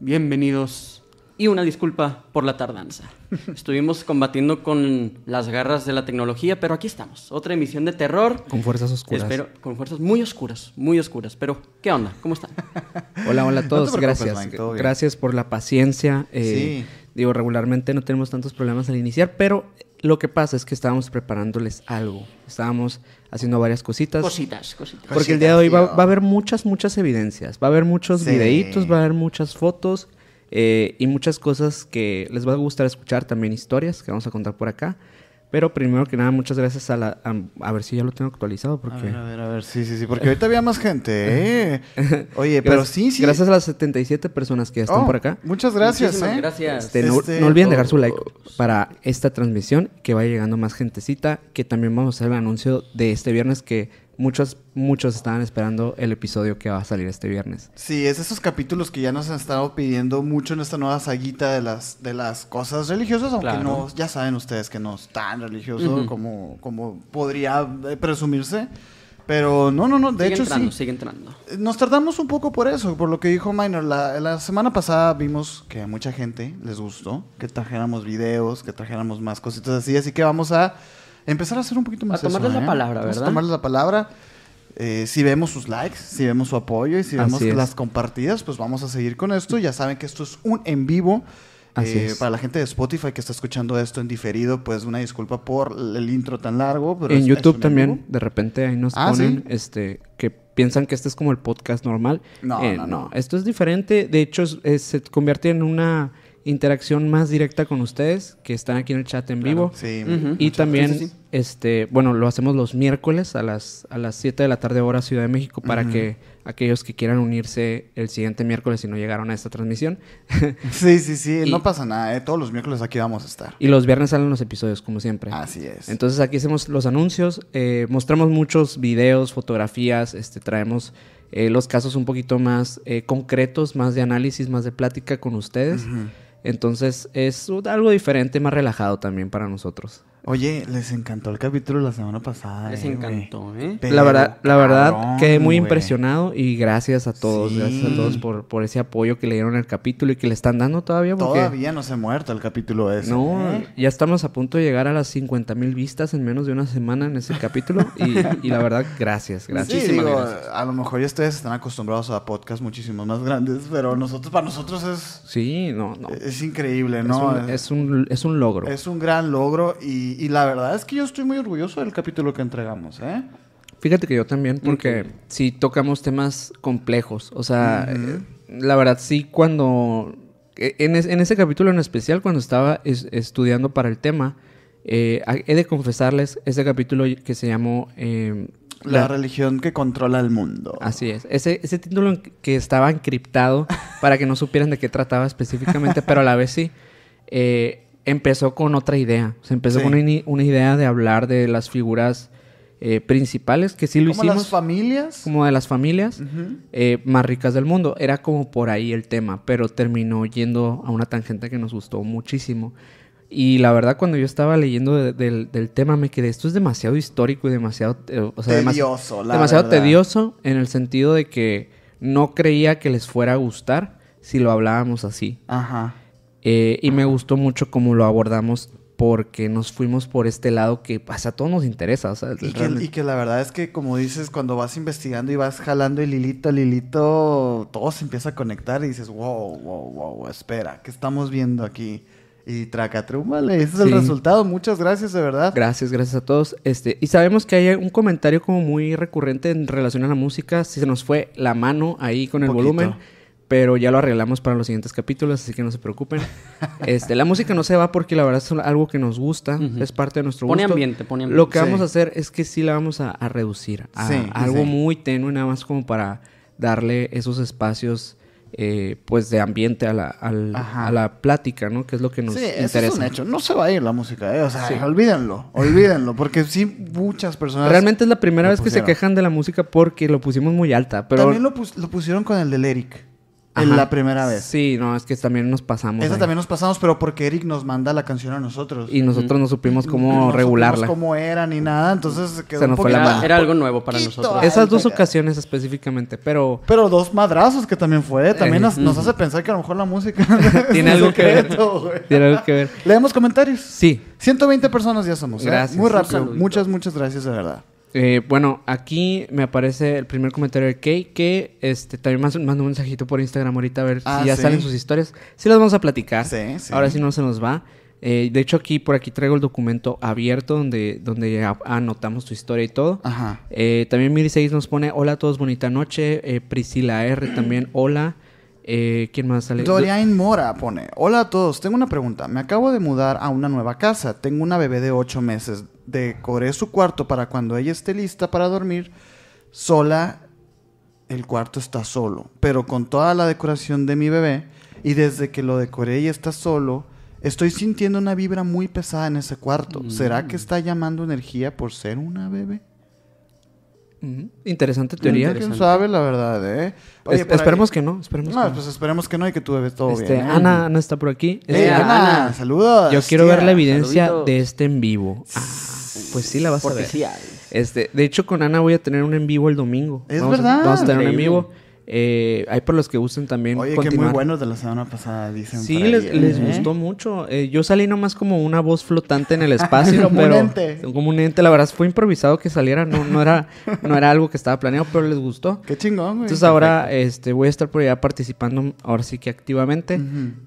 bienvenidos y una disculpa por la tardanza. Estuvimos combatiendo con las garras de la tecnología, pero aquí estamos. Otra emisión de terror. Con fuerzas oscuras. Espero, con fuerzas muy oscuras, muy oscuras. Pero, ¿qué onda? ¿Cómo están? Hola, hola a todos. No te preocupes, gracias. Mike, todo bien. gracias por la paciencia. Eh, Digo, regularmente no tenemos tantos problemas al iniciar, pero lo que pasa es que estábamos preparándoles algo. Estábamos haciendo varias cositas. Cositas, cositas. Porque el día de hoy va, Cositas, tío. va a haber muchas, muchas evidencias. Va a haber muchos Sí. videitos, va a haber muchas fotos eh, y muchas cosas que les va a gustar escuchar. También historias que vamos a contar por acá. Pero primero que nada, muchas gracias a la... A, a ver si ya lo tengo actualizado porque... A ver, a ver, a ver, sí, sí, sí, porque ahorita había más gente, ¿eh? Oye, pero Gracias- sí, sí. pues, Gracias a las 77 personas que ya están Oh, por acá. Muchas gracias, Muchísimas ¿eh? gracias. Este, no, Este, no olviden oh. dejar su like para esta transmisión, que va llegando más gentecita, que también vamos a hacer el anuncio de este viernes, que muchos, muchos estaban esperando el episodio que va a salir este viernes. Sí, es esos capítulos que ya nos han estado pidiendo mucho en esta nueva saguita de las, de las cosas religiosas, aunque Claro. no, ya saben ustedes que no es tan religioso Ujú. como, como podría eh, presumirse. Pero no, no, no, de sigue hecho entrando, sí. sigue entrando. Nos tardamos un poco por eso, por lo que dijo Minor. La, la semana pasada vimos que a mucha gente les gustó que trajéramos videos, que trajéramos más cositas así. Así que vamos a empezar a hacer un poquito más tomarles eso, la ¿eh? palabra, Vamos a ¿verdad? tomarles la palabra. Eh, si vemos sus likes, si vemos su apoyo y si vemos Así es. las compartidas, pues vamos a seguir con esto. Ya saben que esto es un en vivo. Así Eh, es. Para la gente de Spotify que está escuchando esto en diferido, pues una disculpa por el intro tan largo. Pero en es- es YouTube un en también, vivo. de repente ahí nos Ah, ponen ¿sí? este, que piensan que este es como el podcast normal. Eh, No, no, no. Esto es diferente. De hecho, es- es- se convierte en una interacción más directa con ustedes, que están aquí en el chat en vivo. Sí, Ujú. Y también, sí, sí. este, bueno, lo hacemos los miércoles a las, a las 7 de la tarde hora Ciudad de México para que aquellos que quieran unirse el siguiente miércoles y no llegaron a esta transmisión. Sí, sí, sí, Y- no pasa nada, ¿eh? todos los miércoles aquí vamos a estar. y los viernes salen los episodios, como siempre. Así es. Entonces aquí hacemos los anuncios, eh, mostramos muchos videos, fotografías, este, traemos eh, los casos un poquito más eh, concretos, más de análisis, más de plática con ustedes. Entonces es un- algo diferente, más relajado también para nosotros. Oye, les encantó el capítulo la semana pasada. Les eh, güey. encantó, ¿eh? Pero, la verdad, la verdad, cabrón, quedé muy güey. impresionado y gracias a todos, Sí. gracias a todos por, por ese apoyo que le dieron al capítulo y que le están dando todavía porque Todavía no se ha muerto el capítulo ese. no, ¿eh? ya estamos a punto de llegar a las 50 mil vistas en menos de una semana en ese capítulo y, y la verdad, gracias, gracias. Sí, Muchísimas digo, gracias. a lo mejor ya ustedes están acostumbrados a podcasts muchísimos más grandes, pero nosotros, para nosotros es, Sí, no, no. es increíble, eh, ¿no? es, un, es, un, es un logro. es un gran logro y, y la verdad es que yo estoy muy orgulloso del capítulo que entregamos, ¿eh? Fíjate que yo también, porque sí tocamos temas complejos. O sea, eh, la verdad, sí, cuando. eh, En, es- en ese capítulo en especial, cuando estaba es- estudiando para el tema, eh, a- he de confesarles ese capítulo que se llamó. eh, La, la- religión que controla el mundo. Así es. Ese, ese título en- que estaba encriptado para que no supieran de qué trataba específicamente, pero a la vez sí. eh, empezó con otra idea. Se empezó Sí. con una, ini- una idea de hablar de las figuras eh, principales, que sí lo Como hicimos las familias. como de las familias eh, más ricas del mundo. Era como por ahí el tema, pero terminó yendo a una tangente que nos gustó muchísimo. Y la verdad, cuando yo estaba leyendo de- del, del tema, me quedé, esto es demasiado histórico y demasiado... eh, o sea, demasi- Tedioso, la demasiado verdad. tedioso en el sentido de que no creía que les fuera a gustar si lo hablábamos así. Ajá. Eh, y me gustó mucho cómo lo abordamos porque nos fuimos por este lado que pues, a todos nos interesa. o sea, Y que, realmente. y que la verdad es que, como dices, cuando vas investigando y vas jalando el hilito al hilito, todo se empieza a conectar y dices, wow, wow, wow, espera, ¿qué estamos viendo aquí? Y tracatrúmbale, ese es el Sí. resultado. Muchas gracias, de verdad. Gracias, gracias a todos. Este, y sabemos que hay un comentario como muy recurrente en relación a la música. Si se nos fue la mano ahí con el Un poquito. volumen, pero ya lo arreglamos para los siguientes capítulos, así que no se preocupen. Este, la música no se va porque la verdad es algo que nos gusta, Ujú. es parte de nuestro Pone gusto. ambiente, pone ambiente. Lo que Sí. vamos a hacer es que sí la vamos a, a reducir a, Sí, a algo sí. muy tenue, nada más como para darle esos espacios. eh, pues de ambiente a la, al- Ajá. a la plática, ¿no? Que es lo que nos sí, interesa. eso es un hecho. No se va a ir la música, ¿eh? O sea, olvídenlo, olvídenlo, porque sí, muchas personas. Realmente es la primera Lo vez que se pusieron. quejan de la música porque lo pusimos muy alta, pero También lo, pus- lo pusieron con el del Eric. en Ajá. la primera vez. Sí, no, es que también nos pasamos. Esa ahí. también nos pasamos, pero porque Eric nos manda la canción a nosotros. Y nosotros no supimos cómo No supimos regularla. cómo era ni nada, entonces se quedó Se un nos fue la poquito- Era, era algo nuevo para nosotros. Esas dos Ay, ocasiones específicamente, pero Pero dos madrazos que también fue, también Eh, nos, nos hace pensar que a lo mejor la música Tiene es un algo que ver. secreto, güey. tiene algo que ver. Leemos comentarios. Sí, 120 personas ya somos. ¿eh? Gracias. Muy Un rápido. saludito. Muchas, muchas gracias, de verdad. Eh, bueno, aquí me aparece el primer comentario de Kay que este, también mas- mandó un mensajito por Instagram ahorita a ver Ah, si ya sí. salen sus historias. Sí las vamos a platicar. Sí, sí. Ahora sí no se nos va. Eh, de hecho, aquí por aquí traigo el documento abierto donde, donde a- anotamos tu historia y todo. Ajá. Eh, también Miri 6 nos pone, hola a todos, bonita noche. Eh, Priscila R también, hola. Eh, ¿Quién más sale? Dorian Mora pone, hola a todos, tengo una pregunta. Me acabo de mudar a una nueva casa. Tengo una bebé de 8 meses. Decoré su cuarto para cuando ella esté lista para dormir. Sola, el cuarto está solo, pero con toda la decoración de mi bebé. Y desde que lo decoré y está solo, estoy sintiendo una vibra muy pesada en ese cuarto. Mm. ¿Será que está llamando energía por ser una bebé? Ujú. Interesante teoría. ¿Quién sabe la verdad, eh? Oye, Es- por ahí- esperemos que no, esperemos que No, no. pues esperemos que no y que tú bebés todo Este, bien. ¿eh? Ana, Ana está por aquí. Eh, Este, Ana, Ana, saludos. Yo quiero tía. ver la evidencia saluditos. de este en vivo. Ah, pues sí la vas a Porque ver. sí hay. Este, de hecho, con Ana voy a tener un en vivo el domingo. Es vamos verdad. A, vamos a tener un en Increíble. vivo. Eh, hay por los que gusten también Oye, que continuar. muy buenos de la semana pasada, dicen. Sí, por ahí, les, ¿eh? les gustó mucho. Eh, yo salí nomás como una voz flotante en el espacio, Como un pero ente. como un ente. La verdad fue improvisado que saliera, no, no era, no era algo que estaba planeado, pero les gustó. Qué chingón, güey. Entonces ahora este, voy a estar por allá participando, ahora sí que activamente.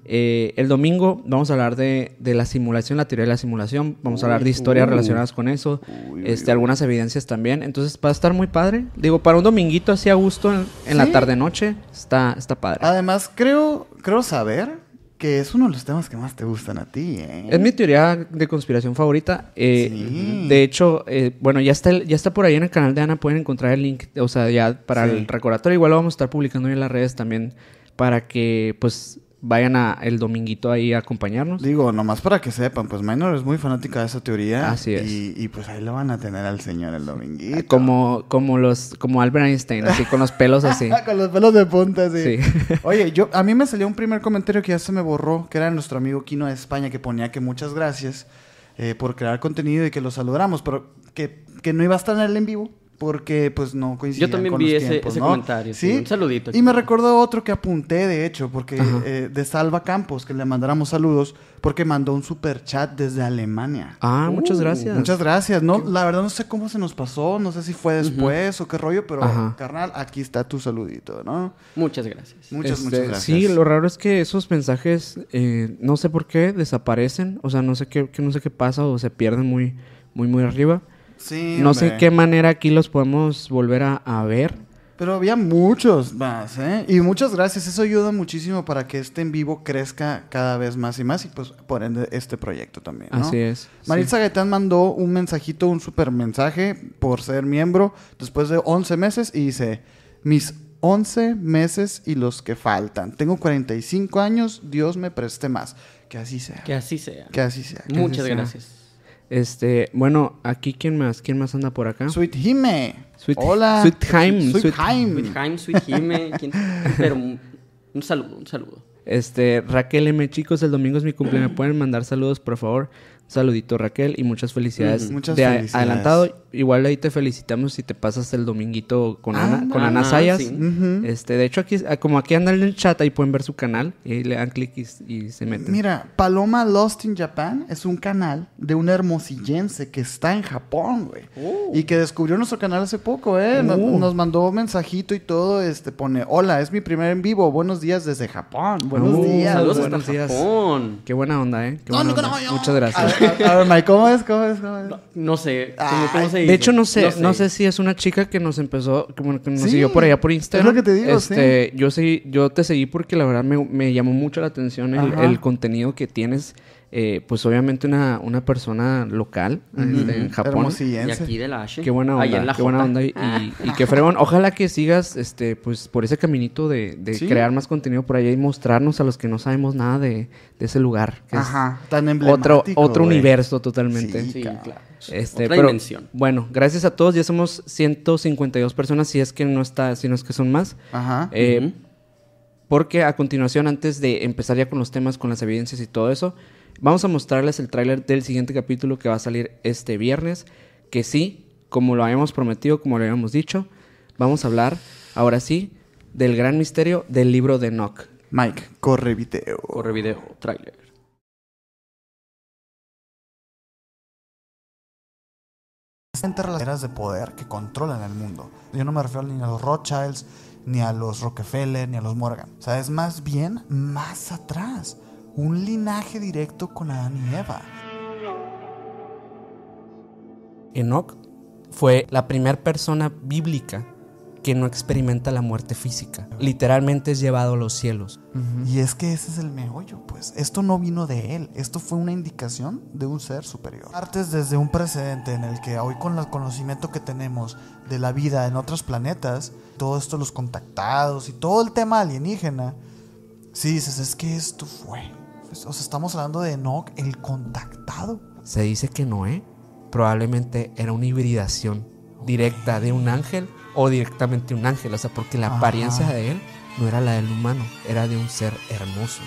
Eh, el domingo vamos a hablar de, de la simulación, la teoría de la simulación. Vamos a hablar de Uh. historias relacionadas con eso. este, Algunas evidencias también. Entonces va a estar muy padre. Digo, para un dominguito así a gusto en, en la Sí. tarde-noche, está, está padre. Además, creo, creo saber que es uno de los temas que más te gustan a ti, ¿eh? Es mi teoría de conspiración favorita. Eh, Sí. De hecho, eh, bueno, ya está, el- ya está por ahí en el canal de Ana. Pueden encontrar el link, o sea, ya para Sí. el recordatorio. Igual lo vamos a estar publicando en las redes también para que, pues, vayan a el dominguito ahí a acompañarnos. Digo, nomás para que sepan, pues Minor es muy fanática de esa teoría. Así es. Y, y, pues ahí lo van a tener al señor el dominguito. Como, como los, como Albert Einstein, así con los pelos así. Con los pelos de punta, sí. Sí. Oye, yo, a mí me salió un primer comentario que ya se me borró, que era de nuestro amigo Kino de España, que ponía que muchas gracias eh, por crear contenido y que lo saludáramos, pero que, que no iba a estar en el en vivo. Porque, pues, no coincidía Yo también con vi los ese- tiempos, ese ¿no? comentario, sí, un saludito, Y me Kino. recordó otro que apunté, de hecho, porque eh, de Salva Campos, que le mandáramos saludos, porque mandó un super chat desde Alemania. Ah, muchas Uh, gracias. Muchas gracias. No, la verdad no sé cómo se nos pasó, no sé si fue después o qué rollo, pero Ajá. carnal, aquí está tu saludito, ¿no? Muchas gracias. Muchas, Este, muchas gracias. Sí, lo raro es que esos mensajes, eh, no sé por qué, desaparecen. O sea, no sé qué, qué- no sé qué pasa o se pierden muy, muy, muy arriba. Sí, No sé hombre. qué manera aquí los podemos volver a, a ver. Pero había muchos más, ¿eh? Y muchas gracias. Eso ayuda muchísimo para que este en vivo crezca cada vez más y más. Y pues por ende este proyecto también, ¿no? Así es. Maritza Gaitán mandó un mensajito, un super mensaje por ser miembro después de 11 meses y dice, mis 11 meses y los que faltan. Tengo 45 años, Dios me preste más. Que así sea. Que así sea. Que así sea. Muchas sea. gracias. Este, bueno, aquí quién más, quién más anda por acá. Sweet Hime. Sweet- Hola. Sweet Hime, Sweet, Sweet- Hime. Sweet Heim, Sweet Hime, ¿quién- Pero un, un saludo, un saludo. Este, Raquel M, chicos, el domingo es mi cumpleaños. ¿Me pueden mandar saludos, por favor? Un saludito, Raquel, y muchas felicidades. Ujú. Muchas de a- felicidades. adelantado. Igual ahí te felicitamos si te pasas el dominguito con Ah, Ana, no. con Ana Ah, Sayas. sí. Ujú. Este, de hecho, aquí, ah, como aquí anda en el chat, ahí pueden ver su canal. Y ahí le dan clic y, y se meten. Mira, Paloma Lost in Japan es un canal de un hermosillense que está en Japón, güey. Oh. Y que descubrió nuestro canal hace poco, ¿eh? Nos, Uh. Oh. nos mandó un mensajito y todo. Este pone: Hola, es mi primer en vivo. Buenos días desde Japón. Buenos Oh, días. Uh, Saludos güey. buenos hasta días. Japón. Qué buena onda, ¿eh? Qué buena No, no, onda. no, no. Muchas gracias. A ver, a- a ver, Mike, ¿cómo es? ¿Cómo es? ¿Cómo es? No sé, ¿cómo, cómo se De hizo? hecho, no sé, no sé, si es una chica que nos empezó, que, bueno, que nos Sí, siguió por allá por es Instagram. lo que te digo, sí. este, yo seguí- yo te seguí porque la verdad me, me llamó mucho la atención el, Ajá. el contenido que tienes. Eh, pues obviamente una, una persona local este, en Japón. Y Hermosillense. aquí de la H. Qué buena onda, Allá en la qué buena J. onda y, Ah, y- y qué fregón. Ojalá que sigas, este, pues, por ese caminito de, de Sí. crear más contenido por allá y mostrarnos a los que no sabemos nada de, de ese lugar. que es Ajá. Tan Otro, emblemático. otro güey. universo totalmente. Sí, sí, cabrón. claro. Este, Otra pero, dimensión. Bueno, gracias a todos. Ya somos 152 personas, si es que no está, si no es que son más. Ajá. Eh, Porque a continuación, antes de empezar ya con los temas, con las evidencias y todo eso, vamos a mostrarles el tráiler del siguiente capítulo que va a salir este viernes. Que sí, como lo habíamos prometido, como lo habíamos dicho, vamos a hablar ahora sí del gran misterio del libro de Enoch. Mike, corre video. Corre video, tráiler. entre las esferas de poder que controlan el mundo. Yo no me refiero ni a los Rothschilds, ni a los Rockefeller, ni a los Morgan. O sea, es más bien más atrás. Un linaje directo con Adán y Eva. Enoch fue la primera persona bíblica que no experimenta la muerte física. Literalmente es llevado a los cielos. Y es que ese es el meollo, pues. Esto no vino de él, esto fue una indicación de un ser superior. Partes desde un precedente en el que hoy con el conocimiento que tenemos de la vida en otros planetas, todo esto, los contactados y todo el tema alienígena, si dices, es que esto fue. Pues, o sea, estamos hablando de Enoch, el contactado. Se dice que Noé probablemente era una hibridación directa de un ángel o directamente un ángel, o sea, porque la Ajá. apariencia de él no era la del humano, era de un ser hermoso.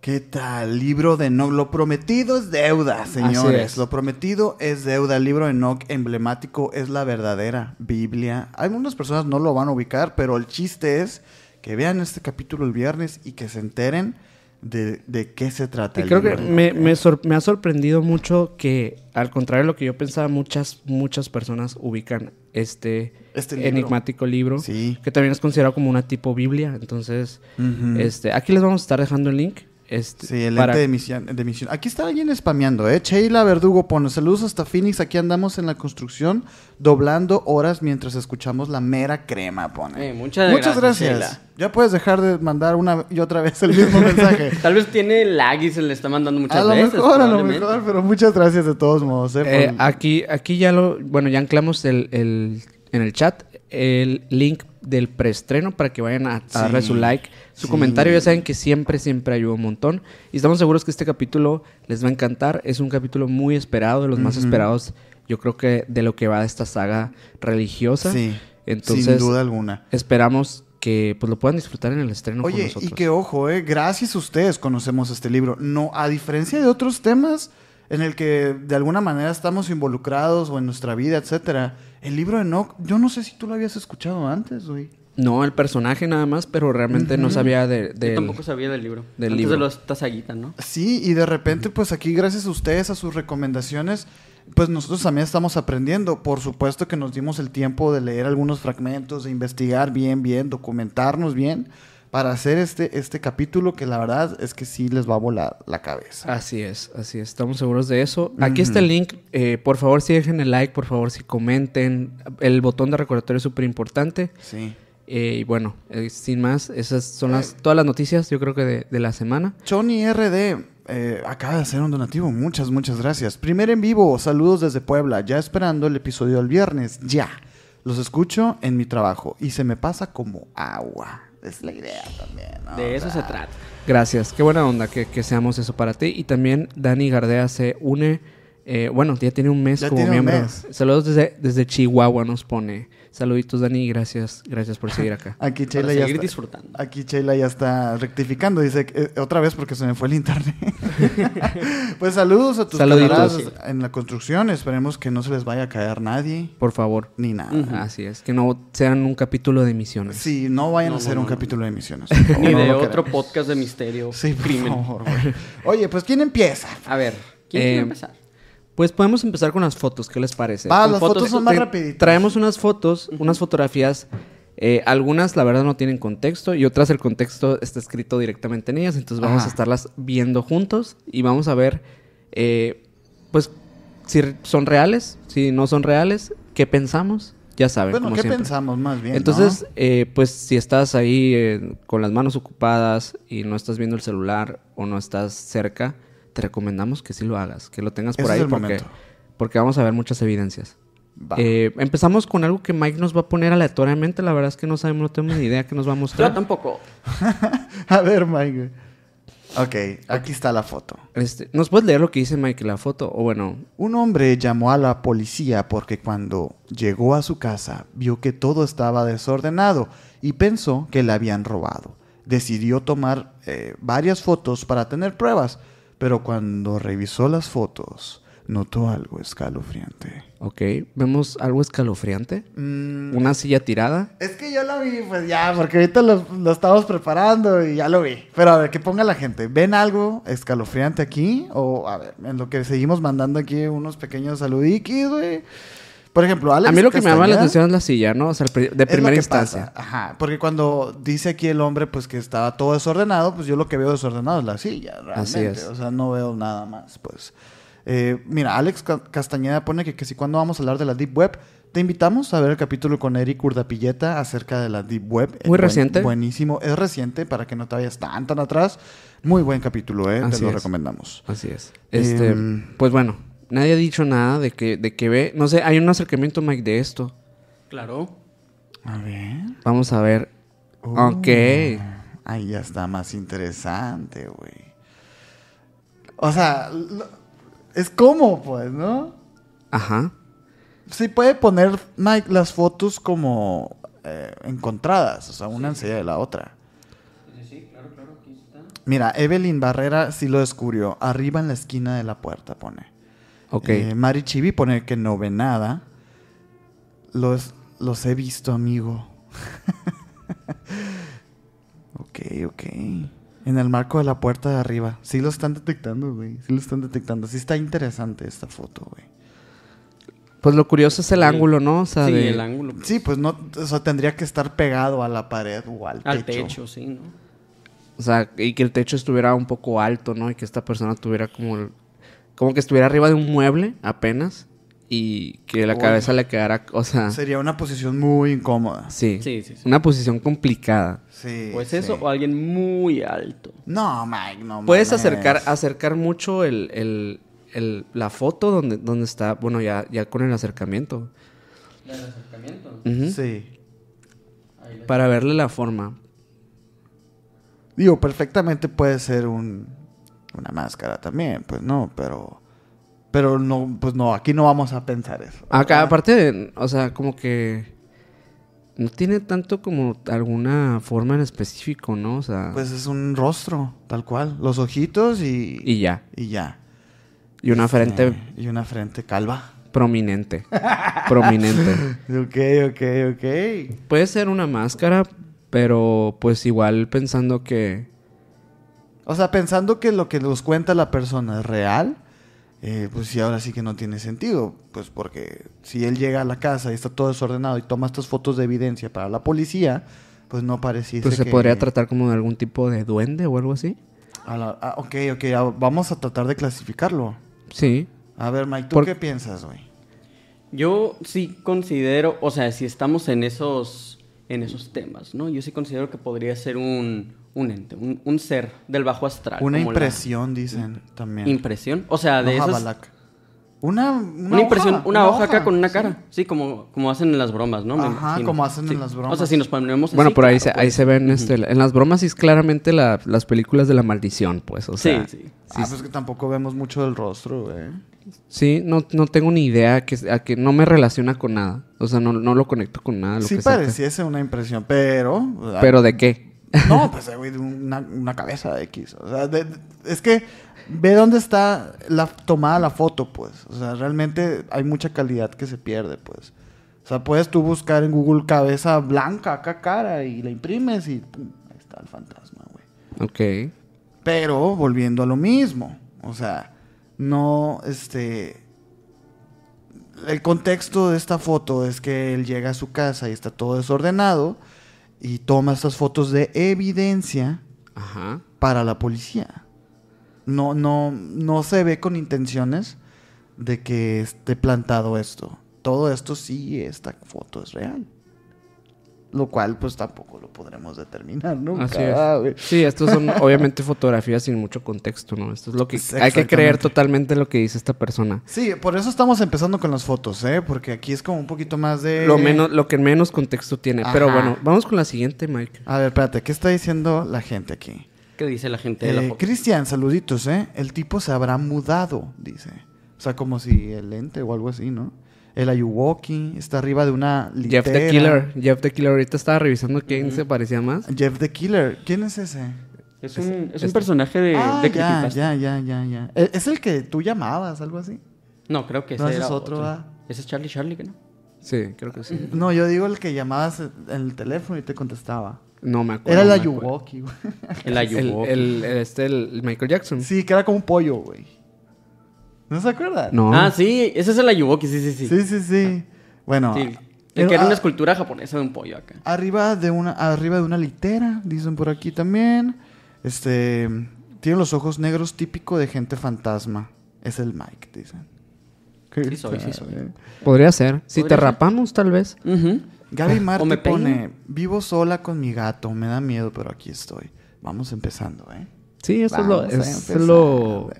¿Qué tal? Libro de Enoch. Lo prometido es deuda, señores. es. Lo prometido es deuda. El libro de Enoch emblemático es la verdadera Biblia. Algunas personas no lo van a ubicar, pero el chiste es que vean este capítulo el viernes y que se enteren de, de qué se trata. Y el creo que libro de me, Enoch. me sor- me ha sorprendido mucho que, al contrario de lo que yo pensaba, muchas, muchas personas ubican este, Este libro. enigmático libro, Sí. que también es considerado como una tipo Biblia. Entonces, Ujú. este, aquí les vamos a estar dejando el link. Este, Sí, el para- ente de misión, de misión. Aquí está alguien spameando, ¿eh? Sheila Verdugo pone saludos hasta Phoenix. Aquí andamos en la construcción, doblando horas mientras escuchamos la mera crema, pone. Eh, muchas, Muchas gracias. gracias. Ya puedes dejar de mandar una y otra vez el mismo mensaje. Tal vez tiene lag y se le está mandando muchas a lo veces. mejor, a lo probablemente. mejor, pero muchas gracias de todos modos. ¿eh? Eh, Por- aquí, aquí ya lo, bueno, ya anclamos el, el- en el chat el link del preestreno para que vayan a, a Sí. darle su like, su Sí. comentario. Ya saben que siempre, siempre ayuda un montón. Y estamos seguros que este capítulo les va a encantar. Es un capítulo muy esperado, de los más esperados, yo creo que de lo que va de esta saga religiosa. sí, sin Entonces, duda alguna. esperamos que pues, lo puedan disfrutar en el estreno con Oye, y nosotros. que ojo, eh, gracias a ustedes conocemos este libro. No, a diferencia de otros temas en el que de alguna manera estamos involucrados o en nuestra vida, etcétera. El libro de Enoch, yo no sé si tú lo habías escuchado antes, güey. No, el personaje nada más, pero realmente no sabía de, Yo del- tampoco sabía del libro. del Antes libro. de los tazaguitas, ¿no? Sí, y de repente, pues aquí, gracias a ustedes, a sus recomendaciones, pues nosotros también estamos aprendiendo. Por supuesto que nos dimos el tiempo de leer algunos fragmentos, de investigar bien, bien, documentarnos bien, para hacer este, este capítulo que la verdad es que sí les va a volar la cabeza. Así es, así es, estamos seguros de eso. Aquí está el link, eh, por favor si dejen el like, por favor si comenten, el botón de recordatorio es súper importante. Sí. Eh, y bueno, eh, sin más, esas son Eh. las, todas las noticias yo creo que de, de la semana. Choni RD eh, acaba de hacer un donativo. Muchas, muchas gracias. Primer en vivo, saludos desde Puebla. Ya esperando el episodio del viernes. Ya. Los escucho en mi trabajo y se me pasa como agua. Es la idea también. ¿no? De eso O se sea, trata. Gracias, qué buena onda que, que seamos eso para ti. Y también Dani Gardea se une, eh, bueno, ya tiene un mes Ya como tiene un miembro. mes. Saludos desde, desde Chihuahua nos pone. Saluditos Dani, gracias, gracias por seguir acá. Aquí Para Sheila, ya seguir está, disfrutando. aquí Sheila ya está rectificando. Dice que- eh, otra vez porque se me fue el internet. pues saludos a tus Saluditos. camaradas en la construcción. Esperemos que no se les vaya a caer nadie Por favor. ni nada. Así es, que no sean un capítulo de misiones. Sí, no vayan No, a hacer no, un no. capítulo de misiones. Ni No de lo otro queremos. podcast de misterio. Sí, por crimen. favor, güey. Oye, pues ¿quién empieza? A ver, ¿quién Eh, quiere empezar? Pues podemos empezar con las fotos, ¿qué les parece? Va, Con las fotos fotos, son más Te- rapiditas. Traemos unas fotos, unas fotografías. eh, algunas, la verdad, no tienen contexto y otras el contexto está escrito directamente en ellas. Entonces vamos Ajá. a estarlas viendo juntos y vamos a ver, eh, pues, si re- son reales, si no son reales, qué pensamos. Ya saben. Bueno, como ¿qué siempre. pensamos más bien? Entonces, no? eh, pues si estás ahí eh, con las manos ocupadas y no estás viendo el celular o no estás cerca, te recomendamos que sí lo hagas, que lo tengas por Ese es ahí el porque, momento. porque vamos a ver muchas evidencias. Va. Eh, empezamos con algo que Mike nos va a poner aleatoriamente, la verdad es que no sabemos, no tenemos ni idea que nos va a Yo mostrar. tampoco. a ver, Mike. güey. Ok, aquí está la foto. Este, ¿Nos puedes leer lo que dice Mike en la foto? O bueno, Un hombre llamó a la policía porque cuando llegó a su casa vio que todo estaba desordenado y pensó que le habían robado. Decidió tomar eh, varias fotos para tener pruebas, pero cuando revisó las fotos notó algo escalofriante. Mm, ok, vemos algo escalofriante. Una silla tirada. Es que ya lo vi, pues ya, porque ahorita lo, lo estamos preparando y ya lo vi. Pero a ver, que ponga la gente. ¿Ven algo escalofriante aquí? O a ver, en lo que seguimos mandando aquí unos pequeños saludiquis, güey. Por ejemplo, Alex a mí lo que me llama la Castañeda atención es la silla, ¿no? O sea, el pri- de es lo primera que instancia. pasa. Ajá, porque cuando dice aquí el hombre, pues que estaba todo desordenado, pues yo lo que veo desordenado es la silla, realmente. Así es. O sea, no veo nada más, pues. Eh, mira, Alex Ca- Castañeda pone que, que si cuando vamos a hablar de la Deep Web, te invitamos a ver el capítulo con Eric Urdapilleta acerca de la Deep Web. Muy Eh, reciente. Buenísimo, es reciente para que no te vayas tan tan atrás. Muy buen capítulo, ¿eh? Así te lo es. recomendamos. Así es. Este, Em. pues bueno, nadie ha dicho nada de que, de que ve. No sé, hay un acercamiento, Mike, de esto. Claro. A ver. Vamos a ver. Oh. Ok. Ahí ya está más interesante, güey. O sea, lo- es como, pues, ¿no? Ajá. Sí puede poner Mike las fotos como eh, encontradas, o sea, una enseguida de la otra. Mira, Evelyn Barrera sí lo descubrió. Arriba en la esquina de la puerta pone. Ok. Eh, Mari Chibi pone que no ve nada. Los, los he visto, amigo. ok, ok. En el marco de la puerta de arriba. Sí lo están detectando, güey. Sí lo están detectando. Sí está interesante esta foto, güey. Pues lo curioso es el ángulo, ¿no? O sea, Sí, de- el ángulo. Sí, pues no, o sea, tendría que estar pegado a la pared o al techo. Al techo, sí, ¿no? O sea, y que el techo estuviera un poco alto, ¿no? Y que esta persona tuviera como... el- Como que estuviera arriba de un mueble apenas y que la Oye. cabeza le quedara... O sea, Sería una posición muy incómoda. sí. Sí, sí, sí. Una posición complicada. Sí. O es sí. eso, o alguien muy alto. No, Mike, no. Puedes mames. acercar, acercar mucho el, el- el- la foto donde, donde está... Bueno, ya, ya con el acercamiento. ¿El acercamiento? Ujú. Sí. Para verle la forma. Digo, perfectamente puede ser un, una máscara también, pues no, pero. Pero no, pues no, aquí no vamos a pensar eso. Acá, aparte, o sea, como que... No tiene tanto como alguna forma en específico, ¿no? O sea... Pues es un rostro, tal cual. Los ojitos y. y ya. y ya. Y una frente Eh, y una frente calva. prominente. prominente. Ok, ok, ok. Puede ser una máscara, pero pues igual pensando que. O sea, pensando que lo que nos cuenta la persona es real, eh, pues sí, ahora sí que no tiene sentido. Pues porque si él llega a la casa y está todo desordenado y toma estas fotos de evidencia para la policía, pues no pareciese Pues se que- podría tratar como de algún tipo de duende o algo así. A la- ah, ok, ok, ah, vamos a tratar de clasificarlo. Sí. A ver, Mike, ¿tú Por- qué piensas, güey? Yo sí considero, o sea, si estamos en esos, en esos temas, ¿no? Yo sí considero que podría ser un, un ente, un, un ser del bajo astral. Una como Ah, la impresión, dicen también. Impresión. O sea, de Hoja esos. balac. Una, Una, hoja, impresión, una, hoja, acá con una cara. Sí, como, como hacen en las bromas, ¿no? Me Ajá, imagino. como hacen en Sí. las O sea, bromas. si nos ponemos. Bueno, así, por ahí, claro, se, ahí pues. se ven este, en las bromas y es claramente la- las películas de la maldición, pues. O sea, sí, sí. Ah, pues que tampoco vemos mucho del rostro, güey. sí, no, no tengo ni idea que, a que no me relaciona con nada. O sea, no, no lo conecto con nada. lo Sí que saca. pareciese una impresión, pero... Pero de qué? No, pues, eh, güey, de una, una cabeza de X. O sea, de- de- es que ve dónde está la, tomada la foto, pues. O sea, realmente hay mucha calidad que se pierde, pues. O sea, puedes tú buscar en Google cabeza blanca, acá cara, y la imprimes y pum, ahí está el fantasma, güey. Ok. Pero volviendo a lo mismo. O sea, no, este. El contexto de esta foto es que él llega a su casa y está todo desordenado y toma estas fotos de evidencia Ajá. para la policía. No, no, no se ve con intenciones de que esté plantado esto. Todo esto sí, esta foto es real. Lo cual, pues tampoco lo podremos determinar nunca. Así ¿verdad, güey? es. Sí, estos son obviamente fotografías sin mucho contexto, ¿no? Esto es lo que Es hay que creer exactamente. totalmente lo que dice esta persona. Sí, por eso estamos empezando con las fotos, ¿eh? Porque aquí es como un poquito más de... Lo menos lo que menos contexto tiene, pero Ajá. bueno, vamos con la siguiente, Mike. A ver, espérate, ¿qué está diciendo la gente aquí? ¿Qué dice la gente de la Eh, foto? Cristian, saluditos, ¿eh? El tipo se habrá mudado, dice. O sea, como si el ente o algo así, ¿no? El Ayuwoki está arriba de una litera. Jeff the Killer. Jeff the Killer. Ahorita estaba revisando quién se parecía más. Jeff the Killer. ¿Quién es ese? Es un, es un este. personaje de, ah, de ya, creepypasta. ya, ya, ya, ya. Eh, Es el que tú llamabas, algo así. No, creo que ese No, ese era es otro, otro. ¿verdad? Ese es Charlie Charlie, ¿qué ¿no? Sí, creo que sí. No, yo digo el que llamabas en el teléfono y te contestaba. No me acuerdo. Era el no me acuerdo. Ayuwoki, güey. El Ayubo. El, el- el- este, el Michael Jackson. Sí, que era como un pollo, güey. ¿No se acuerdan? No. Ah, sí, ese es el Ayuwoki, sí, sí, sí. Sí, sí, sí. Bueno, Sí, pero- El que era ah, una escultura japonesa de un pollo acá. Arriba de una, arriba de una litera, dicen por aquí también. Este tiene los ojos negros típico de gente fantasma. Es el Mike, dicen. Sí soy, sí soy. Eh. Podría ser. Si Podría te ser. rapamos, tal vez. Ujú. Gaby Marte O me peino. pone, vivo sola con mi gato, me da miedo, pero aquí estoy. Vamos empezando, ¿eh? Sí, eso es lo, Vamos a es empezar. lo,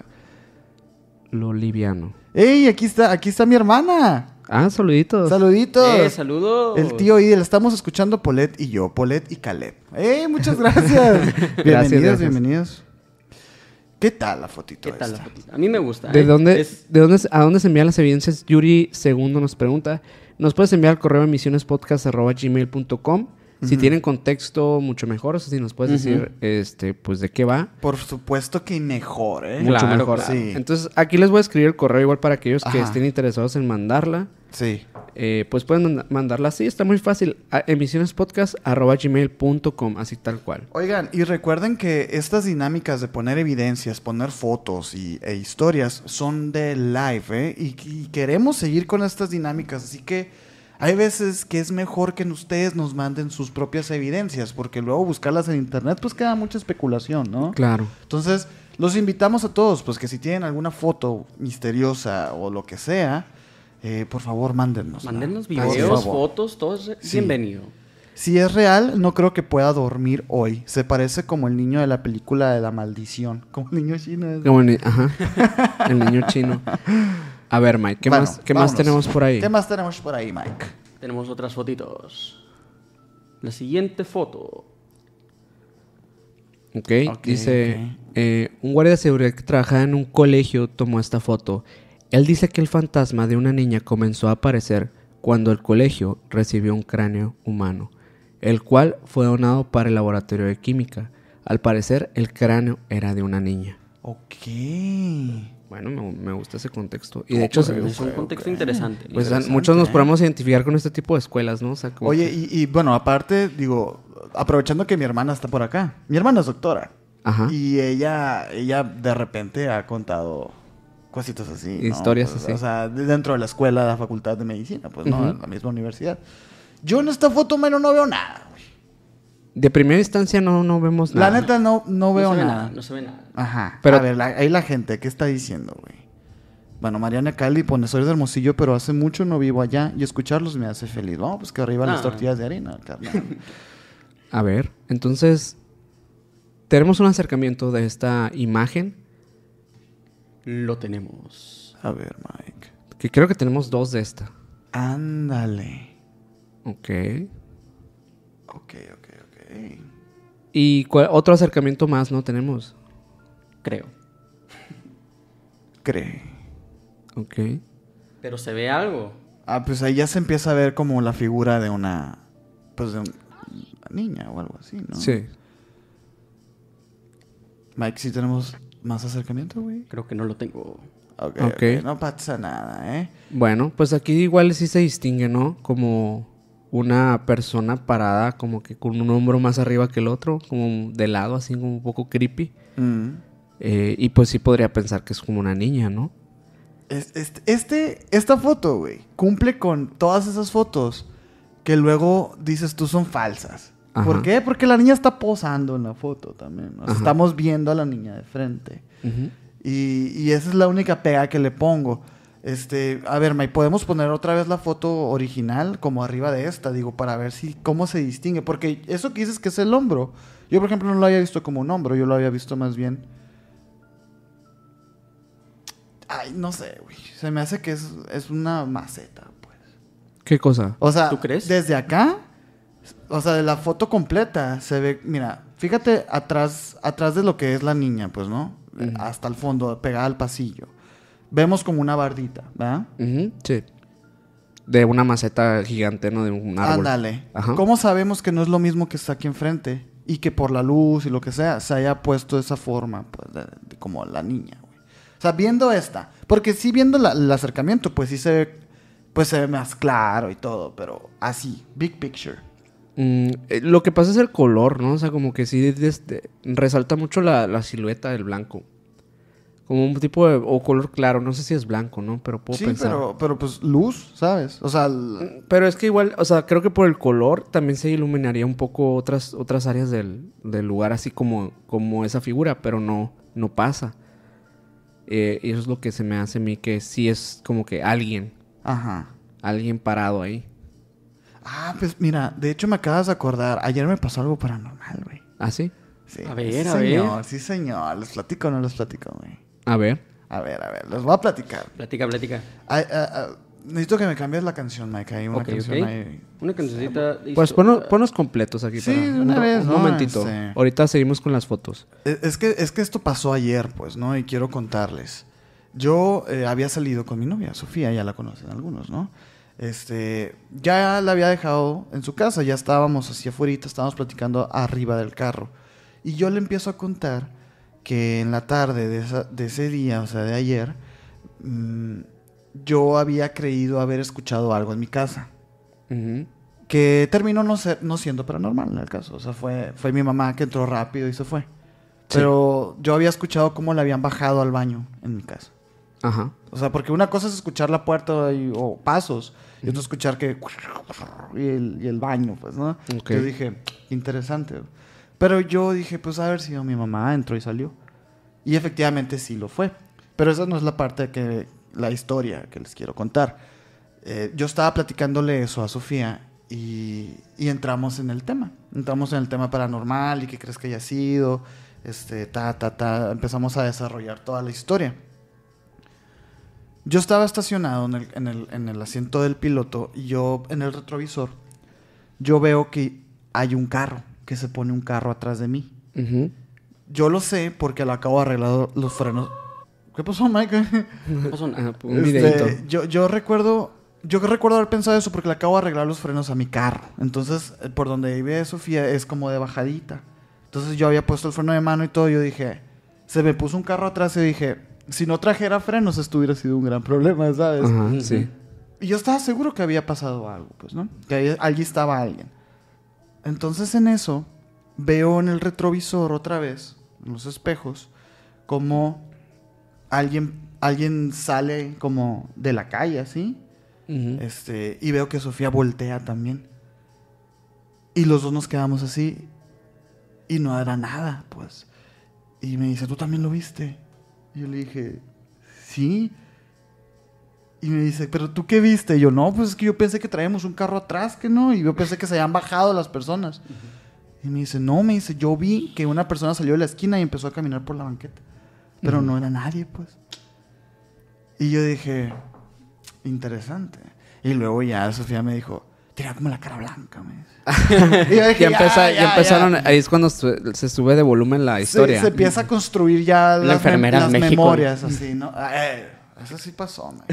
lo liviano. ¡Ey! Aquí está, aquí está mi hermana. Ah, saluditos. Saluditos. Eh, saludos. El tío y le estamos escuchando Polet y yo, Polet y Caleb. ¡Ey, muchas gracias! bienvenidos, gracias. bienvenidos. ¿Qué tal la fotito ¿Qué tal la esta? fotita? A mí me gusta. ¿De eh. dónde, Es- de dónde, a dónde se envían las evidencias? Yuri Segundo nos pregunta. Nos puedes enviar al correo emisionespodcast.gmail.com Si tienen contexto, mucho mejor. O sea, si nos puedes decir, este, pues, de qué va. Por supuesto que mejor, ¿eh? Mucho Claro, mejor. claro. Sí. Entonces, aquí les voy a escribir el correo igual para aquellos que Ajá. estén interesados en mandarla. Sí. Eh, pues pueden manda- mandarla así, está muy fácil. a emisionespodcast.gmail.com, así tal cual. Oigan, y recuerden que estas dinámicas de poner evidencias, poner fotos y, e historias son de live, ¿eh? Y, y queremos seguir con estas dinámicas, así que hay veces que es mejor que ustedes nos manden sus propias evidencias, porque luego buscarlas en internet pues queda mucha especulación, ¿no? Claro. Entonces, los invitamos a todos, pues que si tienen alguna foto misteriosa o lo que sea, eh, por favor, mándennos. ¿no? Mándenos Por videos, favor. fotos, todo es Sí. bienvenido. Si es real, no creo que pueda dormir hoy. Se parece como el niño de la película de la maldición. Como el niño chino. es- Como ni- ajá. El niño chino. A ver, Mike, ¿qué, Bueno, más, ¿qué más vámonos. tenemos por ahí? ¿Qué más tenemos por ahí, Mike? Tenemos otras fotitos. La siguiente foto. Ok, Ok, dice: ok. eh, Un guardia de seguridad que trabajaba en un colegio tomó esta foto. Él dice que el fantasma de una niña comenzó a aparecer cuando el colegio recibió un cráneo humano, el cual fue donado para el laboratorio de química. Al parecer, el cráneo era de una niña. Ok. Bueno, me, me gusta ese contexto. Y de hecho, se- Es un contexto interesante. pues, muchos nos podemos identificar con este tipo de escuelas, ¿no? O sea, como Oye, que- y, y, bueno, aparte, digo, aprovechando que mi hermana está por acá. Mi hermana es doctora. Ajá. Y ella, ella de repente ha contado cositas así. ¿no? Historias Pues, así. O sea, de- dentro de la escuela, de la facultad de medicina, pues no, Ujú. en la misma universidad. Yo en esta foto, menos no veo nada. güey. De primera instancia no, no vemos La nada. neta, no, no No veo se ve nada. nada, no se ve nada. Ajá. Pero- a ver, la- ahí la gente, ¿qué está diciendo, güey? Bueno, Mariana Cali pone, soy de Hermosillo, pero hace mucho no vivo allá y escucharlos me hace feliz. No, pues que arriba las Ah. tortillas de harina, carnal. A ver, entonces tenemos un acercamiento de esta imagen, Lo tenemos. A ver, Mike. que creo que tenemos dos de esta. Ándale. Ok. Ok, ok, ok. Y cuál- otro acercamiento más no tenemos. Creo. Cree. Ok. Pero se ve algo. Ah, pues ahí ya se empieza a ver como la figura de una. Pues de un- una niña o algo así, ¿no? Sí. Mike, sí tenemos más acercamiento, güey. Creo que no lo tengo. Ok, Ok. ok. No pasa nada, ¿eh? Bueno, pues aquí igual sí se distingue, ¿no? Como una persona parada, como que con un hombro más arriba que el otro, como de lado, así como un poco creepy. Mm. Eh, y pues sí podría pensar que es como una niña, ¿no? Es- Este, este- esta foto, güey, cumple con todas esas fotos que luego dices tú son falsas. Ajá. ¿Por qué? Porque la niña está posando en la foto también. ¿no? O sea, Ajá. estamos viendo a la niña de frente. Ujú. Y, y esa es la única pega que le pongo. Este, a ver, May, podemos poner otra vez la foto original como arriba de esta, digo, para ver si cómo se distingue. Porque eso que dices que es el hombro. Yo, por ejemplo, no lo había visto como un hombro, yo lo había visto más bien. Ay, no sé, güey. Se me hace que es, es una maceta, pues. ¿Qué cosa? O sea, ¿Tú crees? desde acá, o sea, de la foto completa, se ve, mira, Fíjate atrás, atrás de lo que es la niña, pues, ¿no? Hasta el fondo, pegada al pasillo. Vemos como una bardita, ¿verdad? Ujú, sí. De una maceta gigante, ¿no? De un árbol. Ándale. Ajá. ¿Cómo sabemos que no es lo mismo que está aquí enfrente? Y que por la luz y lo que sea se haya puesto esa forma, pues, de- de- como la niña, güey. O sea, viendo esta. Porque sí, viendo la- el acercamiento, pues sí se ve, pues, se ve más claro y todo, pero así, big picture. Mm, eh, lo que pasa es el color, ¿no? O sea, como que sí este, resalta mucho la, la silueta del blanco. Como un tipo de... o color claro, no sé si es blanco, ¿no? Pero puedo Sí, pensar. pero, pero pues luz, ¿sabes? O sea, l- Pero es que igual, o sea, creo que por el color también se iluminaría un poco otras, otras áreas del, del lugar, así como, como esa figura, pero no, no pasa. Eh, y eso es lo que se me hace a mí, que sí es como que alguien, ajá. alguien parado ahí. Ah, pues mira, de hecho me acabas de acordar, ayer me pasó algo paranormal, güey. ¿Así? Sí, A ver, sí, a ver. señor, Sí, señor, les platico o no les platico, güey. A ver. A ver, a ver, les voy a platicar. Platica, platica. Ay, ah, ah, necesito que me cambies la canción, Mike. Hay una ok, ok. canción ahí. Una cancioncita. de Pues histo- ponlo- ponlos completos aquí. Sí, para- de una un- vez, Un ¿no? momentito. Este- Ahorita seguimos con las fotos. Eh, Es que, es que esto pasó ayer, pues, ¿no? Y quiero contarles. Yo eh, había salido con mi novia, Sofía, ya la conocen algunos, ¿no? Este, ya la había dejado en su casa, ya estábamos hacia afuera, estábamos platicando arriba del carro. Y yo le empiezo a contar que en la tarde de, esa- de ese día, o sea, de ayer, mm, yo había creído haber escuchado algo en mi casa. Ujú. que terminó no, ser, no siendo paranormal en el caso. O sea, fue, fue mi mamá que entró rápido y se fue. Pero yo había escuchado cómo la habían bajado al baño en mi casa. Ajá. O sea, porque una cosa es escuchar la puerta y- o pasos y otra escuchar que... Y el, y el baño, pues, ¿no? Ok. Yo dije, interesante. Pero yo dije, pues, a ver si mi mamá entró y salió. Y efectivamente sí lo fue. Pero esa no es la parte que... La historia que les quiero contar. Eh, yo estaba platicándole eso a Sofía y, y entramos en el tema. Entramos en el tema paranormal y qué crees que haya sido. Este, ta, ta, ta. Empezamos a desarrollar toda la historia. Yo estaba estacionado en el, en el- en el asiento del piloto y yo en el retrovisor, yo veo que hay un carro, que se pone un carro atrás de mí. Ujú. Yo lo sé porque lo acabo de arreglar los frenos. ¿Qué pasó, Mike? No pasó nada. Ajá, Ah, un Este, videito. yo, yo recuerdo. Yo recuerdo haber pensado eso porque le acabo de arreglar los frenos a mi carro. Entonces, eh, por donde vive Sofía es como de bajadita. Entonces yo había puesto el freno de mano y todo. Yo dije, se me puso un carro atrás y dije, si no trajera frenos, esto hubiera sido un gran problema, ¿sabes? Ajá, sí. Y yo estaba seguro que había pasado algo, pues, ¿no? Que ahí- allí estaba alguien. Entonces en eso veo en el retrovisor otra vez, en los espejos, como alguien, alguien sale como de la calle, así. Ujú. Este, y veo que Sofía voltea también. Y los dos nos quedamos así. Y no era nada, pues. Y me dice, ¿tú también lo viste? Y yo le dije, sí. Y me dice, ¿pero tú qué viste? Y yo, no, pues es que yo pensé que traíamos un carro atrás, que no. Y yo pensé que se habían bajado las personas. Y me dice, no, me dice, yo vi que una persona salió de la esquina y empezó a caminar por la banqueta. Pero no era nadie, pues. Y yo dije, interesante. Y luego ya Sofía me dijo, tenía como la cara blanca, me dice. Y yo dije, Ya, empeza- ya, ya empezaron, ya". ahí es cuando su- se sube de volumen la Se- historia. Se, empieza a construir ya las, enfermera mem- las en México. memorias, así, ¿no? Eh, eso sí pasó, man.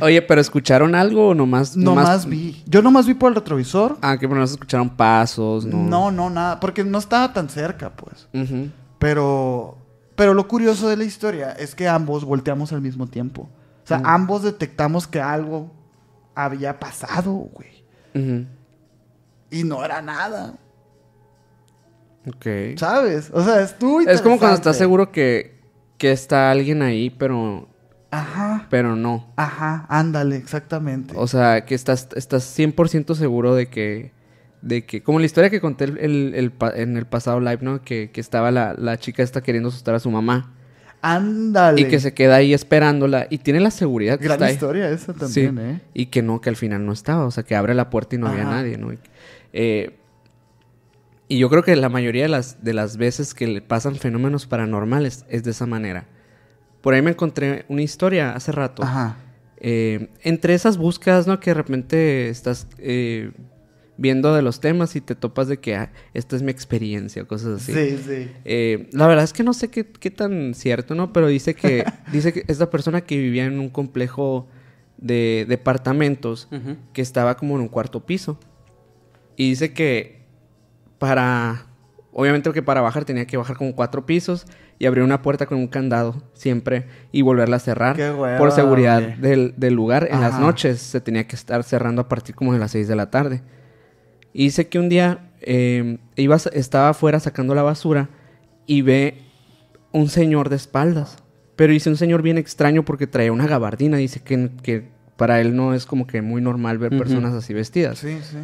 Oye, pero ¿escucharon algo o nomás? Nomás vi. Yo nomás vi por el retrovisor. Ah, que bueno, no se escucharon pasos, ¿no? No, no, nada. Porque no estaba tan cerca, pues. Ujú. Pero, pero lo curioso de la historia es que ambos volteamos al mismo tiempo. O Mm. sea, ambos detectamos que algo había pasado, güey. Ujú. Y no era nada. Ok. ¿Sabes? O sea, es tú Es como cuando estás seguro que, que está alguien ahí, pero, Ajá, pero no. ajá, ándale, exactamente. O sea, que estás, estás 100% seguro de que, de que... Como la historia que conté el, el- el pa- en el pasado live, ¿no? Que, que estaba la, la chica esta queriendo asustar a su mamá. ándale. Y que se queda ahí esperándola. Y tiene la seguridad que Gran está ahí. historia esa Sí, también, ¿eh? Y que no, que al final no estaba. O sea, que abre la puerta y no había Ajá. nadie, ¿no? Y, eh, y yo creo que la mayoría de las, de las veces que le pasan fenómenos paranormales es de esa manera. Por ahí me encontré una historia hace rato. Ajá. Eh, entre esas búsquedas, ¿no? Que de repente estás eh, viendo de los temas y te topas de que ah, esta es mi experiencia, cosas así. Sí, sí. Eh, la verdad es que no sé qué, qué tan cierto, ¿no? Pero dice que, dice que esta persona que vivía en un complejo de departamentos Ujú. que estaba como en un cuarto piso. Y dice que para, obviamente que para bajar tenía que bajar como cuatro pisos y abrir una puerta con un candado siempre y volverla a cerrar. Qué hueva, por seguridad güey. del, del lugar, en las Ajá. noches se tenía que estar cerrando a partir como de las 6 de la tarde. Y dice que un día eh, iba, a- estaba afuera sacando la basura y ve un señor de espaldas. Pero dice un señor bien extraño porque traía una gabardina. Dice que, que para él no es como que muy normal ver Ujú. personas así vestidas. Sí, sí.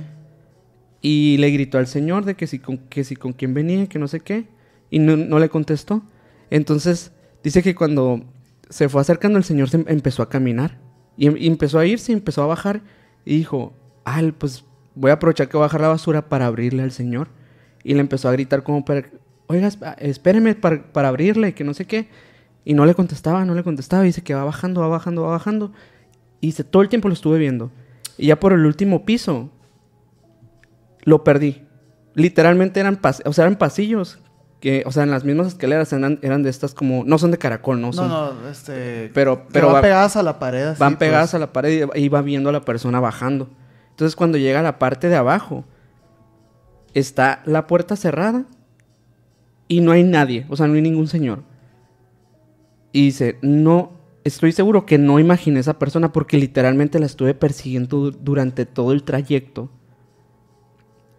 Y le gritó al señor de que si con, que si con quién venía, que no sé qué. Y no, no le contestó. Entonces dice que cuando se fue acercando el señor se em- empezó a caminar. Y, em- y empezó a irse, empezó a bajar. Y dijo, ah, pues voy a aprovechar que voy a bajar la basura para abrirle al señor. Y le empezó a gritar como para, oiga, esp- espéreme para, para abrirle, que no sé qué. Y no le contestaba, no le contestaba. Y dice que va bajando, va bajando, va bajando. Y dice, todo el tiempo lo estuve viendo. Y ya por el último piso, lo perdí. Literalmente eran, pas o sea, eran pasillos. Que, o sea, en las mismas escaleras eran, eran de estas como... No son de caracol, no No, son... no, este. Pero- que pero van va- pegadas a la pared. así, Van pues. pegadas a la pared y y va viendo a la persona bajando. Entonces cuando llega a la parte de abajo, está la puerta cerrada y no hay nadie, o sea, no hay ningún señor. Y dice, no, estoy seguro que no imaginé esa persona porque literalmente la estuve persiguiendo du- durante todo el trayecto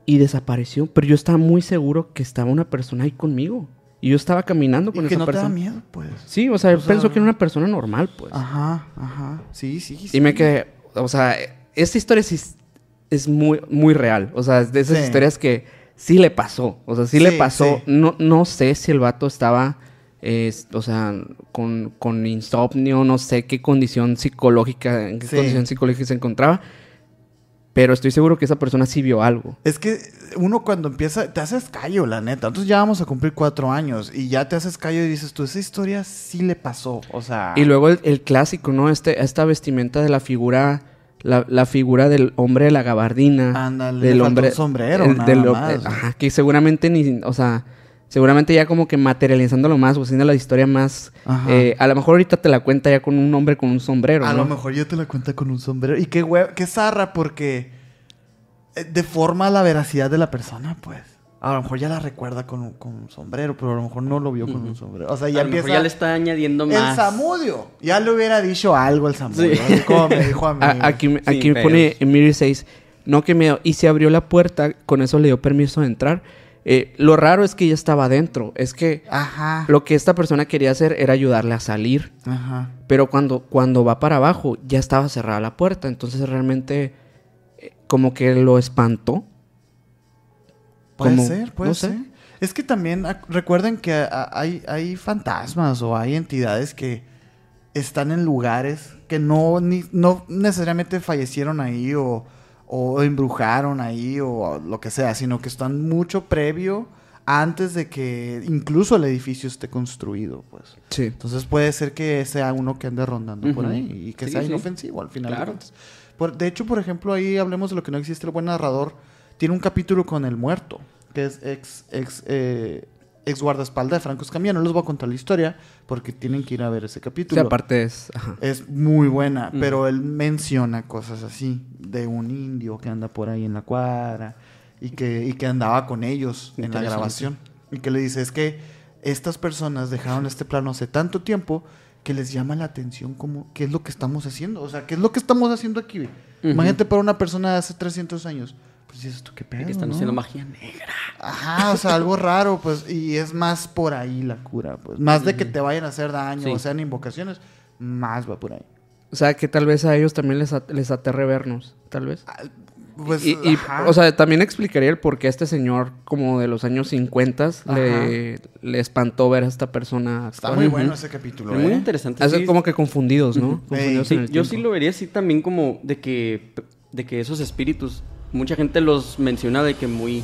y desapareció, pero yo estaba muy seguro que estaba una persona ahí conmigo y yo estaba caminando con Y que esa no te da persona. miedo, pues. Sí, o sea, sea, pensó que era una persona normal, pues. Ajá, ajá. Sí, sí, sí. Y me quedé, o sea, esta historia sí es, es muy, muy real. O sea, es de esas Sí. historias que sí le pasó. O sea, sí, le Sí, pasó. sí. No, no sé si el vato estaba, eh, s- o sea, con, con insomnio, no sé qué condición psicológica, en qué Sí. condición psicológica se encontraba. Pero estoy seguro que esa persona sí vio algo. Es que uno cuando empieza, te haces callo, la neta. Entonces ya vamos a cumplir cuatro años y ya te haces callo y dices tú, esa historia sí le pasó. O sea. Y luego el, el clásico, ¿no? Este, esta vestimenta de la figura, la, la figura del hombre de la gabardina. Ándale, le del faltó hombre. un sombrero, nada hom- más. eh, ajá, que seguramente ni, o sea, seguramente ya como que materializándolo más, o haciendo la historia más. Ajá. eh, a lo mejor ahorita te la cuenta ya con un hombre con un sombrero. a ¿no? lo mejor yo te la cuenta con un sombrero. Y qué hue- qué zarra, porque eh, deforma la veracidad de la persona, pues. A lo mejor ya la recuerda con un, con un sombrero, pero a lo mejor no lo vio con un sombrero. O sea, ya a lo mejor empieza. ya le está añadiendo El más. Samudio. Ya le hubiera dicho algo al Samudio. Sí. así Como me dijo a mí. A- aquí me- Sin aquí me pone pedos. Emir 6. No, qué miedo. Y se abrió la puerta, con eso le dio permiso de entrar. Eh, lo raro es que ya estaba adentro. Es que Ajá. lo que esta persona quería hacer era ayudarle a salir. Ajá. Pero cuando, cuando va para abajo, ya estaba cerrada la puerta. Entonces realmente eh, como que lo espantó. Puede Como- ser, puede no sé. ser. Es que también ac- recuerden que a- a- hay, hay fantasmas o hay entidades que están en lugares que no, ni- no necesariamente fallecieron ahí o, o embrujaron ahí o lo que sea, sino que están mucho previo antes de que incluso el edificio esté construido, pues. Sí. Entonces puede ser que sea uno que ande rondando por Ujú. ahí y que Sí, sea sí. inofensivo al final. de Claro. cuentas. Por- de hecho, por ejemplo, ahí hablemos de lo que no existe. El buen narrador tiene un capítulo con el muerto, que es ex, ex, eh, ex guardaespaldas de Franco Escamilla. No les voy a contar la historia porque tienen que ir a ver ese O capítulo. sea, aparte es... ajá. Es muy buena, pero él menciona cosas así, de un indio que anda por ahí en la cuadra y que, y que andaba con ellos en la Interesante. grabación. Y que le dice, es que estas personas dejaron este plano hace tanto tiempo que les llama la atención como, ¿qué es lo que estamos haciendo? O sea, ¿qué es lo que estamos haciendo aquí? Imagínate para una persona de hace 300 años. Pues dices tú, ¿qué pedo? Que están no? haciendo magia negra. Ajá, o sea, algo raro, pues, y es más por ahí la cura, pues. Más de que te vayan a hacer daño Sí. o sean invocaciones, más va por ahí. O sea, que tal vez a ellos también les, at- les aterre vernos, tal vez. Pues, y, y, ajá. o sea, también explicaría el por qué a este señor, como de los años 50, le, le espantó ver a esta persona. está actual. muy Ujú. bueno ese capítulo, Muy ¿eh? interesante. O sea, sí. como que confundidos, ¿no? Ujú. Confundidos Sí, en el yo sí tiempo. lo vería así también como de que, de que esos espíritus, mucha gente los menciona de que muy,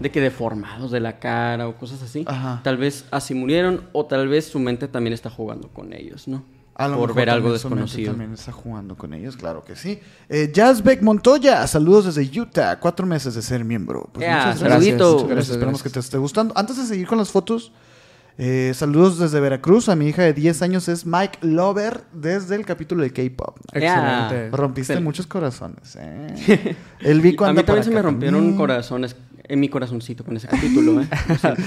de que deformados de la cara o cosas así. Ajá. Tal vez así murieron o tal vez su mente también está jugando con ellos, ¿no? A lo por mejor ver también algo su mente desconocido. También está jugando con ellos, claro que sí. Eh, Jazzbeck Montoya, saludos desde Utah, cuatro meses de ser miembro. Pues Ya, muchas gracias. saludito. muchas gracias, Gracias, gracias. Esperamos que te esté gustando. Antes de seguir con las fotos, eh, saludos desde Veracruz. A mi hija de 10 años es Mike Lover desde el capítulo del K-pop. Ya. Excelente. Rompiste Excelente. muchos corazones. eh. El Vico a anda mí por también se acá me rompieron también. corazones en mi corazoncito con ese capítulo, ¿eh? Lo siento.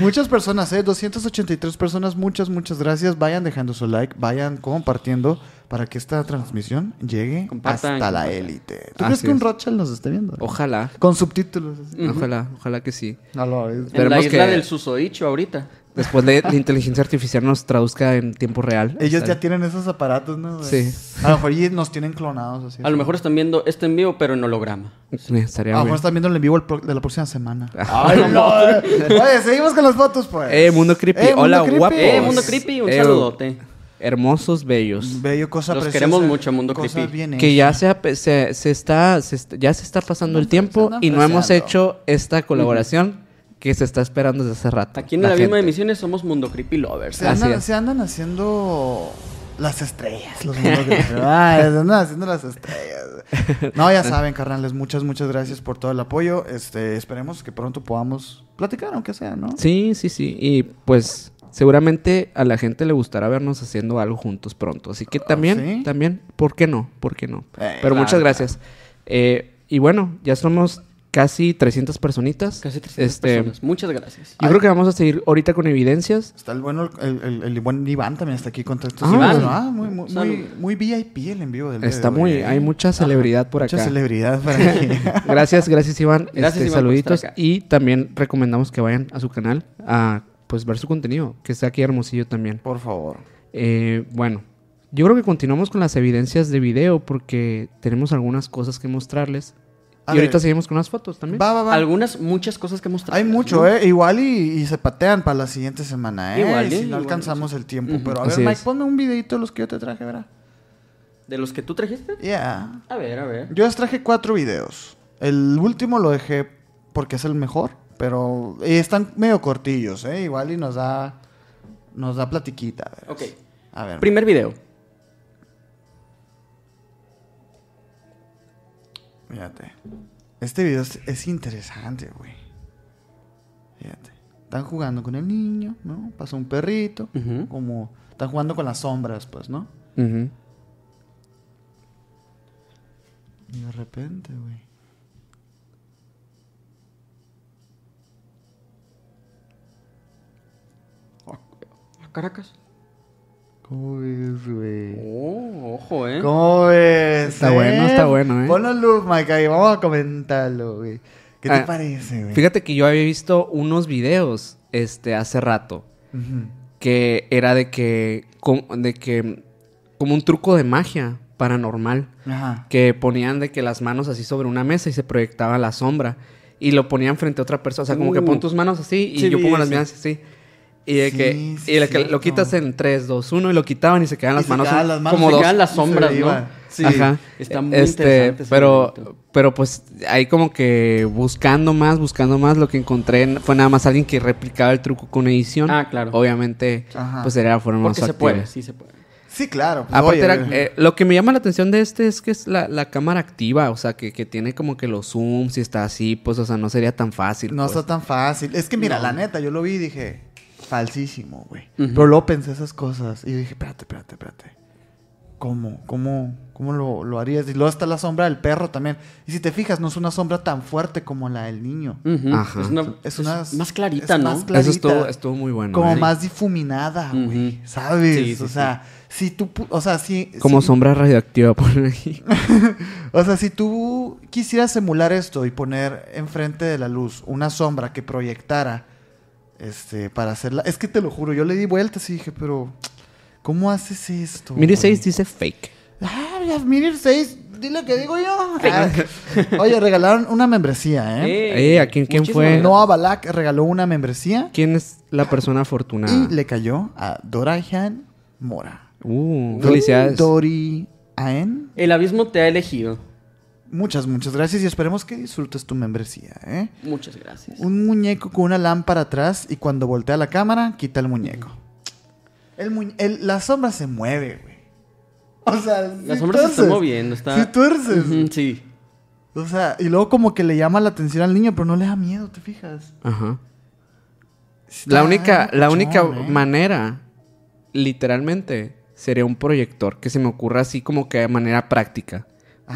Muchas personas, ¿eh? 283 personas, muchas, muchas gracias. Vayan dejando su like, vayan compartiendo para que esta transmisión llegue Compartan, hasta la compartan. élite. Así ¿Tú crees que un es. Rothschild nos esté viendo? Ojalá. Con subtítulos. así. Ojalá, ojalá que sí. No lo es. en la Esperemos isla que- del susodicho ahorita. Después la, la inteligencia artificial nos traduzca en tiempo real. Ellos ya Está- tienen esos aparatos, ¿no? Sí. A lo mejor y nos tienen clonados. Así, A lo mejor están viendo este en vivo, pero en holograma. Eh, Estaría A lo bien. mejor están viendo el en vivo el pro- de la próxima semana. Ah. Ay, no. Oye, seguimos con las fotos, pues. Eh, Mundo Creepy. Hola, guapos. ¡Eh, Mundo Creepy! Un Eh, saludote. Hermosos, bellos. Bello, cosa Los preciosa, queremos mucho, Mundo cosas Creepy. bien Que hechas. ya se, ha- se, se está, se est- ya se está pasando el se tiempo andan y no hemos freseando. hecho esta colaboración que se está esperando desde hace rato. Aquí en la, misma gente. Ah, de Misiones somos Mundo Creepy Lovers. ¿eh? Se Así andan, es. se andan haciendo las estrellas, los mundos de- Ay, se andan haciendo las estrellas. No, ya saben, carnales, muchas, muchas gracias por todo el apoyo. Este, esperemos que pronto podamos platicar, aunque sea, ¿no? Sí, sí, sí. Y pues seguramente a la gente le gustará vernos haciendo algo juntos pronto. Así Oh, que también, ¿sí? también, ¿por qué no? ¿Por qué no? Eh, Pero muchas claro, gracias. Eh, y bueno, ya somos casi 300 personitas. Casi 300 Este, personas. Muchas gracias. Yo creo que vamos a seguir ahorita con evidencias. Está el bueno, el, el- el buen Iván también está aquí con todos estos Ah, amigos, Iván. ¿no? Ah, muy, muy, Salud. muy, muy VIP el envío del día Está de hoy, muy, ¿eh? hay mucha celebridad por acá. Mucha celebridad para aquí. Gracias, gracias Iván. Gracias, Este, Iván, por saluditos. estar acá. Y también recomendamos que vayan a su canal a pues ver su contenido, que está aquí hermosillo también. Por favor. Eh, bueno, yo creo que continuamos con las evidencias de video porque tenemos algunas cosas que mostrarles. A y ahorita ver. seguimos con las fotos también. Va, va, va. Algunas, muchas cosas que mostrar. Hay mucho, ¿eh? Igual y, y se patean para la siguiente semana, ¿eh? Igual, Y si ¿eh? no Igual, alcanzamos el tiempo. Ujú. Pero a ver, Así Mike, es. ponme un videito de los que yo te traje, ¿verdad? ¿De los que tú trajiste? Yeah. A ver, a ver. Yo les traje cuatro videos. El último lo dejé porque es el mejor, pero y están medio cortillos, ¿eh? Igual y nos da, nos da platiquita. A ver. Ok. A ver. Primer video. Fíjate. Este video es, es interesante, güey. Fíjate. Están jugando con el niño, ¿no? Pasa un perrito. Ujú. Como. Están jugando con las sombras, pues, ¿no? Ujú. Y de repente, güey. Ah, Caracas. ¿Cómo ves, güey? Oh, ojo, ¿eh? ¿Cómo ves? Está bueno, está bueno, ¿eh? Ponlo luz, Mike, ahí. Vamos a comentarlo, güey. ¿Qué te Ah, parece, güey? Fíjate que yo había visto unos videos este, hace rato Ujú. que era de que, com- de que como un truco de magia paranormal. Ajá. que ponían de que las manos así sobre una mesa y se proyectaba la sombra y lo ponían frente a otra persona, o sea, como que Uh. pon tus manos así y Sí, yo vi pongo las ese. mías así. Y de Sí, que sí, y de que cierto. lo quitas en 3 2 1 y lo quitaban y se quedaban Y las se manos, quedaban ah, las manos, como se dos. quedan las se sombras, ¿no? iban. Sí. Ajá. Está muy Este, interesante. ese pero momento. pero pues ahí como que buscando más, buscando más lo que encontré en- fue nada más alguien que replicaba el truco con edición. Ah, claro. Obviamente Ajá. pues era la forma más Porque se factible. puede, sí se puede. Sí, claro. pues, Aparte, oye, era- güey. eh, lo que me llama la atención de este es que es la, la cámara activa, o sea, que, que tiene como que los zooms y está así, pues, o sea, no sería tan fácil. No pues. está tan fácil. Es que mira, la neta, yo lo vi y dije, falsísimo, güey. Pero luego pensé esas cosas y dije, espérate, espérate, espérate. ¿Cómo? ¿Cómo? ¿Cómo lo, lo harías? Y luego está la sombra del perro también. Y si te fijas, no es una sombra tan fuerte como la del niño. Ujú. Ajá. Es, una, Es una es más clarita, es ¿no? más cla- Eso clarita. estuvo, estuvo muy bueno. Como ¿eh? más difuminada, güey. Ujú. ¿Sabes? Sí, sí, o sea, si tú... pu- O sea, si... Como si- sombra radioactiva, por ahí. O sea, si tú quisieras emular esto y poner enfrente de la luz una sombra que proyectara este, para hacerla. Es que te lo juro, yo le di vueltas y dije, pero, ¿cómo haces esto? Mire 6 dice. dice fake. Ah, ya, Miri 6, dile que digo yo. Ah, Oye, regalaron una membresía, ¿eh? Eh, ¿a quién- quién muchísimas fue? gracias. Noah Balak regaló una membresía ¿Quién es la persona afortunada? y le cayó a Dorajan Mora. Uh, felicidades. Dori Aen. El abismo te ha elegido. Muchas, muchas gracias y esperemos que disfrutes tu membresía, ¿eh? Muchas gracias. Un muñeco con una lámpara atrás y cuando voltea la cámara, quita el muñeco. El mu- el- la sombra se mueve, güey. O sea, Las sí sombras se están tuerces. moviendo. Está... Sí tuerces. Ujú, sí. O sea, sea, y luego como que le llama la atención al niño, pero no le da miedo, ¿te fijas? Ajá. Está La única, bien la locochón, única ¿eh? manera, literalmente, sería un proyector que se me ocurra así como que de manera práctica.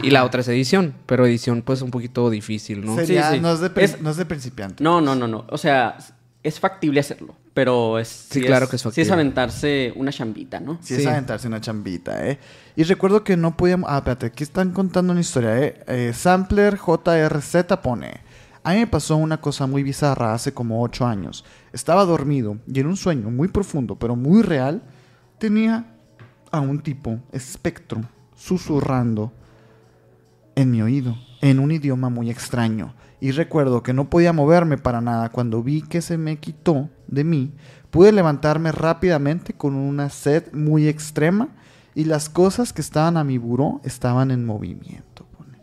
Y la otra es edición, pero edición pues un poquito difícil, ¿no? Sería- Sí, sí. No, es de pri- Es- no es de principiante. No, no, no, no. O sea, es factible hacerlo. Pero es. Sí, claro que es Sí, es factible. aventarse una chambita, ¿no? Si Sí. es aventarse una chambita, ¿eh? Y recuerdo que no podíamos... Ah, espérate, aquí están contando una historia, ¿eh? Eh, Sampler JRZ pone... A mí me pasó una cosa muy bizarra hace como ocho años. Estaba dormido y en un sueño muy profundo, pero muy real, tenía a un tipo, espectro, susurrando en mi oído, en un idioma muy extraño. Y recuerdo que no podía moverme para nada. Cuando vi que se me quitó de mí, pude levantarme rápidamente con una sed muy extrema y las cosas que estaban a mi buró estaban en movimiento. pone.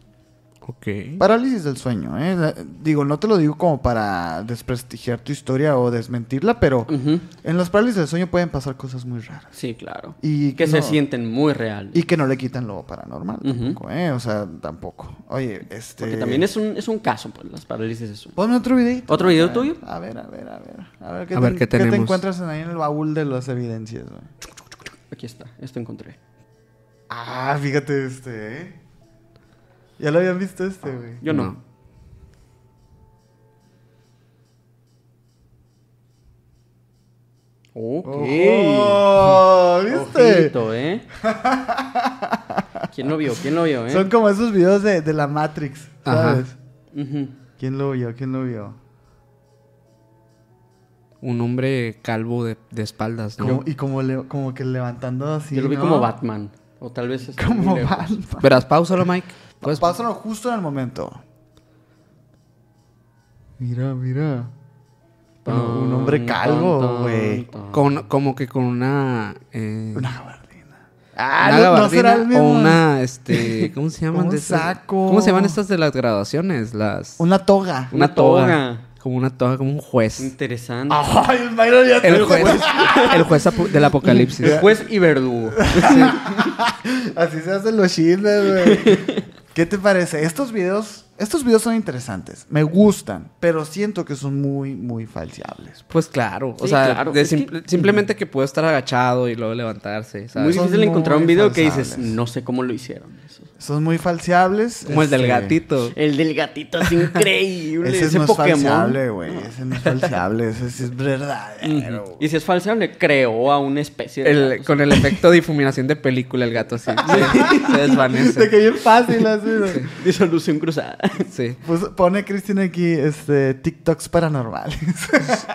Ok. Parálisis del sueño, ¿eh? La- Digo, no te lo digo como para desprestigiar tu historia o desmentirla, pero Ujú. en las parálisis del sueño pueden pasar cosas muy raras. Sí, claro. Y que se no- sienten muy reales. Y que no le quitan lo paranormal Ujú. tampoco, ¿eh? O sea, tampoco. Oye, este... Porque también es un, es un caso, pues, las parálisis es un. Ponme otro videito. ¿Otro video A ver, tuyo? A ver, a ver, a ver. A ver qué, A te, ver, ¿qué qué te tenemos? encuentras en ahí en el baúl de las evidencias, güey? Aquí está, esto encontré. Ah, fíjate este, ¿eh? Ya lo habían visto este, güey. Yo no. No. Ok. ¡Oh! ¿Viste? Ojito, ¿eh? ¿Quién lo vio? ¿Quién lo vio, eh? Son como esos videos de, de la Matrix, Ajá. ¿sabes? Ujú. ¿Quién lo vio? ¿Quién lo vio? Un hombre calvo de, de espaldas, ¿no? Como- y como, le- como que levantando así, Yo lo vi ¿no? como Batman. O tal vez es Como Batman. Verás, pausalo, Mike. Puedes- Pásalo justo en el momento. Mira, mira. un hombre calvo, güey. con- como que con una... eh, Una gabardina. Ah, una no, no gabardina será el mismo. O una, este... ¿Cómo se llaman? Un de estas? saco. ¿Cómo se llaman estas de las graduaciones? Las... Una toga. Una toga. Como una toga, como un juez. Interesante. Ay, el Byron ya El te- juez, el juez apo- del apocalipsis. Juez y verdugo. Así se hacen los chismes, güey. ¿Qué te parece? Estos videos, estos videos son interesantes, me gustan, pero siento que son muy, muy falseables. Pues claro, o Sí, sea, claro, de es que- simple- simplemente que puedo estar agachado y luego levantarse, Muy ¿sabes? Son difícil encontrar un muy video que falsables. dices, no sé cómo lo hicieron. eso". Son muy falseables. Como el del este, gatito. El del gatito es increíble. Ese, Ese, no es Pokémon. falseable, güey. Ese no es falseable, ese sí es verdadero. güey. Y si es falseable, creó a una especie de. El- gatos. con el efecto difuminación de película, el gato así. se, se De que desvanece. bien fácil así. güey. Disolución cruzada. Sí. Pues pone Cristina aquí este TikToks paranormales.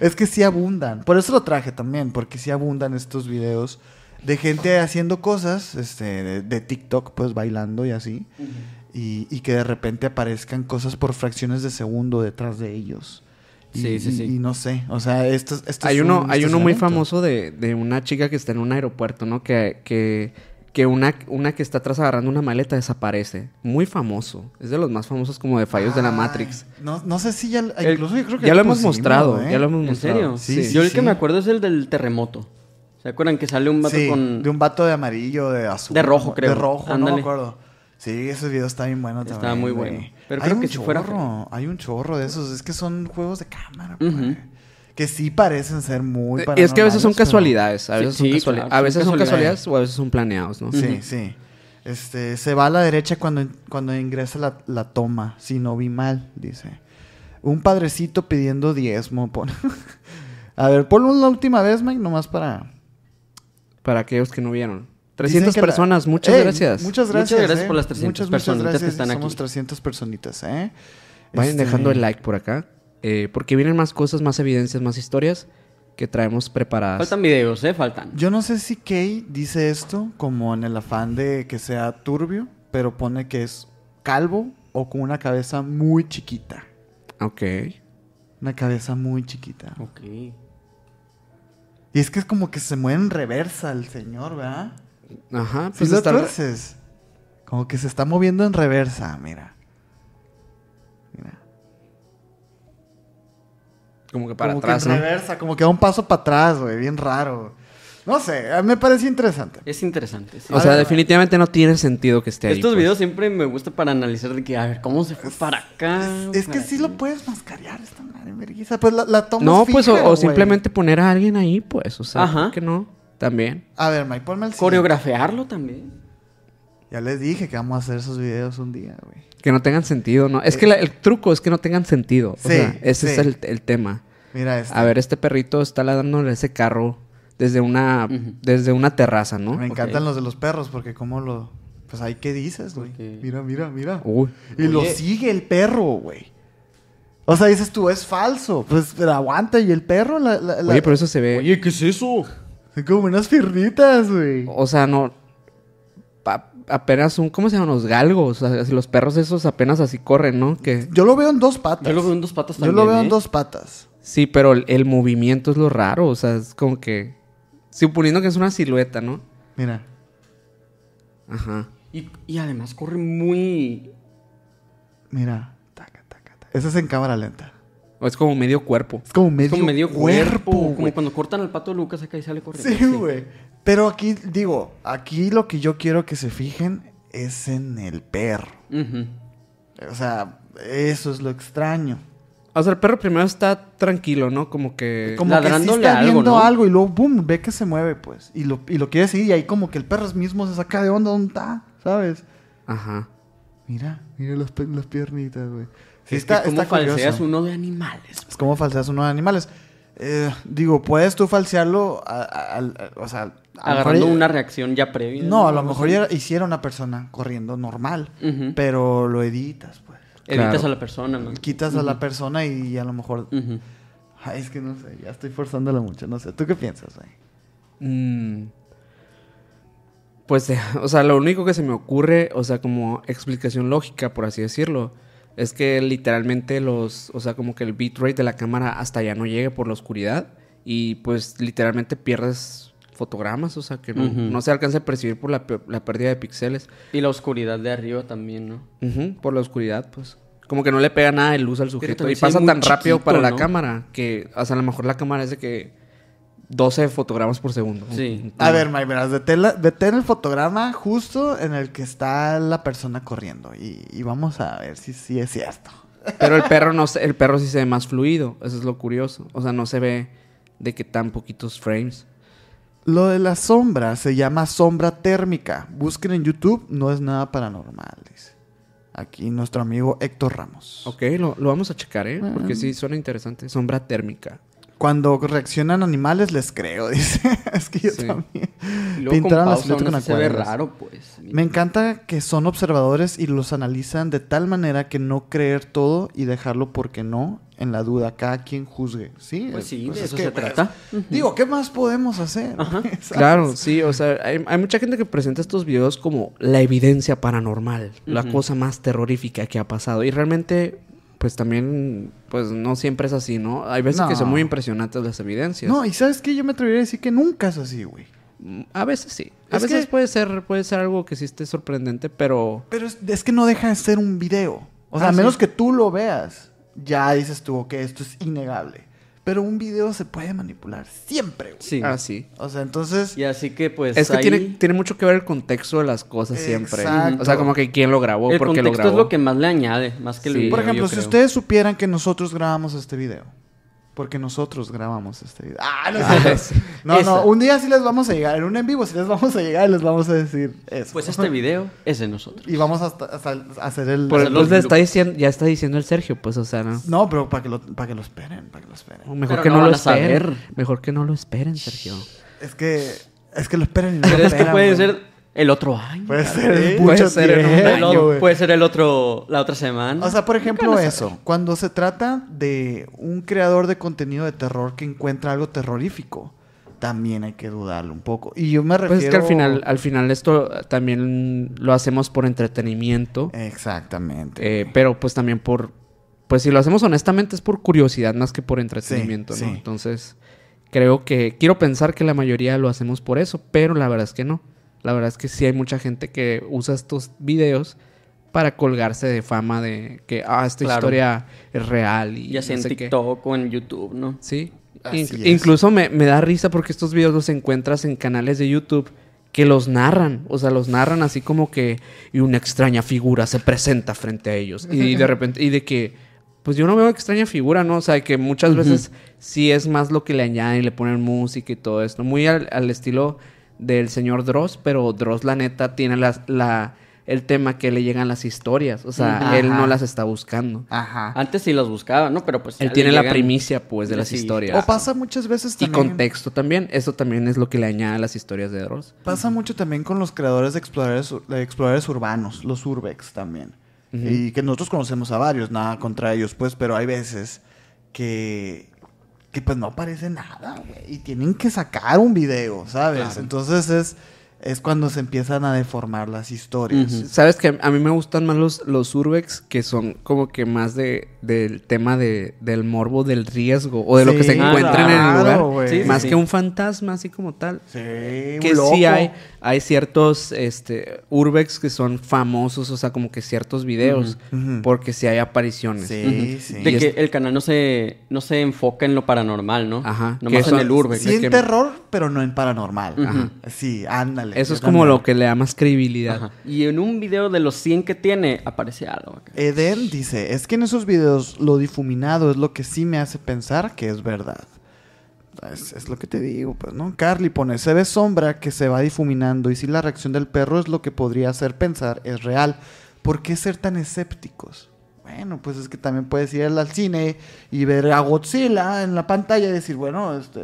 es que sí abundan. Por eso lo traje también, porque sí abundan estos videos de gente haciendo cosas este, de, de TikTok, pues bailando y así. y, y que de repente aparezcan cosas por fracciones de segundo detrás de ellos. Y, Sí, sí, y- sí. y no sé, o sea, esto, esto Hay es uno, un hay uno muy estacionamiento. famoso de, de una chica que está en un aeropuerto, ¿no? Que, que, que una, una que está atrás agarrando una maleta desaparece. Muy famoso. Es de los más famosos como de fallos de la Ay, Matrix. Ah, No, no sé si ya. El- Incluso yo creo que ya lo hemos pusimos, mostrado, ¿eh? ya lo hemos ¿En serio? mostrado. Sí, Sí, Yo el sí. que me acuerdo es el del terremoto. ¿Se acuerdan que sale un vato Sí, con. de un vato de amarillo, de azul. De rojo, creo. De rojo, no Ándale. me acuerdo. Sí, ese video está bien bueno Estaba también. muy güey. bueno. Pero hay creo un que si chorro, fuera- hay un chorro de esos. Es que son juegos de cámara, Ujú. Eh, güey, Que sí parecen ser muy Y Eh, es que a veces son paranormales, pero- casualidades, a Sí, veces son, sí, casuali- claro, a son veces son casualidades. casualidades o a veces son planeados, ¿no? Sí, sí. Este, se va a la derecha cuando, cuando ingresa la, la toma, si no vi mal, dice. Un padrecito pidiendo diezmo. pon- a ver, ponlo una última vez, Mike, nomás para... Para aquellos que no vieron. Dicen 300 que la- personas, muchas Ey, gracias. Muchas gracias. Muchas gracias eh. por las 300 Muchas, muchas personitas que gracias. están aquí. Somos 300 personitas, ¿eh? Vayan Este, dejando el like por acá. eh, porque vienen más cosas, más evidencias, más historias que traemos preparadas. Faltan videos, ¿eh? Faltan. Yo no sé si Kay dice esto como en el afán de que sea turbio, pero pone que es calvo o con una cabeza muy chiquita. Ok. Una cabeza muy chiquita. Ok. Y es que es como que se mueve en reversa el señor, ¿verdad? Ajá. Si Pues lo está- tuerces. Como que se está moviendo en reversa, mira. Mira. como que para como atrás, que en ¿no? reversa, como que da un paso para atrás, güey, bien raro. No sé, a mí me parece interesante. Es interesante. sí. O sea, definitivamente no tiene sentido que esté ahí. Estos pues. videos siempre me gusta para analizar de que, a ver, ¿cómo se fue para acá? Es que Para sí allá? lo puedes mascarear esta madre vergüenza. Pues la, la toma No, es pues, fija, o, o güey. simplemente poner a alguien ahí, pues. O sea, Ajá. ¿por qué no? También. A ver, Mike, ponme el siguiente. Coreografiarlo también. Ya les dije que vamos a hacer esos videos un día, güey. Que no tengan sentido, ¿no? Es que la- el truco es que no tengan sentido. O Sí, sea, ese sí. es el, el tema. Mira este. A ver, este perrito está ladrándole a ese carro desde una, desde una terraza, ¿no? Me encantan los de los perros porque como lo... Pues ahí qué dices, güey. Porque- Mira, mira, mira. Uy. Y lo sigue el perro, güey. O sea, dices tú, es falso. Pues pero aguanta. Y el perro, la... la, la- Oye, pero eso se ve. ¿qué es eso? Son como unas piernitas, güey. O sea, no. pa- apenas un. ¿Cómo se llaman? Los galgos. O sea, si los perros esos apenas así corren, ¿no? Que. Yo lo veo en dos patas. Yo lo veo en dos patas Yo también. lo veo en ¿eh? dos patas. Sí, pero el, el movimiento es lo raro. O sea, es como que. Suponiendo que es una silueta, ¿no? Mira. Ajá. Y, y además corre muy. Mira. Taca, taca, taca. Ese es en cámara lenta. O es como medio cuerpo. Es como medio, Es como medio cuerpo. güey. como cuando cortan al pato Lucas acá y sale corriendo. Sí, güey. Pero aquí, digo, aquí lo que yo quiero que se fijen es en el perro. Ujú. O sea, eso es lo extraño. O sea, el perro primero está tranquilo, ¿no? Como que. Como que sí Eh, Ladrándole está algo, viendo ¿no? algo y luego, boom, ve que se mueve, pues. Y lo, y lo quiere seguir y ahí como que el perro mismo se saca de onda, ¿dónde está? ¿Sabes? Ajá. Mira, mira las, pe- las piernitas, güey. Sí, Es está, que como está curioso. falseas uno de animales. Es como falseas unos animales. Eh, digo, puedes tú falsearlo, a- a- al- a- o sea... a lo mejor Agarrando ya- una reacción ya previa. No, a lo mejor ya hiciera una persona corriendo normal, Ujú. pero lo editas, pues. Evitas Claro. a la persona, ¿no? Quitas a la persona y a lo mejor... Ujú. Ay, es que no sé, ya estoy forzándola mucho, no sé. ¿Tú qué piensas, güey? Mm. Pues, eh, o sea, lo único que se me ocurre, o sea, como explicación lógica, por así decirlo, es que literalmente los, o sea, como que el bitrate de la cámara hasta allá no llegue por la oscuridad y pues literalmente pierdes fotogramas, o sea, que no, Ujú. no se alcanza a percibir por la, pe- la pérdida de píxeles, Y la oscuridad de arriba también, ¿no? Ujú, por la oscuridad, pues. Como que no le pega nada de luz al sujeto también y se ve pasa muy tan rápido chiquito, para la ¿no? cámara que, o sea, a lo mejor la cámara es de que 12 fotogramas por segundo. Sí. A ver, Mike, verás, detén, la- detén el fotograma justo en el que está la persona corriendo y, y vamos a ver si, si es cierto. Pero el perro no se- el perro sí se ve más fluido, eso es lo curioso. O sea, no se ve de que tan poquitos frames. Lo de la sombra se llama sombra térmica. Busquen en YouTube, no es nada paranormal, dice. Aquí nuestro amigo Héctor Ramos. Ok, lo, lo vamos a checar, ¿eh? Porque sí suena interesante. Sombra térmica. Cuando reaccionan animales les creo, dice. es que yo Sí. también. Y luego Pintaron con las pausa, silueta uno con sí se ve acuarelas. raro, pues. Me encanta que son observadores y los analizan de tal manera que no creer todo y dejarlo porque no en la duda. Cada quien juzgue, ¿sí? Pues sí, de es eso que, se pues, trata. Digo, ¿qué más podemos hacer? ¿Sabes? Claro, sí, o sea, hay, hay mucha gente que presenta estos videos como la evidencia paranormal, la cosa más terrorífica que ha pasado. Y realmente, pues también, pues no siempre es así, ¿no? Hay veces que son No. muy impresionantes las evidencias. Mm, No, y ¿sabes qué? Yo me atrevería a decir que nunca es así, güey. A veces sí. A Es veces que- puede ser, puede ser algo que sí esté sorprendente, pero Pero es, es que no deja de ser un video. O sea, Ah, a sí. menos que tú lo veas, ya dices tú, ok, esto es innegable. Pero un video se puede manipular siempre, güey. Sí. así. O sea, entonces... Y así que, pues. Es que ahí tiene, tiene mucho que ver el contexto de las cosas siempre. Exacto. O sea, como que quién lo grabó, El por qué lo contexto grabó. es lo que más le añade, más que el Sí. video, Por yo ejemplo, si creo. ustedes supieran que nosotros grabamos este video. Porque nosotros grabamos este video. Ah, no, es Ah, cierto. sí. no, Esa. no, un día sí les vamos a llegar. En un en vivo sí les vamos a llegar y les vamos a decir eso. Pues este video es de nosotros. Y vamos hasta- hasta el- a hacer el... Por- Hacer pues los le está loops. diciendo, ya está diciendo el Sergio, pues, o sea, no. No, pero para que, lo, para que lo esperen, para que lo esperen. Mejor Pero que no no, van lo a saber. esperen. Mejor que no lo esperen, Sergio. Es que... Es que lo esperen y no lo Pero es que esperan, puede güey. ser el otro año. Puede ser ¿eh? mucho Puede ser en un Pues, El tiempo, otro- güey. puede ser el otro, la otra semana. O sea, por ejemplo, eso. Cuando se trata de un creador de contenido de terror que encuentra algo terrorífico, también hay que dudarlo un poco. Y yo me refiero... Pues es que al final, al final esto eh, también lo hacemos por entretenimiento. Exactamente. eh, pero pues también por. Pues si lo hacemos honestamente es por curiosidad más que por entretenimiento, Sí, ¿no? sí. Entonces, creo que. Quiero pensar que la mayoría lo hacemos por eso, pero la verdad es que no. La verdad es que sí hay mucha gente que usa estos videos para colgarse de fama de que, ah, esta Claro. historia es real. Y ya sea no en sé qué. TikTok o en YouTube, ¿no? Sí. In- Así es. incluso me, me da risa porque estos videos los encuentras en canales de YouTube que los narran, o sea, los narran así como que y una extraña figura se presenta frente a ellos y de repente y de que pues yo no veo extraña figura, ¿no? O sea, que muchas veces sí es más lo que le añaden, le ponen música y todo esto, muy al, al estilo del señor Dross, pero Dross la neta tiene la, la- el tema que le llegan las historias, o sea, él no las está buscando. Ajá. Antes sí los buscaba, ¿no? Pero pues. Ah, ya Él le tiene la llegan- primicia pues de las Sí. historias. O pasa muchas veces Y también. contexto también. Eso también es lo que le añade a las historias de Dross. Pasa mucho también con los creadores de exploradores, ur- de exploradores urbanos, los urbex también. Y que nosotros conocemos a varios, nada contra ellos, pues, pero hay veces que, que pues no aparece nada, güey. Y tienen que sacar un video, ¿sabes? Entonces es, es cuando se empiezan a deformar las historias. Sabes que a mí me gustan más los, los urbex que son como que más de, del tema de, del morbo, del riesgo o de lo que Sí, se encuentran en el claro, lugar. güey. Sí, sí, más sí. que un fantasma así como tal. Sí, que un loco. sí hay, hay ciertos este, urbex que son famosos, o sea, como que ciertos videos, porque sí hay apariciones. Sí, sí. De Y que es- el canal no se, no se enfoca en lo paranormal, ¿no? Ajá. Que Nomás en son- el urbe. Sí, en que- terror, pero no en paranormal. Ajá. Sí, ándale. Eso yo es como también. lo que le da más credibilidad. Ajá. Y en un video de los 100 que tiene, aparece algo Eh, acá. Eden dice, es que en esos videos lo difuminado es lo que sí me hace pensar que es verdad. Es, es lo que te digo, pues, ¿no? Carly pone, se ve sombra que se va difuminando y si la reacción del perro es lo que podría hacer pensar es real. ¿Por qué ser tan escépticos? Bueno, pues es que también puedes ir al cine y ver a Godzilla en la pantalla y decir, bueno, este...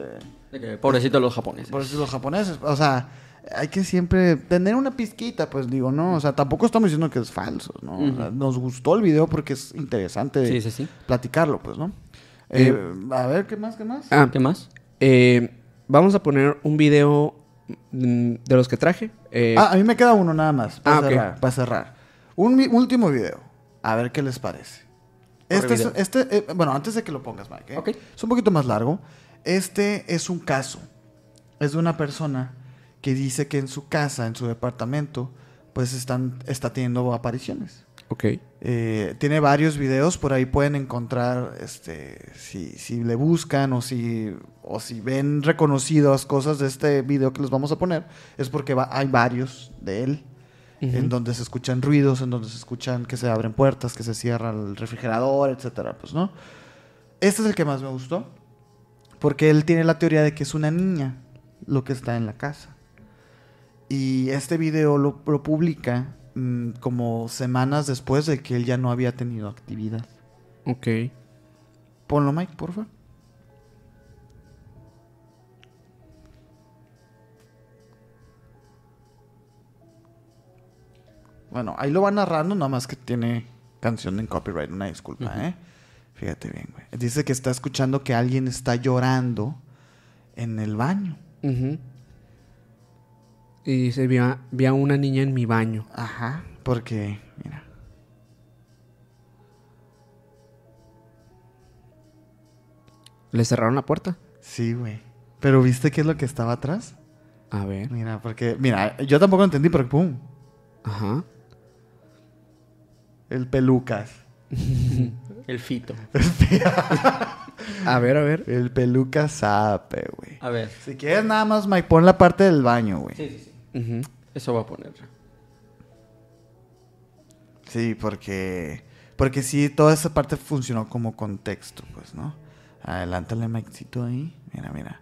De que, Pobrecito de los japoneses. Por eso los japoneses, o sea, hay que siempre tener una pizquita, pues digo, ¿no? O sea, tampoco estamos diciendo que es falso, ¿no? O sea, nos gustó el video porque es interesante Sí, sí, sí. platicarlo, pues, ¿no? Eh, Eh, a ver, ¿qué más, qué más? Ah, ¿Qué más? Eh, vamos a poner un video mm, de los que traje. Eh, Ah, a mí me queda uno nada más, para Ah, ok. cerrar. Para cerrar. Un mi- último video, a ver qué les parece. Este, es- video. este eh, bueno, antes de que lo pongas, Mike, ¿eh? Ok. es un poquito más largo. Este es un caso. Es de una persona que dice que en su casa, en su departamento, pues están, está teniendo apariciones. ok. Eh, tiene varios videos, por ahí pueden encontrar este, si, si le buscan o si, o si ven reconocidas cosas de este video que les vamos a poner, es porque va- hay varios de él, en donde se escuchan ruidos, en donde se escuchan que se abren puertas, que se cierra el refrigerador, etcétera, pues, ¿no? Este es el que más me gustó, porque él tiene la teoría de que es una niña lo que está en la casa. Y este video lo, lo publica mm, como semanas después de que él ya no había tenido actividad. Ok. Ponlo, Mike, por favor. Bueno, ahí lo va narrando, nada más que tiene canción en copyright, una disculpa, ¿eh? Fíjate bien, güey. Dice que está escuchando que alguien está llorando en el baño. Ujú. Y dice, vi a, vi a una niña en mi baño. Ajá, porque, mira. ¿Le cerraron la puerta? Sí, güey. Pero ¿viste qué es lo que estaba atrás? A ver. Mira, porque, mira, yo tampoco lo entendí, pero pum, Ajá. el pelucas. El fito. A ver, a ver. El pelucas sape, güey. A ver. Si quieres nada más, Mike, pon la parte del baño, güey. Sí, sí, sí. Ujú. Eso va a poner. Sí, porque. Porque sí, toda esa parte funcionó como contexto, pues, ¿no? Adelántale, Mikecito, ahí. Mira, mira.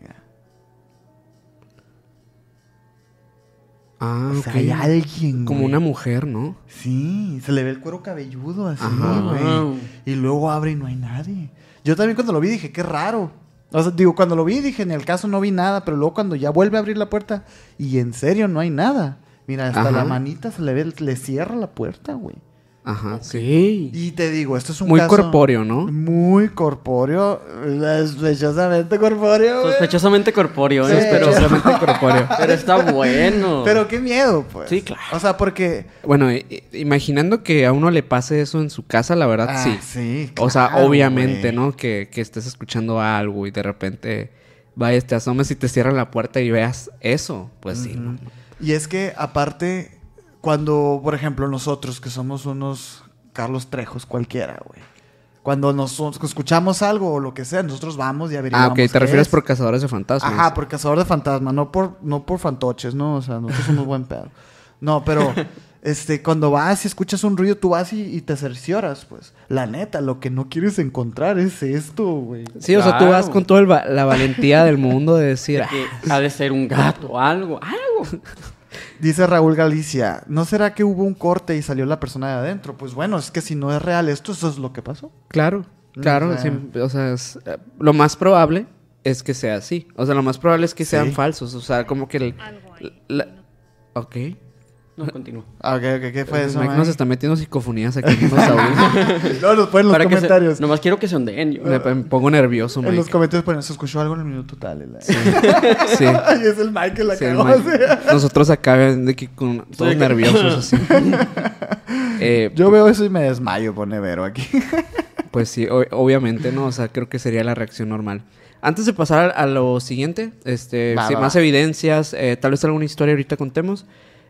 Mira. Ah, O sea, Pues hay ok. alguien, Como güey. una mujer, ¿no? Sí, se le ve el cuero cabelludo así, Ajá. güey. Y luego abre y no hay nadie. Yo también cuando lo vi dije, qué raro. O sea, digo, cuando lo vi dije, en el caso no vi nada, pero luego cuando ya vuelve a abrir la puerta y en serio no hay nada. Mira, hasta Ajá. la manita se le ve, le cierra la puerta, güey. Ajá. Sí. Y te digo, esto es un Muy caso corpóreo, ¿no? Muy corpóreo, sospechosamente corpóreo. güey. Sospechosamente corpóreo, ¿eh? Sí. Pero, Sospechosamente corpóreo. pero está bueno. Pero qué miedo, pues. Sí, claro. O sea, porque Bueno, i- i- imaginando que a uno le pase eso en su casa, la verdad Ah, sí. sí, o sea, claro, obviamente, güey. ¿no? Que, que estés escuchando algo y de repente vayas, te asomes y te cierran la puerta y veas eso. Pues sí. ¿no? Y es que aparte, cuando, por ejemplo, nosotros que somos unos Carlos Trejos cualquiera, güey. Cuando nos escuchamos algo o lo que sea, nosotros vamos y Ah, averiguamos. ok, te qué refieres es. por cazadores de fantasmas. Ajá, por cazador de fantasmas, no por, no por fantoches, ¿no? O sea, nosotros somos buen pedo. No, pero este, cuando vas y escuchas un ruido, tú vas y, y te cercioras, pues. La neta, lo que no quieres encontrar es esto, güey. Sí, o sea, tú vas Claro. con toda la valentía del mundo de decir, "Ah, Que ha de ser un gato, algo, algo. Dice Raúl Galicia, ¿no será que hubo un corte y salió la persona de adentro? Pues bueno, es que si no es real esto, eso es lo que pasó. claro, claro, O sea- siempre- o sea, es, eh, lo más probable es que sea así. O sea, lo más probable es que sean Sí. falsos, o sea, como que el... la- ok. No, continúa. Ah, Ok, ok, ¿qué fue Pues Pues eso? ¿eh? Mike man? nos está metiendo psicofonías aquí en los audios. No, nos ponen en los Para que se- comentarios. Eh, nomás quiero que se ondeen. yo. me, me pongo nervioso, en los Mike. comentarios ponen, se escuchó algo en el minuto tal. y la- Sí, Ay, es el Mike que la sí, cagó. Mike. Nosotros acá de que con, todos acá. nerviosos así. Eh, Yo veo eso y me desmayo, pone Vero aquí. Pues sí, o- obviamente, ¿no? O sea, creo que sería la reacción normal. Antes de pasar a lo siguiente, este, Va, sí, va, más va. evidencias, eh, tal vez alguna historia ahorita contemos.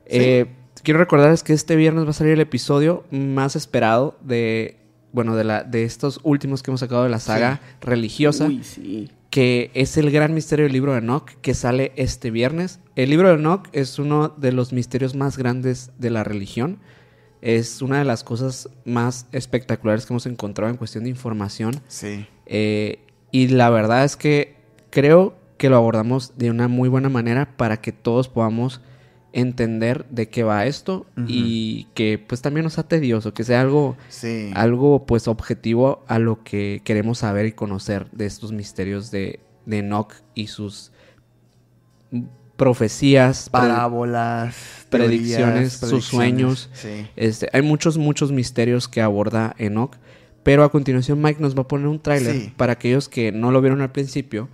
Eh, quiero recordarles que este viernes va a salir el episodio más esperado de, bueno, de, la, de estos últimos que hemos sacado de la saga religiosa, Uy, sí. que es el gran misterio del libro de Enoch, que sale este viernes. El libro de Enoch es uno de los misterios más grandes de la religión. Es una de las cosas más espectaculares que hemos encontrado en cuestión de información. Sí. Eh, y la verdad es que creo que lo abordamos de una muy buena manera para que todos podamos entender de qué va esto y que pues también no sea tedioso, que sea algo, Sí. algo pues objetivo a lo que queremos saber y conocer de estos misterios de, de Enoch y sus profecías, pre- Parábolas, predicciones, teorías, sus sueños. Sí. este, hay muchos, muchos misterios que aborda Enoch. Pero a continuación Mike nos va a poner un tráiler Sí. para aquellos que no lo vieron al principio.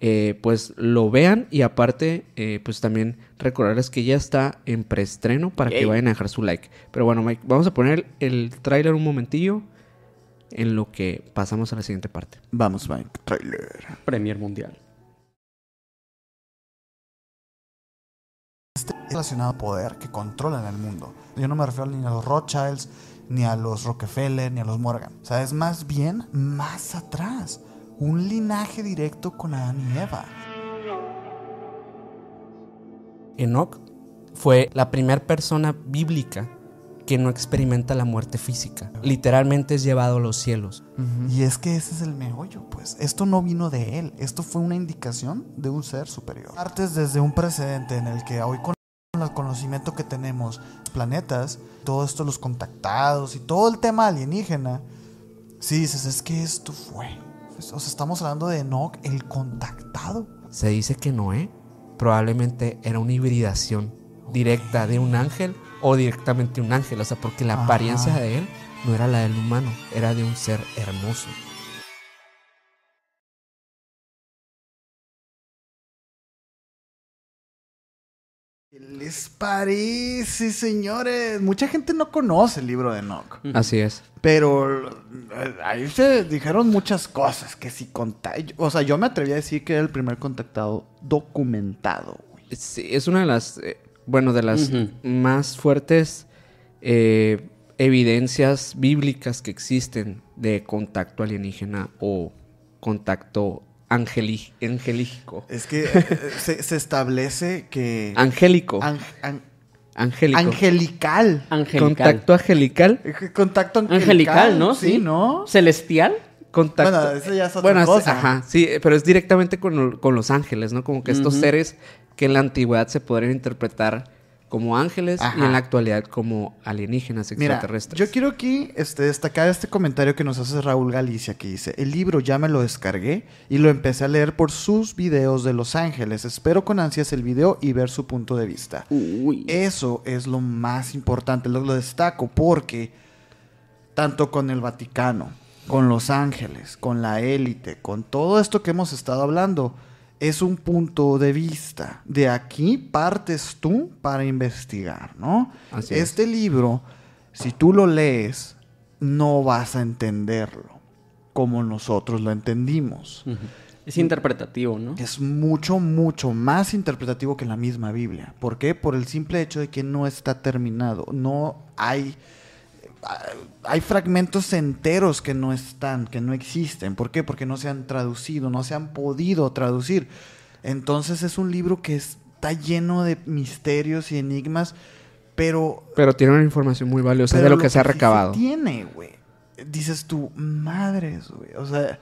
eh, pues lo vean y aparte, eh, pues también recordarles que ya está en preestreno para que Yay. vayan a dejar su like. Pero bueno, Mike, vamos a poner el tráiler un momentillo en lo que pasamos a la siguiente parte. Vamos, Mike. Trailer. Premier Mundial. Relacionado a poder que controlan el mundo. Yo no me refiero ni a los Rothschilds, ni a los Rockefeller, ni a los Morgan. O sea, es más bien más atrás. Un linaje directo con Adán y Eva. Enoch fue la primera persona bíblica que no experimenta la muerte física. Literalmente es llevado a los cielos. Y es que ese es el meollo, pues. Esto no vino de él. Esto fue una indicación de un ser superior. Partes desde un precedente en el que hoy con con el conocimiento que tenemos, planetas, todo esto, los contactados y todo el tema alienígena, si dices, es que esto fue. Pues, o sea, estamos hablando de Enoch, el contactado. Se dice que Noé probablemente era una hibridación directa de un ángel o directamente un ángel, o sea, porque la Ajá. apariencia de él no era la del humano, era de un ser hermoso. ¿Qué les parece, señores? Mucha gente no conoce el libro de Enoch. Así es. Pero eh, ahí se dijeron muchas cosas que si contacto. O sea, yo me atreví a decir que era el primer contactado documentado, güey. Sí, es una de las, eh, bueno, de las Ujú. más fuertes eh, evidencias bíblicas que existen de contacto alienígena o contacto angeli- angelígico. Es que eh, se, se establece que. Angélico. ang- ang- angélico. angelical. Angelical. Contacto angelical. Eh, Contacto angelical. Angelical, ¿no? Sí, ¿no? ¿Celestial? Contacto. Bueno, eso ya es otra Bueno, es- cosa. Ajá, sí, eh, pero es directamente con, lo- con los ángeles, ¿no? Como que estos seres que en la antigüedad se podrían interpretar como ángeles y Ajá. en la actualidad como alienígenas Mira, extraterrestres. yo quiero aquí este, destacar este comentario que nos hace Raúl Galicia que dice, el libro ya me lo descargué y lo empecé a leer por sus videos de Los Ángeles. Espero con ansias el video y ver su punto de vista. Uy. Eso es lo más importante, lo, lo destaco porque tanto con el Vaticano, con Los Ángeles, con la élite, con todo esto que hemos estado hablando, es un punto de vista. De aquí partes tú para investigar, ¿no? Así es. este libro, si tú lo lees, no vas a entenderlo como nosotros lo entendimos. Es interpretativo, ¿no? Es mucho, mucho más interpretativo que la misma Biblia. ¿Por qué? Por el simple hecho de que no está terminado. No hay eh, hay fragmentos enteros que no están, que no existen. ¿Por qué? Porque no se han traducido, no se han podido traducir. Entonces es un libro que está lleno de misterios y enigmas, pero... Pero tiene una información muy valiosa de pero lo que se ha sí recabado. tiene, güey. Dices tú, madres, güey. O sea,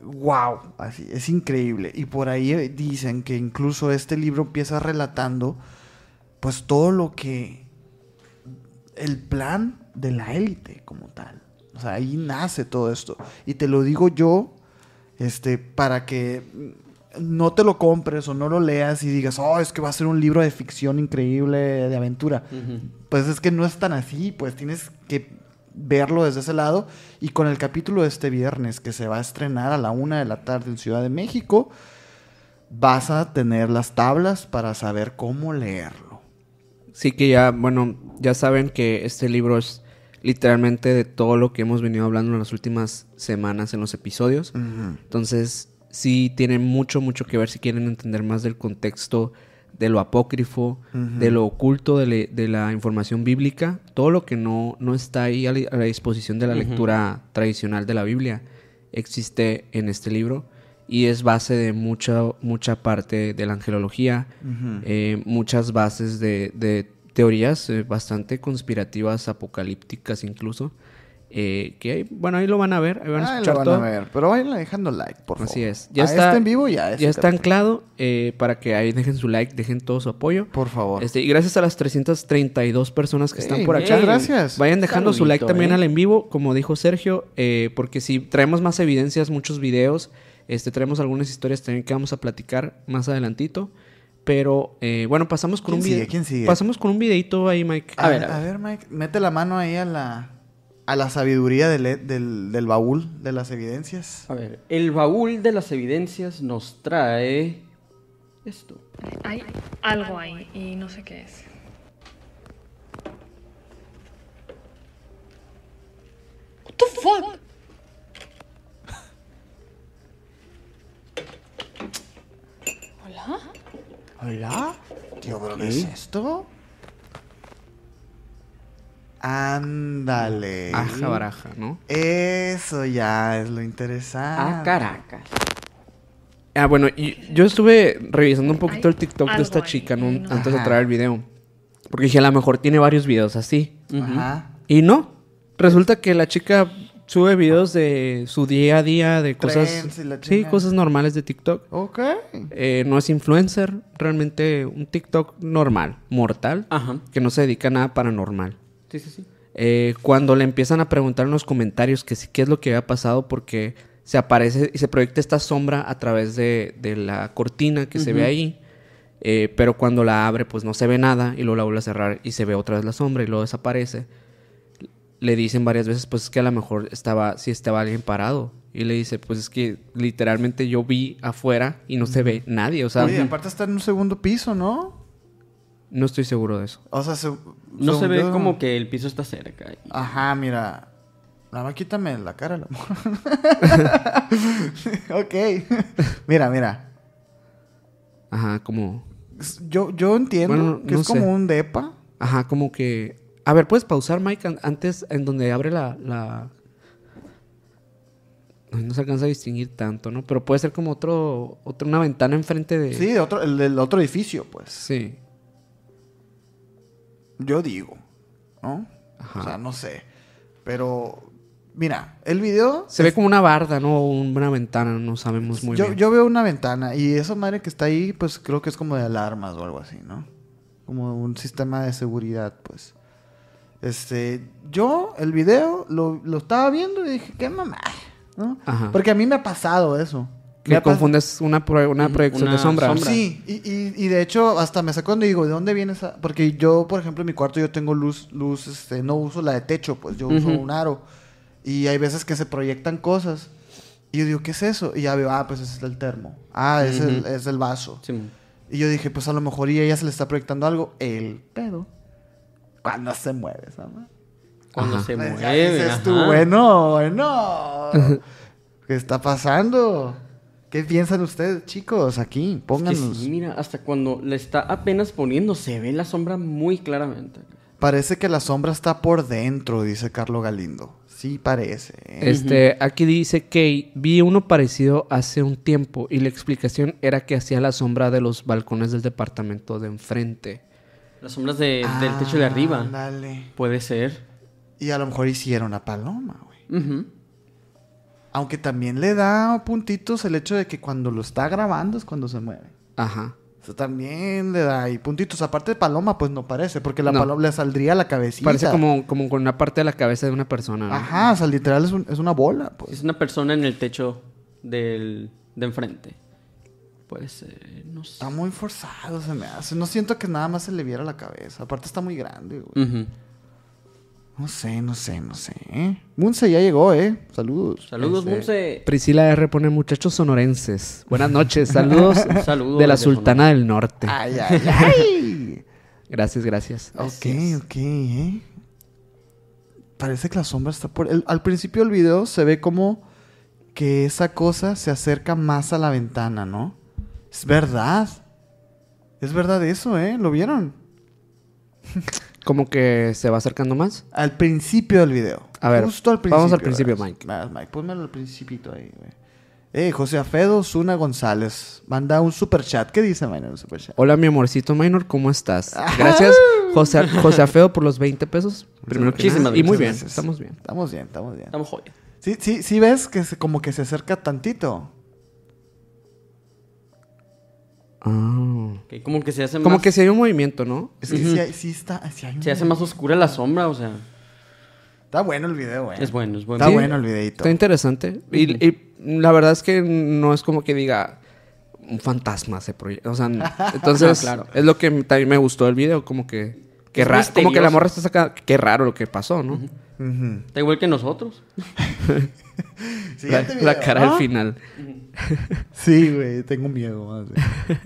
wow. Así, es increíble. Y por ahí eh, dicen que incluso este libro empieza relatando, pues todo lo que. El plan de la élite como tal. O sea, ahí nace todo esto. Y te lo digo yo, este, para que mm, no te lo compres o no lo leas y digas, oh, es que va a ser un libro de ficción increíble, de aventura. Pues es que no es tan así, pues tienes que verlo desde ese lado. Y con el capítulo de este viernes, que se va a estrenar a la una de la tarde en Ciudad de México, vas a tener las tablas para saber cómo leerlo. Sí que ya, bueno, ya saben que este libro es literalmente de todo lo que hemos venido hablando en las últimas semanas en los episodios. Entonces, sí tiene mucho, mucho que ver si quieren entender más del contexto de lo apócrifo, de lo oculto, de, le- de la información bíblica, todo lo que no, no está ahí a, la- a la disposición de la lectura tradicional de la Biblia existe en este libro y es base de mucha, mucha parte de la angelología, eh, muchas bases de, de teorías eh, bastante conspirativas, apocalípticas incluso, eh, que ahí- bueno, ahí lo van a ver, ahí van a Ahí escuchar lo van todo. a ver, pero vayan dejando like, por favor. Así es. Ya está en vivo, ya Ya está anclado eh, para que ahí dejen su like, dejen todo su apoyo. Por favor. Este, y gracias a las 332 personas que están Ey, por muchas acá. gracias. Vayan dejando su Saludito, like también eh. al en vivo, como dijo Sergio, eh, porque si traemos más evidencias, muchos videos, este, traemos algunas historias también que vamos a platicar más adelantito. Pero eh, bueno, pasamos con ¿Quién un sigue? video. ¿Quién sigue? Pasamos con un videito ahí, Mike. Ah. A, A ver, ver, a a ver, Mike, mete la mano ahí a la, a la sabiduría del, del, del baúl de las evidencias. A ver, el baúl de las evidencias nos trae esto. Hay algo ahí y no sé qué es. What the fuck? Hola? Hola. Tío, ¿pero qué es esto? Ándale. Aja baraja, ¿no? Eso ya es lo interesante. A Ah, Caracas. Ah, bueno, y yo estuve revisando un poquito Hay el TikTok de algo esta ahí, chica ¿no? ahí no. antes de Ajá. traer el video. Porque dije, a lo mejor tiene varios videos así. Ajá. Y no. Resulta que la chica sube videos de su día a día, de cosas. Trends y la Sí, chingada. cosas normales de TikTok. Ok. Eh, no es influencer, realmente un TikTok normal, mortal, Ah. Ajá. que no se dedica a nada paranormal. Sí, sí, sí. Eh, cuando le empiezan a preguntar en los comentarios que sí, qué es lo que había pasado, porque se aparece y se proyecta esta sombra a través de, de la cortina que se ve ahí, eh, pero cuando la abre, pues no se ve nada y luego la vuelve a cerrar y se ve otra vez la sombra y luego desaparece. Le dicen varias veces, pues es que a lo mejor estaba, si estaba alguien parado. Y le dice, pues es que literalmente yo vi afuera y no se ve nadie. O sea, Oye, aparte está en un segundo piso, ¿no? no estoy seguro de eso. O sea, se- No se según ve yo- como que el piso está cerca. Ajá, mira. Nada más quítame la cara, la ok. mira, mira. Ajá, como... Yo, yo entiendo Bueno, que no es como sé. un depa. Ajá, como que. A ver, ¿puedes pausar, Mike, an- antes en donde abre la. la- Ay, no se alcanza a distinguir tanto, ¿no? Pero puede ser como otro, otra una ventana enfrente de. Sí, de otro, el del otro edificio, pues. Sí. Yo digo, ¿no? Ajá. O sea, no sé. Pero, mira, el video. Se ve como una barda, ¿no? O Una ventana, no sabemos pues, muy Yo, bien. yo veo una ventana y esa madre que está ahí, pues creo que es como de alarmas o algo así, ¿no? Como un sistema de seguridad, pues. Este, yo el video lo, lo estaba viendo y dije, qué mamá, ¿no? Ajá. Porque a mí me ha pasado eso. Me Que ha pas- confundes una, pro- una proyección Mm, una de sombra. sombra. Sí, y, y- y de hecho hasta me sacó y digo, ¿de dónde viene esa? Porque yo, por ejemplo, en mi cuarto yo tengo luz, luz, este, no uso la de techo, pues yo uso Ujú. un aro. Y hay veces que se proyectan cosas. Y yo digo, ¿qué es eso? Y ya veo, ah, pues ese es el termo. Ah, es, el, Ujú. es el vaso. Simón. Y yo dije, pues a lo mejor y a ella se le está proyectando algo. El pedo. Cuando se mueve, ¿sabes? Cuando Ajá. se Pues mueve. ya dices tú, ajá. bueno, bueno. ¿Qué está pasando? ¿Qué piensan ustedes, chicos? Aquí, Es que pónganos. sí, mira, hasta cuando le está apenas poniendo se ve la sombra muy claramente. Parece que la sombra está por dentro, dice Carlo Galindo. Sí, parece. ¿eh? Este, aquí dice que vi uno parecido hace un tiempo y la explicación era que hacía la sombra de los balcones del departamento de enfrente. Las sombras de- del techo de Ah, arriba. Dale. Puede ser. Y a lo mejor hicieron a Paloma, güey. Ujú. Aunque también le da puntitos el hecho de que cuando lo está grabando es cuando se mueve. Ajá. Eso también le da ahí puntitos. Aparte de Paloma, pues no parece, porque la No. Paloma le saldría la cabecita. Parece como, como con una parte de la cabeza de una persona. ¿no? Ajá, o sea, literal es, un- es una bola, pues. Es una persona en el techo del, de enfrente. Puede ser. No sé. Está muy forzado, se me hace. No siento que nada más se le viera la cabeza. Aparte está muy grande, güey. Ujú. No sé, no sé, no sé. Munce ya llegó, ¿eh? Saludos. Saludos, Este, Monse. Priscila R. pone muchachos sonorenses. Buenas noches, saludos Saludos de desde Sonora. la Ah. Sultana del Norte. Ay, ay, ay. Gracias, gracias. ok, ok, ¿eh? Parece que la sombra está por... el- al principio del video se ve como que esa cosa se acerca más a la ventana, ¿no? Es verdad. Es verdad eso, ¿eh? ¿Lo vieron? Como que se va acercando más. Al principio del video. A ver, Justo al principio. vamos al principio, ¿verdad? Mike. Vas, Mike, pónmelo al principito ahí, güey. Eh, José Afedo Zuna González. Manda un super chat. ¿Qué dice, Mike, en el super chat? Hola, mi amorcito Minor, ¿cómo estás? Gracias, José, José Afeo, por los 20 pesos. Primero que Ah. Muchísimas nada. Y muy muchas bien, gracias. estamos bien. Estamos bien, estamos bien. Estamos jodidos. Sí, sí, sí ves que se- como que se acerca tantito. Ah. Ok, Como que se hace Como más. que si hay un movimiento, ¿no? Es que sí, hay- sí está... sí hay un- Se hace más oscura la sombra, o sea. Está bueno el video, güey. Es bueno, es bueno. Está Sí. bueno el videito. Está interesante. Y, y la verdad es que no es como que diga un fantasma se proyecta. O sea, n- entonces No, claro. es lo que m- también me gustó del video, como que qué Es ra- como que la misterioso. morra está sacada, qué raro lo que pasó, ¿no? Ujú. Está igual que nosotros. La, Siguiente la video. cara Ah. al final. Sí, güey. Tengo miedo. más, güey.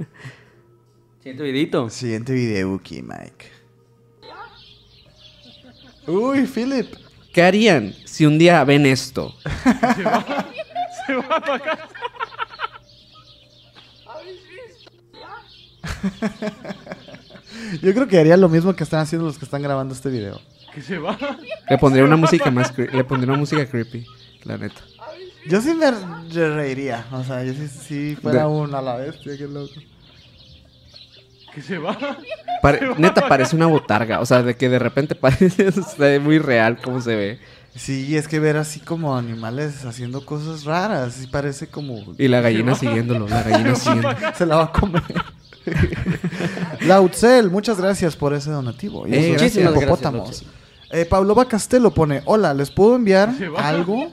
Siguiente vidito. Siguiente video, aquí, Mike. Uy, Philip. ¿Qué harían si un día ven esto? Yo creo que haría lo mismo que están haciendo los que están grabando este video. Le pondría una música más cre- le pondría una música creepy, la neta. Yo sí me re- reiría. O sea, yo sí, sí fuera De- uno a la bestia, qué loco. Pare- neta parece una botarga, o sea, de que de repente parece se ve muy real como se ve. Sí, es que ver así como animales haciendo cosas raras. Sí parece como. Y la gallina siguiéndolo, la gallina siguiéndolo. Se la va a comer. Lautzel, muchas gracias por ese donativo. Y Eh, esos gracias. hipopótamos. Eh, Pablova Castelo pone, hola, ¿les puedo enviar algo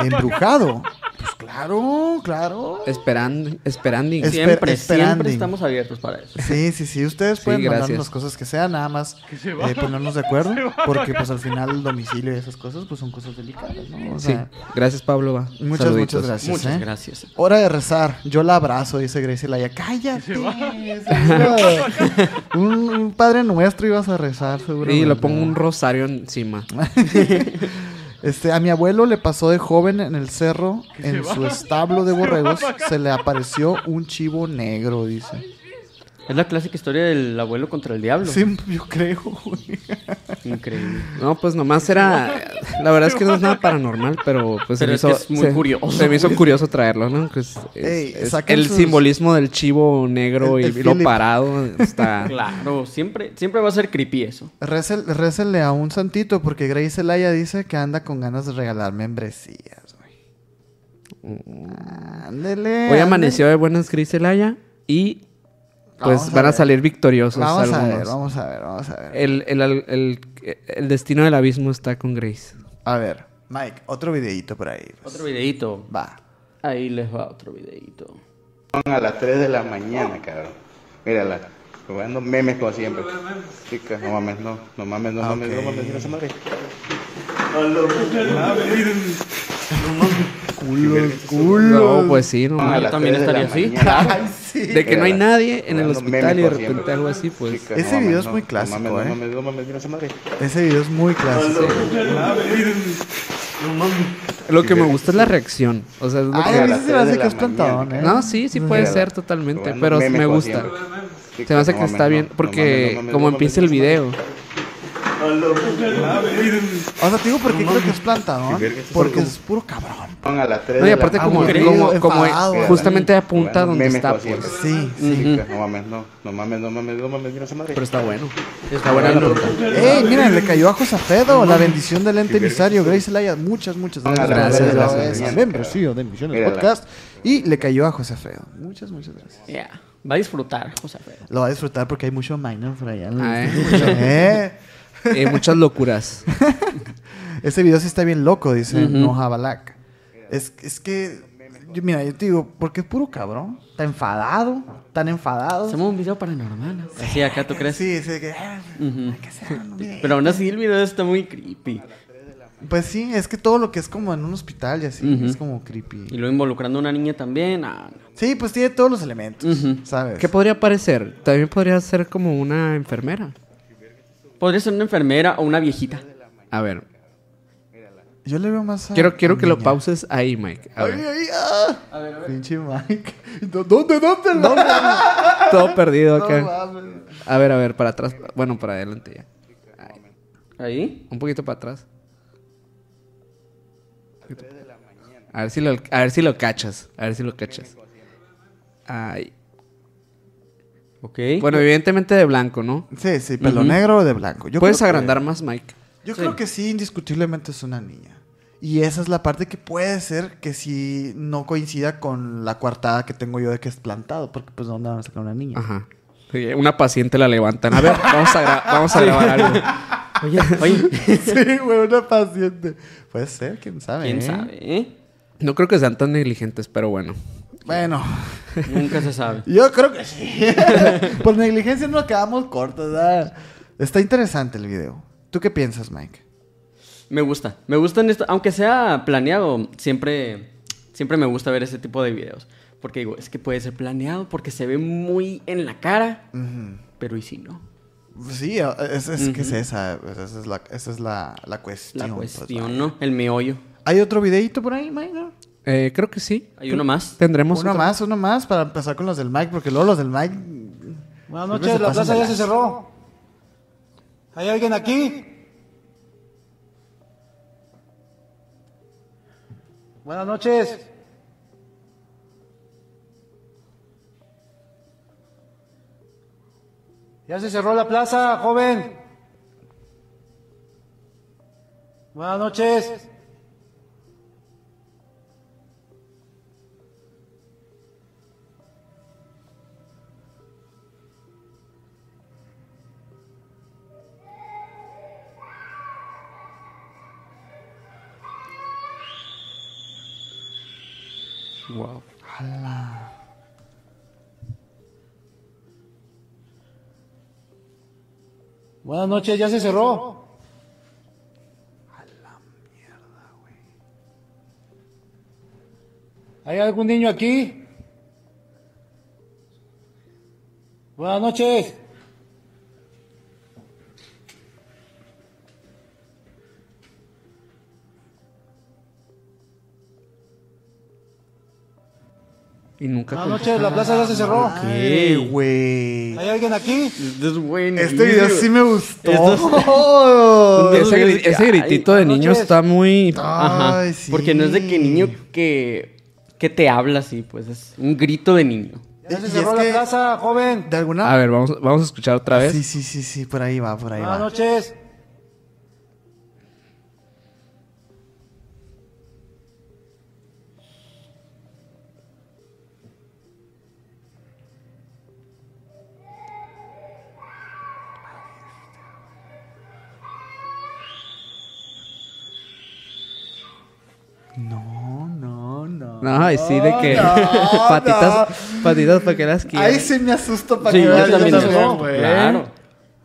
embrujado? Pues claro, claro. Esperando, esperando. Esper- Siempre, esperando. siempre estamos abiertos para eso. Sí, sí, sí. Ustedes Sí, pueden gracias. mandarnos las cosas que sean, nada más eh, ponernos de acuerdo. Porque pues al final el domicilio y esas cosas pues son cosas delicadas, ¿no? O Sí, sea, gracias Pablo. va. Muchas, Saluditos. muchas gracias. Muchas ¿eh? gracias. Hora de rezar. Yo la abrazo, dice Gracie Laya. ¡Cállate! seguro. un, un padre nuestro ibas a rezar, seguro. Y le ¿verdad? pongo un rosario encima. Este, a mi abuelo le pasó de joven en el cerro, en su establo de borregos, se le apareció un chivo negro, dice. Es la clásica historia del abuelo contra el diablo. Sí, yo creo, güey. Increíble. No, pues nomás era. La verdad es que no es nada paranormal, pero pues Pero es que es muy se- curioso, Se me hizo güey. curioso traerlo, ¿no? Que es- es- Ey, es saquen el sus- simbolismo del chivo negro El- y el lo Philip. parado Ah. está. Claro, siempre, siempre va a ser creepy eso. Récel- récenle a un santito porque Grace Zelaya dice que anda con ganas de regalar membresías, güey. Mm. Ándele. Hoy ándele. amaneció de buenas Cris Celaya y pues Ah, Vamos a van a ver. salir victoriosos Vamos a algunos. Eh. ver, vamos a ver, vamos a ver. El, el, el, el destino del abismo está con Grace. A ver, Mike, otro videíto por ahí. pues. Otro videito. Va. Ahí les va otro videito. Son a las 3 de la mañana, cabrón. Mírala, jugando memes como siempre. Chicas, no mames, no, no mames, Ah, no mames, no mames, mira esa madre. Culo, No, pues sí, no Ah, Son a mames. las también 3 de la estaría así. mañana. Ay, sí. De que no hay nadie en el Eh, Jugando hospital y de memes, repente siempre. algo así, pues. Chicas, Ese video no mames, es no, muy no clásico, mames, ¿eh? No mames, no mames, mira esa madre. Ese video es muy clásico. Lo que me gusta es la reacción. O sea, es lo Ay, que- a mí las sí Ah, se me hace tres de que la es plantadón, ¿eh? No, sí, sí puede Mírala, ser totalmente, jugando pero memes me como gusta. siempre. Se me hace Chicas, que no está mames, bien, no, no porque mames, no mames, como no mames, empieza mira el esa madre. video, O sea, te digo porque creo que es planta, ¿no? Porque es puro cabrón. A las 3 No, y de la aparte como, aburrido, como, como eh, enfadado, Ah, güey. justamente apunta Jugando donde memes está, como pues. siempre. Sí. Sí, no mames, no, no mames, no mames, no mames, mira esa madre. Pero está bueno. Está buena la pregunta. ¡Ey! Mira, le cayó a Josafedo la bendición del ente emisario. Grace Laya, muchas, muchas gracias. Gracias, Por gracias, haber sido gracias. Miembro, sí, de Misiones Mírala. Podcast. Y le cayó a Josafedo. Muchas, muchas gracias. Yeah. Va a disfrutar, José Alfredo. Lo va a disfrutar porque hay mucho minor por allá. ¿no? Ah, ¿eh? Mucho, ¿eh? Eh, muchas locuras. Pues. Este video sí está bien loco, dice Noja Balak. Es, es que, yo- mira, yo te digo, porque es puro cabrón. Está enfadado, tan enfadado. Hacemos un video paranormal. ¿no? Así acá, ¿tú crees? Sí, sí, que, ah, hay que hacer un video. Pero aún así el video está muy creepy. Pues sí, es que todo lo que es como en un hospital y así, Ujú. es como creepy. Y luego involucrando a una niña también. ah, no. Sí, pues tiene todos los elementos, Ujú. ¿sabes? ¿Qué podría parecer? También podría ser como una enfermera. Podría ser una enfermera o una viejita. A ver, yo le veo más a... quiero, quiero que lo niña. pauses ahí, Mike. A Ay, ver. ay, ah. Pinche Mike. ¿Dó- ¿Dónde, dónde? No, Todo perdido acá. mames. A ver, a ver, para atrás. Bueno, para adelante ya. Ahí. Un poquito para atrás. A ver si lo, a ver si lo cachas. A ver si lo cachas. Ay. Ok. Bueno, evidentemente de blanco, ¿no? Sí, sí, pelo negro o de blanco. Yo Puedes creo que- agrandar más, Mike. Yo creo que sí, indiscutiblemente es una niña. Y esa es la parte que puede ser que si no coincida con la coartada que tengo yo de que es plantado, porque pues dónde van a sacar una niña. Ajá. Sí, Una paciente la levantan. A ver, vamos a, gra- vamos a grabar algo. oye, oye. sí, güey, una paciente. Puede ser, quién sabe. ¿Quién ¿eh? sabe? eh? No creo que sean tan negligentes, pero bueno. Bueno, Nunca se sabe. yo creo que sí. Por negligencia nos quedamos cortos. ¿verdad? Está interesante el video. ¿Tú qué piensas, Mike? Me gusta, me gustan esto, aunque sea planeado, siempre, siempre me gusta ver ese tipo de videos. Porque digo, es que puede ser planeado porque se ve muy en la cara, pero ¿y si no? Sí, eh, es, es que es esa. pues, Esa es la, esa es la, la cuestión. La pues, cuestión, ¿no? El meollo. ¿Hay otro videito por ahí, Mike? no? Eh, creo que sí. Hay uno más. Tendremos Uno otro- más, uno más para empezar con los del Mike, porque luego los del Mike. Buenas Creo que noches, se la pasan plaza de ya se lanza. cerró. ¿Hay alguien aquí? Buenas noches. Ya se cerró la plaza, joven. Buenas noches. Wow. Buenas noches, ya se cerró. A la mierda, güey. ¿Hay algún niño aquí? Buenas noches. Y nunca Buenas noches, la plaza ya se cerró. ¡Ey, güey! ¿Hay alguien aquí? Este video sí me gustó. con- ese, gri- ese gritito de niño noches. está muy. Ajá. Ay, sí. Porque no es de que niño que, que te habla así, pues es un grito de niño. Ya se Y cerró es la que- plaza, joven. ¿De alguna? A ver, vamos, vamos a escuchar otra vez. Sí, sí, sí, sí, por ahí va, por ahí Buenas va. noches. No, no, no. No, ay, sí, de que. no, patitas, patitas para que las Ahí quieras. sí me asusto para eh. Sí, que yo veas, también. también, güey. Claro.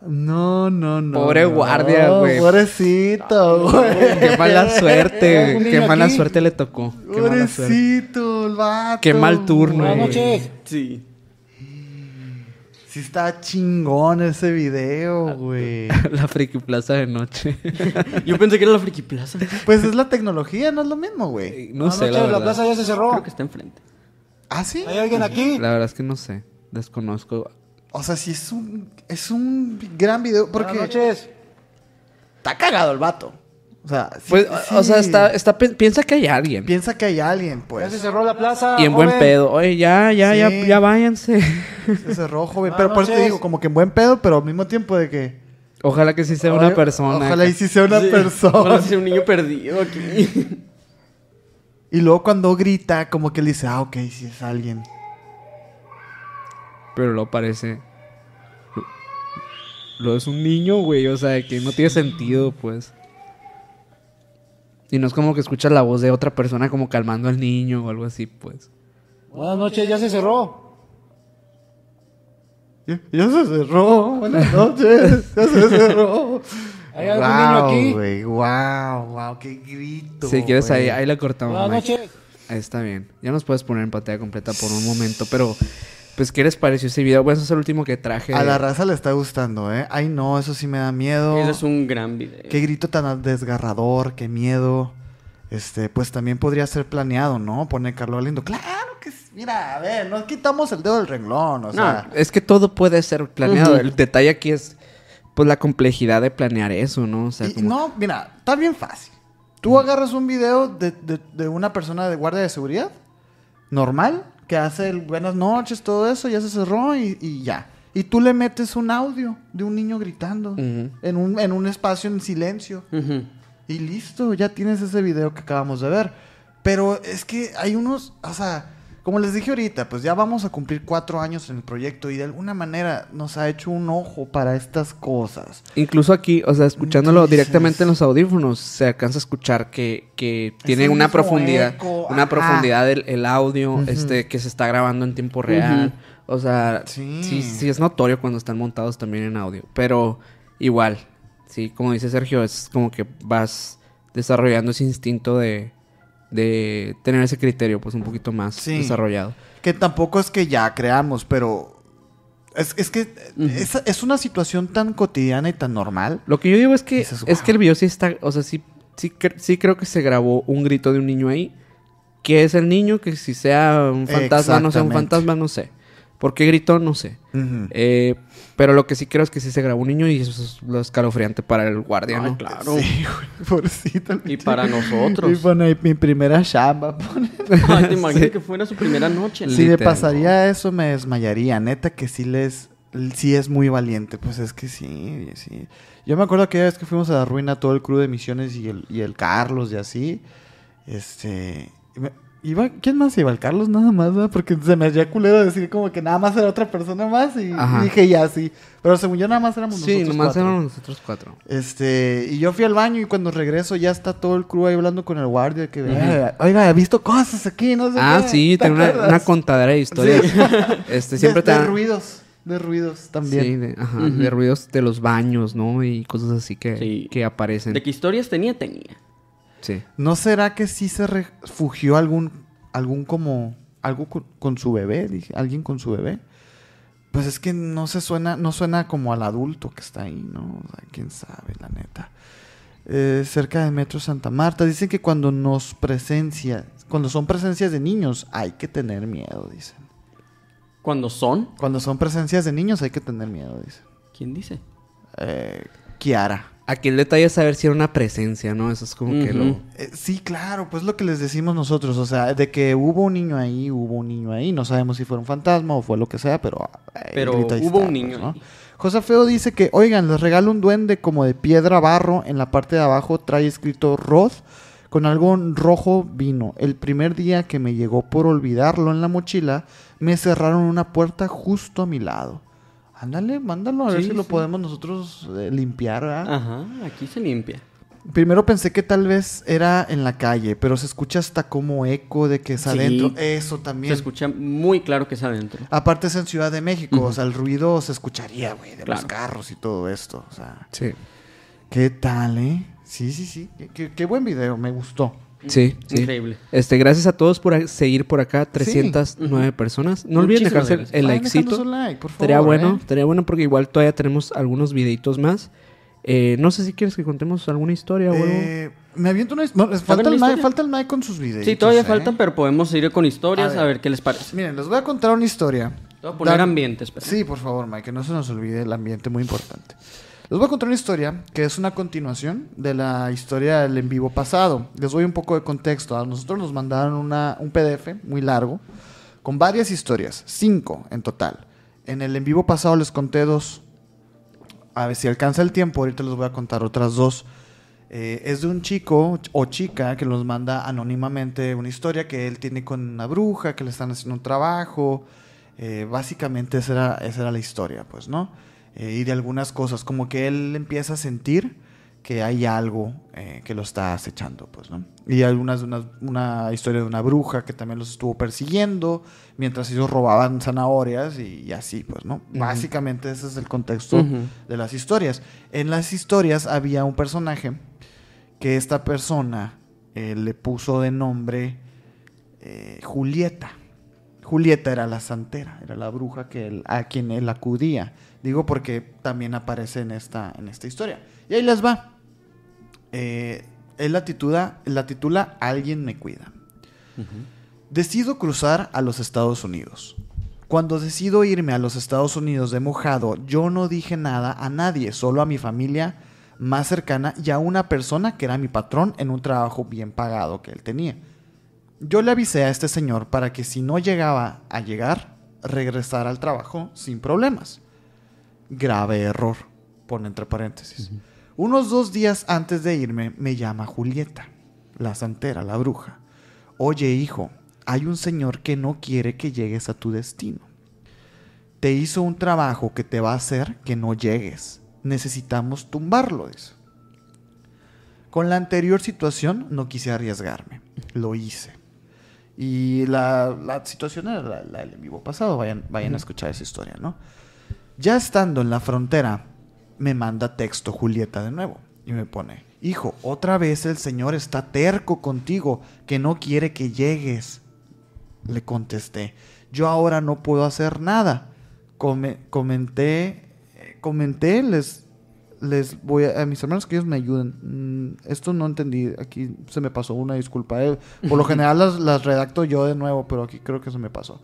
No, no, no. Pobre no. guardia, güey. Pobrecito, güey. Qué mala suerte, Un güey. niño Qué mala aquí. suerte le tocó. Qué mala suerte. Pobrecito, el vato. Qué mal turno. Buenas güey. noches. Sí. Sí está chingón ese video, güey. La friki plaza de noche. Yo pensé que era la friki plaza. Pues es la tecnología, no es lo mismo, güey. No Buenas sé, la noches, la verdad. plaza ya se cerró. Creo que está enfrente. ¿Ah, sí? ¿Hay alguien aquí? La verdad es que no sé. Desconozco. O sea, sí es un, es un gran video. Buenas Porque noches. está cagado el vato. O sea, sí- Pues, o- o sea, sí. está, está, pi- piensa que hay alguien. Piensa que hay alguien, Ya se pues. cerró la plaza. Y en buen joven. pedo. Oye, ya, ya, ya, Sí. ya váyanse. Se cerró, joven. Buenas Pero por eso te noches. digo, como que en buen pedo, pero al mismo tiempo de que. Ojalá que sí sea una Oye, persona. Ojalá y sí sea una Sí. persona. Ojalá sea un niño perdido aquí. Y luego cuando grita, como que él dice, ah, ok, sí es alguien. Pero lo parece. lo- Lo es un niño, güey. O sea, que no tiene sentido, pues. Y no es como que escuchas la voz de otra persona como calmando al niño o algo así, pues. Buenas noches, ya se cerró. Ya, ya se cerró, buenas noches. Ya se cerró. ¿Hay algún niño aquí? güey, wow, wow, qué grito. si quieres, ahí, güey. ahí la cortamos. Buenas Mike. noches. Ahí está bien. Ya nos puedes poner en pantalla completa por un momento, pero. Pues, ¿qué les pareció ese video? Bueno, ese es el último que traje. A de- la raza le está gustando, ¿eh? Ay, no, eso sí me da miedo. Ese es un gran video. Qué grito tan desgarrador, qué miedo. Este, pues también podría ser planeado, ¿no? Poner Carlos Lindo. Claro que sí. Mira, a ver, nos quitamos el dedo del renglón, o sea. Es que todo puede ser planeado. Ujú. El detalle aquí es, pues, la complejidad de planear eso, ¿no? O sea, Y- y como- no, mira, está bien fácil. Tú agarras un video de, de- de una persona de guardia de seguridad, normal, que hace el buenas noches, todo eso, ya se cerró y, y ya. Y tú le metes un audio de un niño gritando Ujú. en, un, en un espacio en silencio. Ujú. Y listo, ya tienes ese video que acabamos de ver. Pero es que hay unos, o sea, como les dije ahorita, pues ya vamos a cumplir cuatro años en el proyecto y de alguna manera nos ha hecho un ojo para estas cosas. Incluso aquí, o sea, escuchándolo Entonces- directamente en los audífonos, se alcanza a escuchar que, que tiene el una mismo profundidad, eco, una ajá. profundidad el, el audio, este, que se está grabando en tiempo real. O sea, Sí. sí. sí, es notorio cuando están montados también en audio. Pero igual, sí, como dice Sergio, es como que vas desarrollando ese instinto de, de tener ese criterio, pues un poquito más Sí. desarrollado. Que tampoco es que ya creamos, pero es, es que eh, es, es una situación tan cotidiana y tan normal. Lo que yo digo es que Dices, es que el video sí está, o sea, sí, sí, cre- sí creo que se grabó un grito de un niño ahí. Que es el niño, que si sea un fantasma, no sea un Exactamente. fantasma, no sé. ¿Por qué gritó? No sé. Mm. Eh, pero lo que sí creo es que sí se grabó un niño y eso es lo escalofriante para el guardia, Ay, ¿no? Ah, claro. Sí, güey, pobrecito. el Y pinche- para Y nosotros. pone mi primera chamba. pone. Ay, te imaginas que fuera su primera noche. Si me Literal. pasaría eso, me desmayaría. Neta que sí les... Sí es muy valiente. Pues es que sí, sí. Yo me acuerdo aquella vez que fuimos a la ruina todo el crew de Misiones y el, y el Carlos y así. Este... me- Iba, ¿Quién más iba? El Carlos nada más, ¿verdad? Porque se me hacía culero decir como que nada más era otra persona más y Ajá. dije ya sí. Pero según yo nada más éramos Sí, nosotros nomás cuatro. éramos nosotros cuatro. Este, y yo fui al baño y cuando regreso ya está todo el crew ahí hablando con el guardia que, "Eh, oiga, he visto cosas aquí, no sé Ah, qué". sí, ¿Te tiene una, acuerdas? una contadera de historias. Este, siempre de, te de dan- ruidos, de ruidos también. Sí, de, ajá, de ruidos de los baños, ¿no? Y cosas así que, Sí. que aparecen. De qué historias tenía, tenía. Sí. ¿No será que sí se refugió algún algún como algo con, con su bebé, dije, alguien con su bebé? Pues es que no se suena, no suena como al adulto que está ahí, ¿no? O sea, quién sabe, la neta. Eh, cerca de Metro Santa Marta. Dicen que cuando nos presencia, cuando son presencias de niños, hay que tener miedo, dicen. Cuando son, Cuando son presencias de niños hay que tener miedo, dicen. ¿quién dice? Eh, Kiara. Aquí el detalle es saber si era una presencia, ¿no? Eso es como que lo... Ujú. Eh, sí, claro, pues lo que les decimos nosotros, o sea, de que hubo un niño ahí, hubo un niño ahí, no sabemos si fue un fantasma o fue lo que sea, pero... eh, el Pero grito ahí hubo está, un niño ahí. José Feo dice que, oigan, les regalo un duende como de piedra barro, en la parte de abajo trae escrito Roth con algo rojo vino. El primer día que me llegó por olvidarlo en la mochila, me cerraron una puerta justo a mi lado. Ándale, mándalo a ver Sí, si lo sí. podemos nosotros eh, limpiar. ¿verdad? Ajá, aquí se limpia. Primero pensé que tal vez era en la calle, pero se escucha hasta como eco de que es Sí. adentro. Eso Se también. escucha muy claro que es adentro. Aparte es en Ciudad de México, o sea, el ruido se escucharía, güey, de los Claro. carros y todo esto. O sea, Sí. ¿qué tal, eh? Sí, sí, sí. Qué, qué- qué buen video, me gustó. Sí, sí. Increíble. Este, gracias a todos por a- seguir por acá, 309 personas. No olviden Muchísimas dejarse el, gracias. el Vayan dejando éxito. su like, por favor. Estaría bueno, ¿eh? estaría bueno porque igual todavía tenemos algunos videitos más. Eh, no sé si quieres que contemos alguna historia o algo. Eh, me aviento una... no, falta, una el Mike, historia? falta el Mike con sus videos. Sí, todavía faltan, pero podemos ir con historias ¿eh? A a ver. ver, qué les parece. Miren, les voy a contar una historia. Te voy a poner Dan- ambientes. Sí, por favor, Mike, que no se nos olvide el ambiente muy importante. Les voy a contar una historia que es una continuación de la historia del en vivo pasado. Les doy un poco de contexto. A nosotros nos mandaron una- un PDF muy largo con varias historias, cinco en total. En el en vivo pasado les conté dos. A ver si alcanza el tiempo, ahorita les voy a contar otras dos. Eh, es de un chico o chica que nos manda anónimamente una historia que él tiene con una bruja, que le están haciendo un trabajo. Eh, básicamente esa era, esa era la historia, pues, ¿no? Eh, y de algunas cosas, como que él empieza a sentir que hay algo eh, que lo está acechando, pues, ¿no? Y algunas de unas- una historia de una bruja que también los estuvo persiguiendo mientras ellos robaban zanahorias y, y así, pues, ¿no? Básicamente ese es el contexto Ujú. de las historias. En las historias había un personaje que esta persona eh, le puso de nombre eh, Julieta. Julieta era la santera, era la bruja que él- a quien él acudía. Digo porque también aparece en esta, en esta historia. Y ahí les va. Eh, él la titula, la titula Alguien me cuida. Decido cruzar a los Estados Unidos. Cuando decido irme a los Estados Unidos de mojado, yo no dije nada a nadie, solo a mi familia más cercana y a una persona que era mi patrón en un trabajo bien pagado que él tenía. Yo le avisé a este señor para que si no llegaba a llegar, regresara al trabajo sin problemas. Grave error, pone entre paréntesis. Unos dos días antes de irme, me llama Julieta, la santera, la bruja. Oye, hijo, hay un señor que no quiere que llegues a tu destino. Te hizo un trabajo que te va a hacer que no llegues. Necesitamos tumbarlo, dice. Con la anterior situación no quise arriesgarme. Lo hice. Y la, la situación era la, la del en vivo pasado. Vayan, vayan a escuchar esa historia, ¿no? Ya estando en la frontera, me manda texto Julieta de nuevo y me pone, hijo, otra vez el señor está terco contigo, que no quiere que llegues. Le contesté, yo ahora no puedo hacer nada. Come- comenté, eh, comenté, les, les voy a, a mis hermanos que ellos me ayuden. Mm, esto no entendí, aquí se me pasó una disculpa. eh. Por lo general las, las redacto yo de nuevo, pero aquí creo que se me pasó.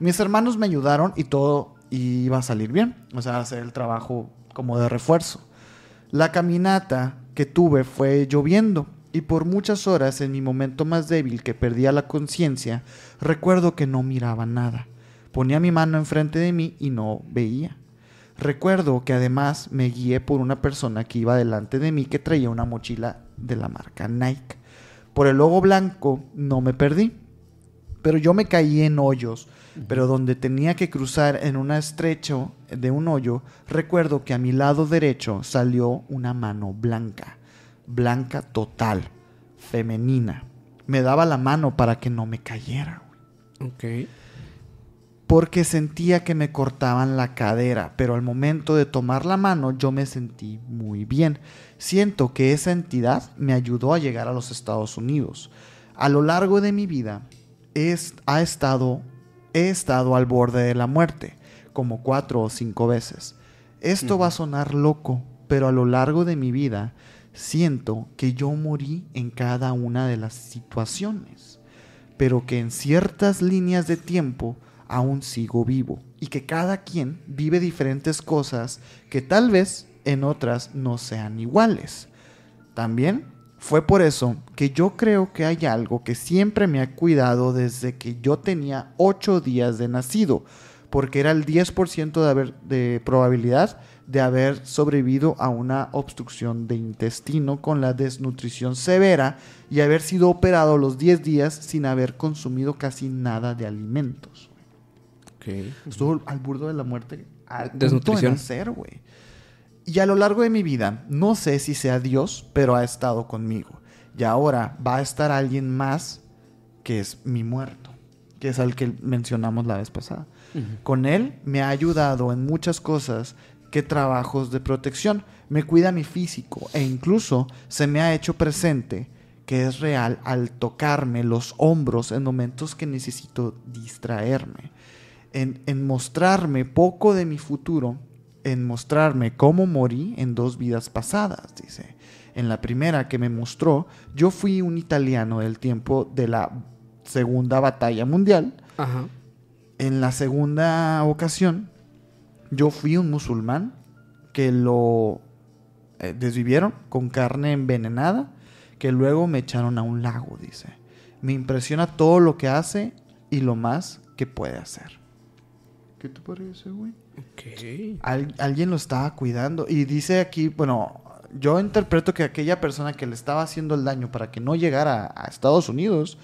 Mis hermanos me ayudaron y todo iba a salir bien. O sea, hacer el trabajo como de refuerzo. La caminata que tuve fue lloviendo y por muchas horas en mi momento más débil que perdía la conciencia, recuerdo que no miraba nada. Ponía mi mano enfrente de mí y no veía. Recuerdo que además me guié por una persona que iba delante de mí que traía una mochila de la marca Nike. Por el logo blanco no me perdí pero yo me caí en hoyos, pero donde tenía que cruzar en un estrecho de un hoyo, recuerdo que a mi lado derecho salió una mano blanca, blanca total, femenina. Me daba la mano para que no me cayera, güey, Ok. porque sentía que me cortaban la cadera, pero al momento de tomar la mano yo me sentí muy bien. Siento que esa entidad me ayudó a llegar a los Estados Unidos. A lo largo de mi vida es- ha estado, he estado al borde de la muerte, como cuatro o cinco veces. Esto va a sonar loco, pero a lo largo de mi vida siento que yo morí en cada una de las situaciones, pero que en ciertas líneas de tiempo aún sigo vivo y que cada quien vive diferentes cosas que tal vez en otras no sean iguales. También fue por eso que yo creo que hay algo que siempre me ha cuidado desde que yo tenía 8 días de nacido, porque era el 10% de, haber, de probabilidad de haber sobrevivido a una obstrucción de intestino con la desnutrición severa y haber sido operado los 10 días sin haber consumido casi nada de alimentos. Estuvo al burdo de la muerte. Al punto de Desnutrición. nacer, güey. Y a lo largo de mi vida, no sé si sea Dios, pero ha estado conmigo. Y ahora va a estar alguien más que es mi muerto, que es al que mencionamos la vez pasada. Con él me ha ayudado en muchas cosas que trabajos de protección. Me cuida mi físico e incluso se me ha hecho presente que es real al tocarme los hombros en momentos que necesito distraerme en, en mostrarme poco de mi futuro, en mostrarme cómo morí en dos vidas pasadas, dice. En la primera que me mostró, yo fui un italiano del tiempo de la Segunda Batalla Mundial. Ajá. En la segunda ocasión, yo fui un musulmán que lo eh, desvivieron con carne envenenada que luego me echaron a un lago, dice. Me impresiona todo lo que hace y lo más que puede hacer. ¿Qué te parece, güey? Al- alguien lo estaba cuidando. Y dice aquí, bueno, yo interpreto que aquella persona que le estaba haciendo el daño para que no llegara a Estados Unidos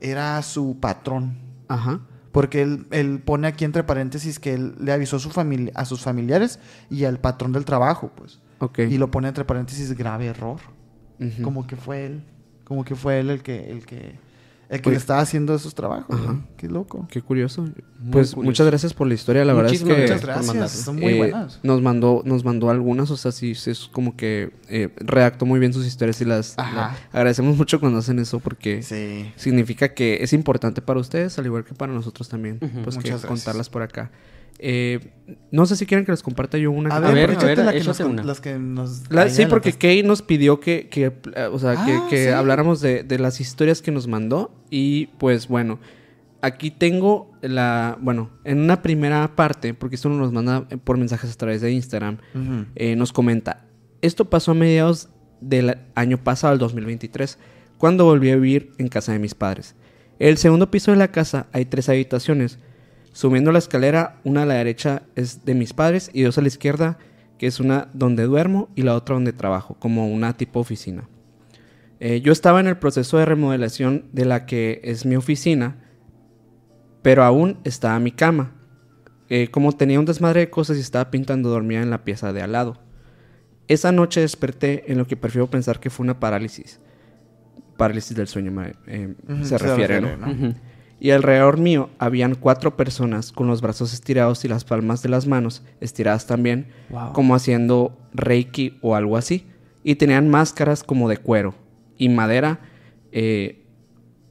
era su patrón. Ajá. Porque él, él pone aquí entre paréntesis que él le avisó a, su famili- a sus familiares y al patrón del trabajo, pues. Ok. Y lo pone entre paréntesis grave error. Ujú. Como que fue él. Como que fue él el que, el que, el que Oye. le estaba haciendo esos trabajos. Ajá. güey. Qué loco. Qué curioso. pues curioso. muchas gracias por la historia. La Muchísimas verdad es Muchas que por gracias. mandarlo. Son muy eh, buenas. nos mandó nos mandó algunas, o sea, sí, sí es como que eh, redactó muy bien sus historias y las Ajá. la- agradecemos mucho cuando hacen eso porque Sí. significa que es importante para ustedes, al igual que para nosotros también, pues que Muchas gracias. contarlas por acá. Eh, no sé si quieren que les comparta yo una. A que- ver, ver, échate a ver, la que nos échate con- una. las que nos La- ahí sí, porque adelantaste. Kay nos pidió que, que, eh, o sea, que, Ah, que sí. habláramos de, de las historias que nos mandó. Y pues bueno, aquí tengo la. Bueno, en una primera parte, porque esto nos manda eh, por mensajes a través de Instagram, eh, nos comenta: Esto pasó a mediados del año pasado, el 2023, cuando volví a vivir en casa de mis padres. El segundo piso de la casa hay tres habitaciones. Subiendo la escalera, una a la derecha es de mis padres y dos a la izquierda, que es una donde duermo y la otra donde trabajo, como una tipo oficina. Eh, yo estaba en el proceso de remodelación de la que es mi oficina, pero aún estaba mi cama. Eh, como tenía un desmadre de cosas y estaba pintando, dormía en la pieza de al lado. Esa noche desperté en lo que prefiero pensar que fue una parálisis. Parálisis del sueño me- eh, Ujú, se, refiere, ¿no? Ujú. y alrededor mío habían cuatro personas con los brazos estirados y las palmas de las manos estiradas también, como haciendo reiki o algo así. Y tenían máscaras como de cuero y madera, eh,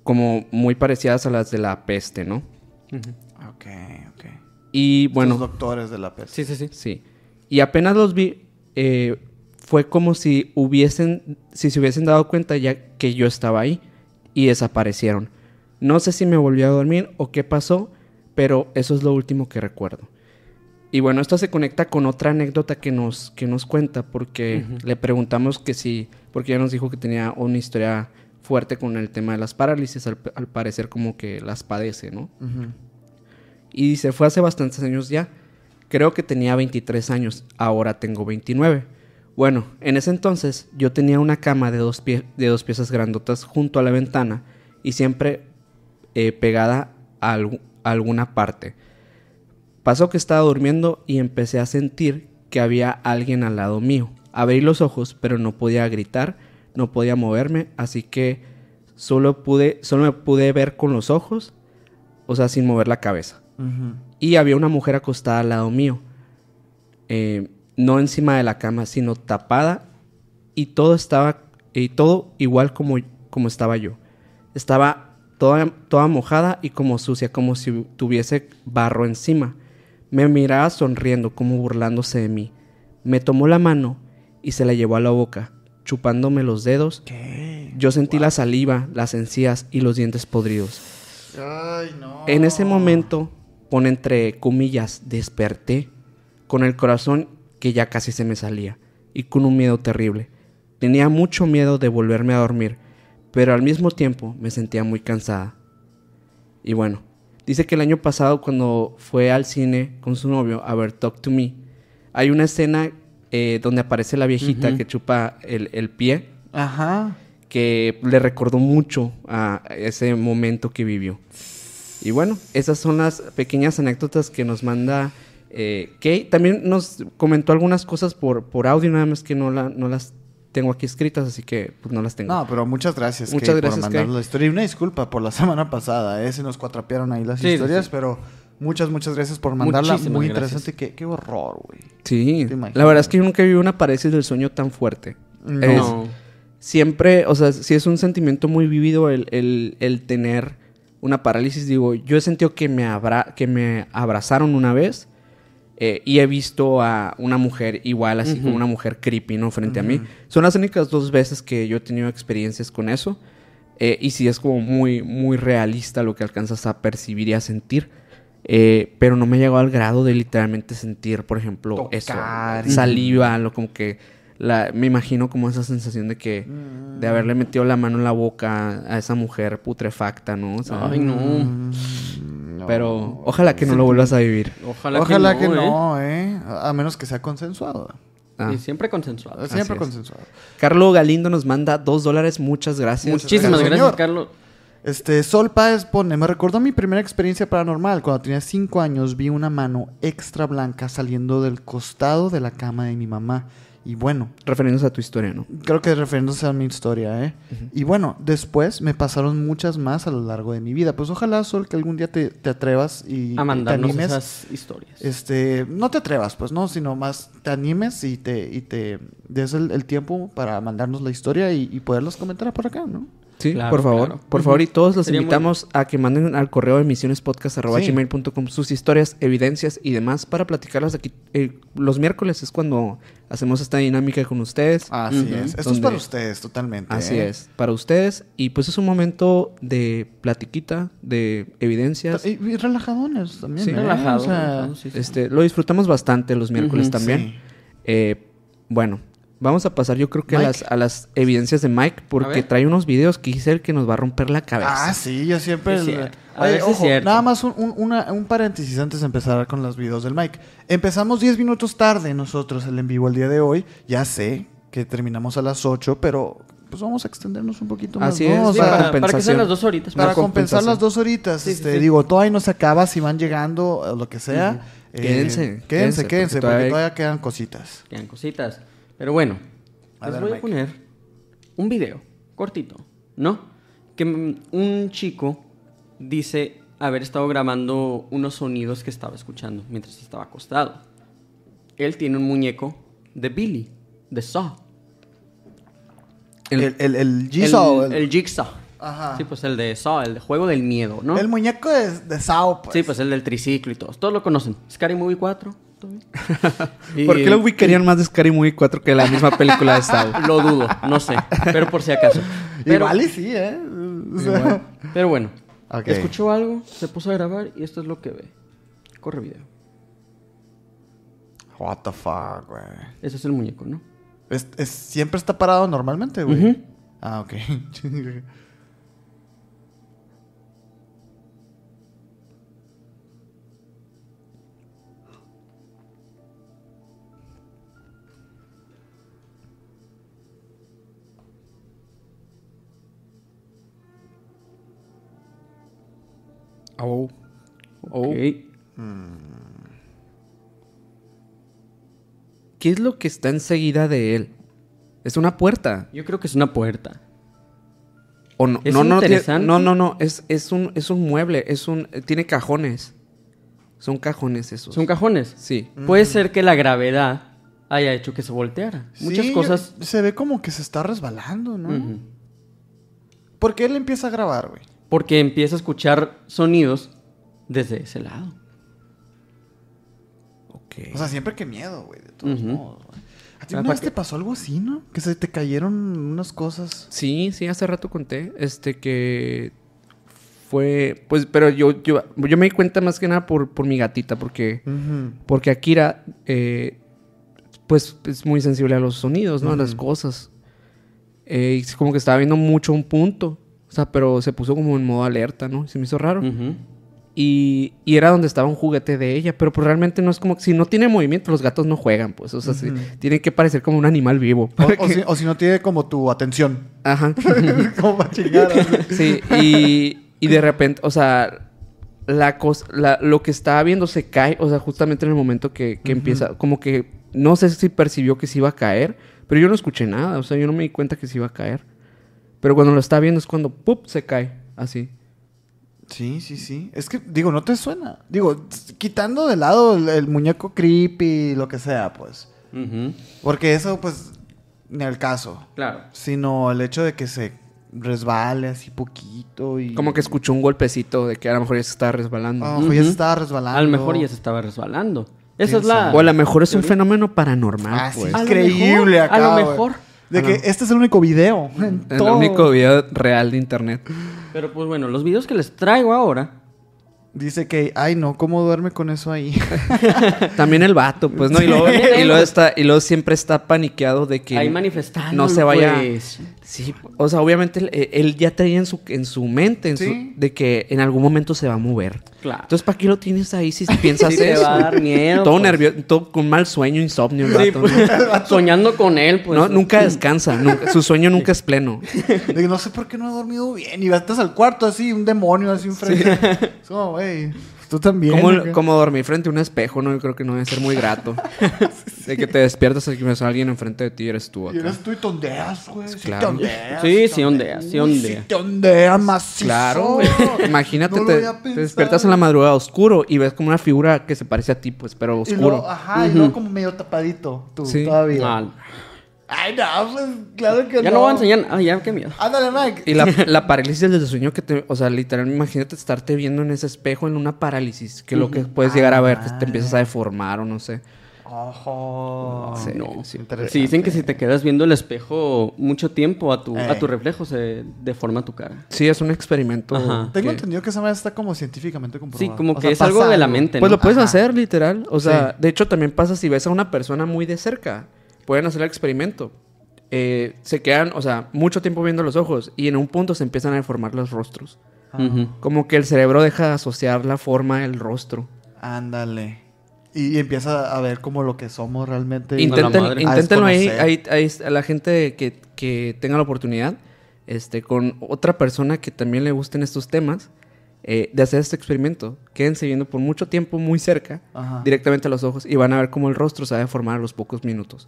como muy parecidas a las de la peste, ¿no? Ok, ok. Y bueno. Los doctores de la Sí, peste. sí, sí. Sí. Y apenas los vi, eh, fue como si hubiesen, si se hubiesen dado cuenta ya que yo estaba ahí y desaparecieron. No sé si me volví a dormir o qué pasó, pero eso es lo último que recuerdo. Y bueno, esto se conecta con otra anécdota que nos, que nos cuenta, porque le preguntamos que si, porque ella nos dijo que tenía una historia fuerte con el tema de las parálisis, al, al parecer como que las padece, ¿no? Y dice, fue hace bastantes años ya. Creo que tenía 23 años, ahora tengo 29. Bueno, en ese entonces yo tenía una cama de dos, pie- de dos piezas grandotas junto a la ventana y siempre eh, pegada a, algu- a alguna parte. Pasó que estaba durmiendo y empecé a sentir que había alguien al lado mío. Abrí los ojos, pero no podía gritar, no podía moverme, así que solo pude, solo me pude ver con los ojos, o sea, sin mover la cabeza y había una mujer acostada al lado mío. Eh, no encima de la cama, sino tapada. Y todo estaba. Y todo igual como, como estaba yo. Estaba toda, toda mojada y como sucia, como si tuviese barro encima. Me miraba sonriendo, como burlándose de mí. Me tomó la mano y se la llevó a la boca, chupándome los dedos. Yo sentí la saliva, las encías y los dientes podridos. Ay, no. En ese momento, pone entre comillas, desperté con el corazón que ya casi se me salía y con un miedo terrible. Tenía mucho miedo de volverme a dormir, pero al mismo tiempo me sentía muy cansada. Y bueno, dice que el año pasado cuando fue al cine con su novio a ver Talk to Me, hay una escena eh, donde aparece la viejita que chupa el, el pie Ajá. que le recordó mucho a ese momento que vivió. Y bueno, esas son las pequeñas anécdotas que nos manda eh, Kay. También nos comentó algunas cosas por, por audio, nada más que no, la, no las tengo aquí escritas, así que pues, no las tengo. No, pero muchas gracias, Muchas Kay, gracias, por mandarnos Kay. la historia. Y una disculpa por la semana pasada, ¿eh? Se nos cuatrapearon ahí las Sí, sí, historias, sí. pero muchas, muchas gracias por mandarla. Muchísimas Muy gracias. interesante. Qué, qué horror, güey. sí, te imaginas. la verdad es que yo nunca viví una parálisis del sueño tan fuerte. Es- No. siempre, o sea, sí es un sentimiento muy vivido el, el- el tener una parálisis. Digo, yo he sentido que me, abra- que me abrazaron una vez eh, y he visto a una mujer igual, así como una mujer creepy, ¿no? Frente a mí. Son las únicas dos veces que yo he tenido experiencias con eso. eh, y sí es como muy, muy realista lo que alcanzas a percibir y a sentir. eh, pero no me llegó al grado de literalmente sentir, por ejemplo, Tocar eso, saliva, lo como que la, me imagino como esa sensación de que de haberle metido la mano en la boca a esa mujer putrefacta, ¿no? O sea, Ay, no. Pero ojalá que no lo vuelvas a vivir. Ojalá, Ojalá, que no. ¿eh? ¿eh? A a menos que sea consensuado. Ah. Y siempre consensuado. Siempre es. consensuado. Carlos Galindo nos manda dos dólares, muchas gracias. Muchísimas gracias, gracias, señor. Carlos. Este, Sol Páez pone, me recordó mi primera experiencia paranormal. Cuando tenía 5 años vi una mano extra blanca saliendo del costado de la cama de mi mamá. Y bueno, Refiriéndose a tu historia, ¿no? creo que refiriéndose a mi historia, ¿eh? Y bueno, después me pasaron muchas más a lo largo de mi vida. Pues ojalá, Sol, que algún día te, te atrevas y A te mandarnos animes. esas historias. Este, no te atrevas, pues, ¿no? Sino más te animes y te, y te des el, el tiempo para mandarnos la historia y, y poderlos comentar por acá, ¿no? Sí, Claro, por favor. claro. Por favor, y todos los Sería muy- invitamos a que manden al correo de misionespodcast.com sus historias, evidencias y demás para platicarlas aquí. eh, los miércoles es cuando hacemos esta dinámica con ustedes. Ah, Así es. Esto es Donde- para ustedes, totalmente. Así ¿eh? es, para ustedes. Y pues es un momento de platiquita, de evidencias. Y, y relajadones también. Sí, ¿eh? Relajado. O sea, relajado, sí, sí. Este, lo disfrutamos bastante los miércoles Ujú, también. sí. Eh, bueno, vamos a pasar yo creo que a Mike. las, a las evidencias de Mike porque ver. trae unos videos que dice él que nos va a romper la cabeza. Ah, sí, yo siempre. Es el- cierto. A Oye, veces es ojo, cierto. nada más un, un- una- un paréntesis antes de empezar con los videos del Mike. Empezamos 10 minutos tarde nosotros el en vivo el día de hoy. Ya sé que terminamos a las 8, pero pues vamos a extendernos un poquito más. Así ¿no? es, O Sí, la sea, para, para que compensación. sean las dos horitas. Para Para Una compensar compensación. las dos horitas, Sí, sí, este, sí. digo, todavía no se acaba si van llegando o lo que sea. eh, Quédense, quédense, quédense, quédense, porque porque, todavía- todavía... quedan cositas. Quedan cositas. Pero bueno, A les ver, voy Mike. a poner un video cortito, ¿no? Que mm, un chico dice haber estado grabando unos sonidos que estaba escuchando mientras estaba acostado. Él tiene un muñeco de Billy, de Saw. El, el, el, El- Jigsaw, El, el- Jigsaw. Ajá. Sí, pues el de Saw, el de juego del miedo, ¿no? el muñeco de, de Sao. Sí, pues el del triciclo y todos. Todos lo conocen. Scary Movie 4. ¿todo bien? Y- ¿Por qué lo ubicarían más de Scary Movie 4 que la misma película de Saw? Lo dudo, no sé. Pero por si acaso. Pero, Igual y sí, ¿eh? O sea, pero bueno. Ok. Escuchó algo, se puso a grabar y esto es lo que ve. Corre video. What the fuck, güey. Ese es el muñeco, ¿no? Es- es- siempre está parado normalmente, güey. Ujú. Ah, ok. Oh. Oh. Ok. ¿Qué es lo que está enseguida de él? ¿Es una puerta? Yo creo que es una puerta. ¿O no? Es no, no, tiene- interesante. no, no, no, es, es, un, es un mueble, es un, eh, tiene cajones. Son cajones esos. Son cajones. Sí. Puede ser que la gravedad haya hecho que se volteara. Muchas Sí, cosas. Se ve como que se está resbalando, ¿no? Ujú. Porque él empieza a grabar, güey. Porque empieza a escuchar sonidos desde ese lado. Ok. O sea, siempre que miedo, güey, de todos Eh. Ujú. modos, güey. ¿A ti Ah, una ¿para vez qué? te pasó algo así, no? Que se te cayeron unas cosas. Sí, sí, hace rato conté, este, que fue, pues, pero yo, yo, yo me di cuenta más que nada por, por mi gatita, porque, porque Akira, eh, pues, es muy sensible a los sonidos, ¿no? A las cosas. Eh, y es como que estaba viendo mucho un punto, o sea, pero se puso como en modo alerta, ¿no? Se me hizo raro. Ujú. Y, y era donde estaba un juguete de ella, pero pues realmente no es como, si no tiene movimiento, los gatos no juegan, pues, o sea, sí, tienen que parecer como un animal vivo. O, o si, o si no tiene como tu atención. Ajá. como para chingar. así. Sí, y, y de repente, o sea, la cosa, la- lo que estaba viendo se cae, o sea, justamente en el momento que, que empieza, como que no sé si percibió que se iba a caer, pero yo no escuché nada, o sea, yo no me di cuenta que se iba a caer. Pero cuando lo está viendo es cuando, ¡pup!, se cae, así. Sí, sí, sí. Es que, digo, no te suena. Digo, s- quitando de lado el, el muñeco creepy, lo que sea, pues. Ujú. Porque eso, pues, ni al caso. Claro. Sino el hecho de que se resbale así poquito y... Como que escuchó un golpecito de que a lo mejor ya se estaba resbalando. Ah, ojo, ya se Ujú. estaba resbalando. A lo mejor ya se estaba resbalando. Esa es la. O a lo mejor es un teoría. fenómeno paranormal, Ah, sí, pues. A lo increíble mejor, a acá, lo güey. mejor. De que este es el único video. en El todo. único video real de internet. Pero pues bueno, los videos que les traigo ahora Dice que, ay no, ¿cómo duerme con eso ahí? También el vato, pues, ¿no? Y luego, y luego está, y luego siempre está paniqueado de que... Ahí manifestando. No se vaya... pues. Sí, o sea, obviamente él, eh, él ya traía en su, en su mente en su- Sí. de que en algún momento se va a mover. Claro. Entonces, ¿para qué lo tienes ahí si piensas Sí eso? te va a dar miedo, Todo pues. nervioso, todo con mal sueño, insomnio. el Sí, vato, pues, ¿no? soñando con él, pues. No, nunca descansa, nunca- su sueño nunca es pleno. De que no sé por qué no he dormido bien. Y estás al cuarto así, un demonio así, un frente. Es como, güey, tú también. Como, acá. como dormir frente a un espejo, ¿no? Yo creo que no debe ser muy grato. De que te despiertas y que ves a alguien enfrente de ti y eres tú Y eres acá. tú y te ondeas, güey. Sí, te Claro. ondeas. Sí, sí ondea, sí Uy, ondea. Sí, te ondea macizo. Claro, güey. Imagínate, No lo te, había te pensado. despiertas en la madrugada oscuro y ves como una figura que se parece a ti, pues, pero Y ah, oscuro. luego, ajá, y luego como medio tapadito, tú, Sí. todavía. Mal. Ay, no, pues, claro que no. Ah. Ya no voy a enseñar. Ah, ya, qué miedo. Ándale, Mike. Y la, la parálisis del sueño que te... O sea, literal, imagínate estarte viendo en ese espejo en una parálisis. Que lo que puedes llegar a ver, te, Ah, te empiezas a deformar o no sé. Ojo. Sí, no. sí. Sí, dicen que si te quedas viendo el espejo mucho tiempo, a tu, Eh. a tu reflejo se deforma tu cara. Sí, es un experimento. Ajá. Tengo que- entendido que esa madre está como científicamente comprobada. Sí, como O que sea, es algo pasa de la mente, Pues ¿no? lo puedes Ajá. hacer, literal. O sea, de hecho también pasa si ves a una persona muy de cerca. Pueden hacer el experimento. Eh, se quedan, o sea, mucho tiempo viendo los ojos y en un punto se empiezan a deformar los rostros. Ujú. Como que el cerebro deja de asociar la forma del rostro. Ándale. Y, y empieza a ver como lo que somos realmente. A Intenten- la madre. inténtenlo A ahí, desconocer. ahí, ahí es- a la gente que, que tenga la oportunidad, este, con otra persona que también le gusten estos temas, eh, de hacer este experimento. Quédense viendo por mucho tiempo muy cerca, Ajá. directamente a los ojos, y van a ver cómo el rostro se va a deformar a los pocos minutos.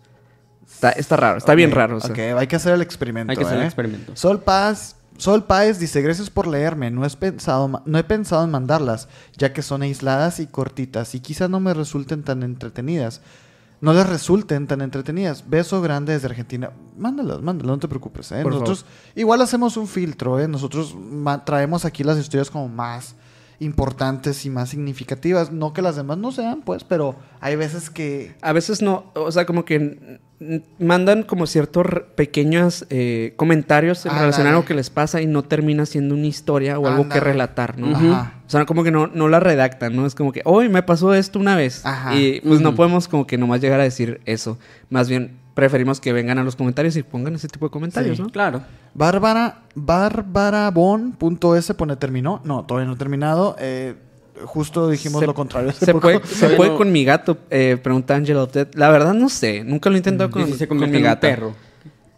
Está, está raro, está bien Ok, raro. o sea. Ok, hay que hacer el experimento. Hay que hacer el ¿eh? experimento. Sol Paz. Sol Páez dice, gracias por leerme, no, es pensado, ma- no he pensado en mandarlas, ya que son aisladas y cortitas y quizás no me resulten tan entretenidas. No les resulten tan entretenidas. Beso grande desde Argentina. Mándalas, mándalas, no te preocupes. ¿eh? Por Nosotros igual hacemos un filtro, ¿eh? nosotros ma- traemos aquí las historias como más importantes y más significativas. No que las demás no sean, pues, pero hay veces que... A veces no, o sea, como que n- n- mandan como ciertos r- pequeños eh, comentarios en Ándale. relación a lo que les pasa y no termina siendo una historia o algo que Ándale. relatar, ¿no? Ujú. Ajá. O sea, como que no, no la redactan, ¿no? Es como que, hoy me pasó esto una vez. Ajá. Y pues no podemos como que nomás llegar a decir eso. Más bien, preferimos que vengan a los comentarios y pongan ese tipo de comentarios, Sí. ¿no? Claro. Bárbara, barbarabon.es pone terminó. No, todavía no he terminado. Eh, justo dijimos Se- lo contrario. hace Se poco. puede, se Todavía puede no- con mi gato, eh, pregunta Angela Update. La verdad no sé, nunca lo he intentado Mm, Y con, si se con convierte mi en un gato. perro.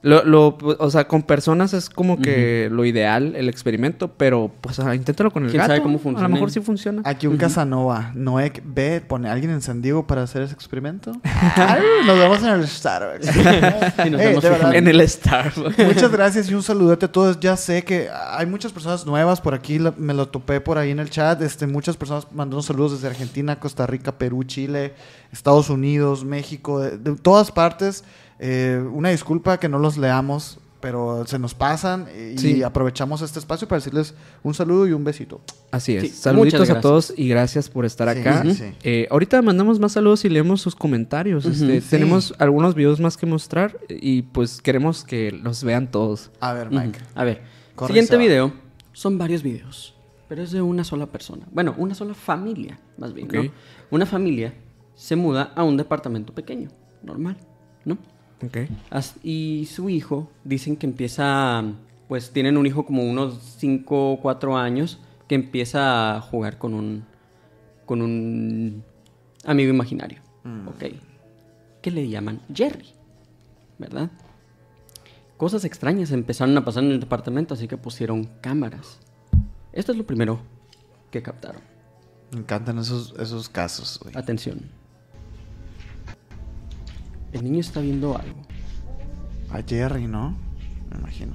Lo, lo- o sea, con personas es como que lo ideal, el experimento, pero pues ah, inténtalo con el ¿Quién gato. sabe cómo A funciona? lo mejor sí funciona. Aquí un Casanova, Noek B, pone alguien en San Diego para hacer ese experimento. Ay, nos vemos en el Starbucks. Y nos Ey, vemos de verdad, En el Starbucks. Muchas gracias y un saludote a todos. Ya sé que hay muchas personas nuevas por aquí, la- me lo topé por ahí en el chat. Este, muchas personas mandando saludos desde Argentina, Costa Rica, Perú, Chile, Estados Unidos, México, de, de todas partes. Eh, una disculpa que no los leamos, pero se nos pasan y, Sí. y aprovechamos este espacio para decirles un saludo y un besito. Así es. Sí, Saluditos muchas a todos y gracias por estar Sí, acá. sí, sí. Eh, ahorita mandamos más saludos y leemos sus comentarios. Este, sí. Tenemos algunos videos más que mostrar y pues queremos que los vean todos. A ver, Ujú. Mike. A ver. Corre, Siguiente Seba. video. Son varios videos. Pero es de una sola persona. Bueno, una sola familia, más bien, Ok. ¿no? Una familia se muda a un departamento pequeño. Normal, ¿no? As- Y su hijo, dicen que empieza, pues tienen un hijo como unos 5 o 4 años, que empieza a jugar con un, con un amigo imaginario, ¿ok? Que le llaman Jerry, ¿verdad? Cosas extrañas empezaron a pasar en el departamento, así que pusieron cámaras. Esto es lo primero que captaron. Me encantan esos, esos casos. güey. Atención. El niño está viendo algo. A Jerry, ¿no? Me imagino.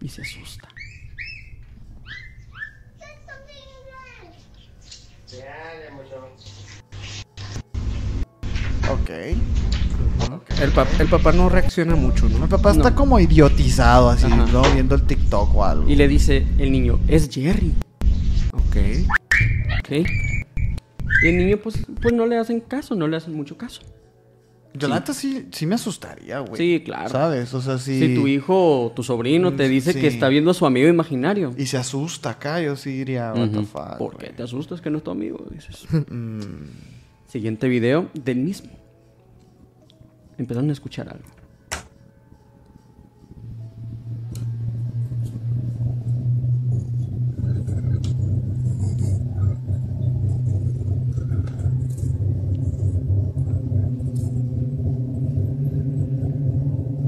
y se asusta. Ok. El, pap- el papá no reacciona mucho, Mi ¿no? papá está como idiotizado así, Ajá. ¿no? Viendo el TikTok o algo. Y le dice el niño, es Jerry, Ok. ¿ok? Y el niño pues, pues no le hacen caso, no le hacen mucho caso. Yo la neta sí, sí me asustaría, güey. Sí, claro. ¿Sabes? O sea, sí. Si tu hijo o tu sobrino te dice Sí. que está viendo a su amigo imaginario. Y se asusta acá, yo sí diría, what the Ujú. fuck. ¿Por güey. qué te Mm. asustas que no es tu amigo? Dices. Siguiente video del mismo. Empezaron a escuchar algo.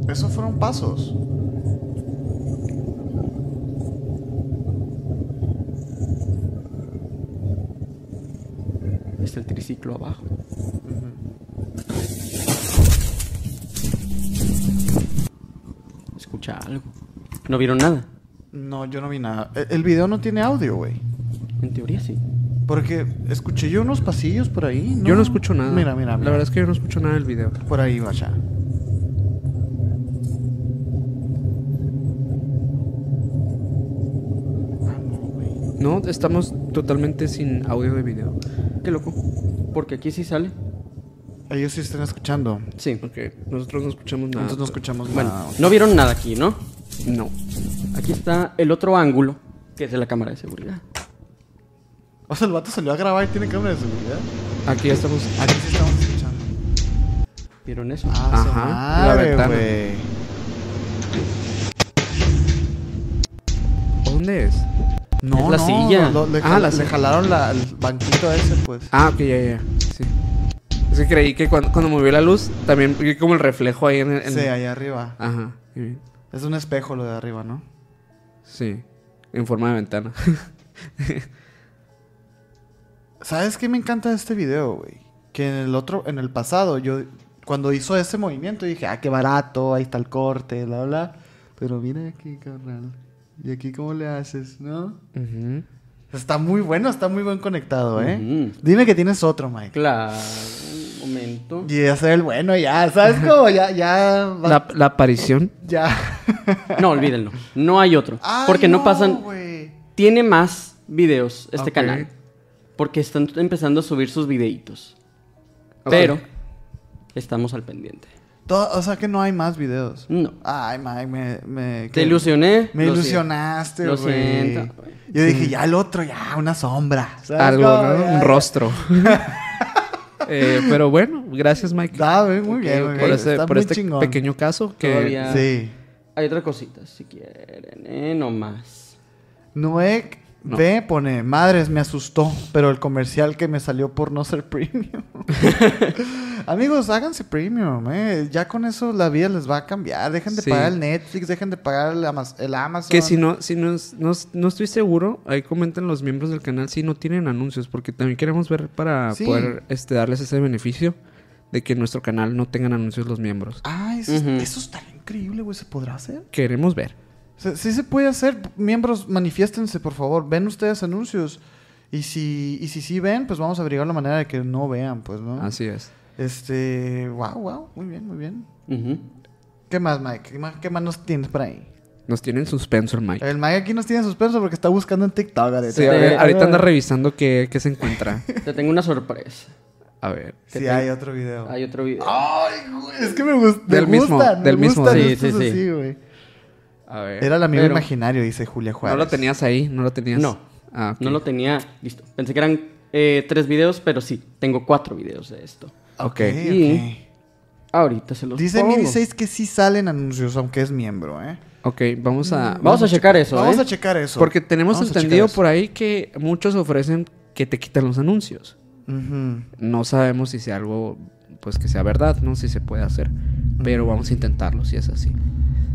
Esos fueron pasos. Está el triciclo abajo. Escucha algo. No vieron nada. No, yo no vi nada. E- El video no tiene audio, güey. En teoría sí. Porque escuché yo unos pasillos por ahí. Yo no escucho nada. Mira, mira, La verdad es que yo no escucho nada del video. que por ahí vaya. No, estamos totalmente sin audio de video. Qué loco. Porque aquí sí sale. Ellos sí están escuchando. Sí. Ok, nosotros no escuchamos nada. Entonces no escuchamos Ah, Bueno, nada. no vieron nada aquí, ¿no? No. Aquí está el otro ángulo, que es de la cámara de seguridad. O sea, el vato salió a grabar y tiene cámara de seguridad. Aquí ya estamos. Aquí sí estamos escuchando. ¿Vieron eso? Ah, su Ajá, la madre, ventana. güey. ¿Dónde es? No, Es la no, silla. lo- le, Ah, jal- la le silla. jalaron la- el banquito ese, pues. Ah, ok, ya, ya. ya. Sí. Es que creí que cuando, cuando movió la luz, también vi como el reflejo ahí en el. en- sí, allá arriba. Ajá. muy bien. Es un espejo lo de arriba, ¿no? Sí. En forma de ventana. ¿Sabes qué me encanta de este video, güey? Que en el otro, en el pasado, yo cuando hizo ese movimiento dije, ah, qué barato, ahí está el corte, bla, bla. Pero mira aquí, carnal. ¿Y aquí cómo le haces, no? Ujú. Está muy bueno, está muy buen conectado, ¿eh? Ujú. Dime que tienes otro, Mike. Claro. Un momento. Y hacer el bueno ya, ¿sabes cómo? Ya, ya. va- la, la aparición. Ya. No, olvídenlo. No hay otro. Ay, porque no pasan. güey. Tiene más videos este Ok. canal. Porque están empezando a subir sus videitos. Ok. Pero estamos al pendiente. Todo- o sea que no hay más videos. No. Ay, Mike, me. me Mm. Te que- ilusioné. Me Lo siento. ilusionaste, Lo güey. siento. Yo dije, ya el otro, ya, una sombra. ¿sabes Algo, cómo? ¿no? Ya, Un rostro. Eh, pero bueno, gracias, Mike. ya. Ah, güey, muy Ok, bien, muy por bien. ese- Está por muy este chingón. pequeño caso que Todavía- Sí. Hay otra cosita, si quieren. Eh, no más. Nuek No. B pone, madres, me asustó, pero el comercial que me salió por no ser premium. Amigos, háganse premium, eh. Ya con eso la vida les va a cambiar. Dejen de Sí. pagar el Netflix, dejen de pagar el, Amaz- el Amazon. Que si no, si no, es- no, es- no estoy seguro, ahí comenten los miembros del canal si no tienen anuncios, porque también queremos ver para Sí. poder este, darles ese beneficio de que en nuestro canal no tengan anuncios los miembros. Ah, eso, Ujú. eso está increíble, güey. ¿Se podrá hacer? Queremos ver. Se- sí se puede hacer. Miembros, manifiéstense, por favor. Ven ustedes anuncios. Y si, y si sí ven, pues vamos a averiguar la manera de que no vean, pues, ¿no? Así es. Este, wow, wow. Muy bien, muy bien. Ujú. ¿Qué más, Mike? ¿Qué más, qué más nos tienes por ahí? Nos tiene en suspenso el Mike. El Mike aquí nos tiene suspenso porque está buscando en TikTok. ahorita. Sí, a ver, eh, ahorita anda revisando qué, qué se encuentra. Te tengo una sorpresa. A ver. Sí, hay otro video. Hay otro video. Ay, güey, es que me, gust me Del mismo, gustan, del me mismo. gustan Sí, estos sí, sí. así, güey. A ver. Era el amigo Pero- imaginario, dice Julia No Juárez. lo tenías ahí, no lo tenías. No. Ah, ok. No lo tenía listo. Pensé que eran eh, tres videos, pero sí. Tengo cuatro videos de esto. Ok, Y- ok. Ahorita se los Dice pongo. Miri 6 que sí salen anuncios, aunque es miembro, ¿eh? Ok, vamos a. Vamos a checar eso, Vamos ¿eh? a checar eso. Porque tenemos Vamos a entendido checar por ahí que muchos ofrecen que te quitan los anuncios. eso. Ujú. No sabemos si sea algo, pues que sea verdad, no si se puede hacer. Pero vamos a intentarlo si es así.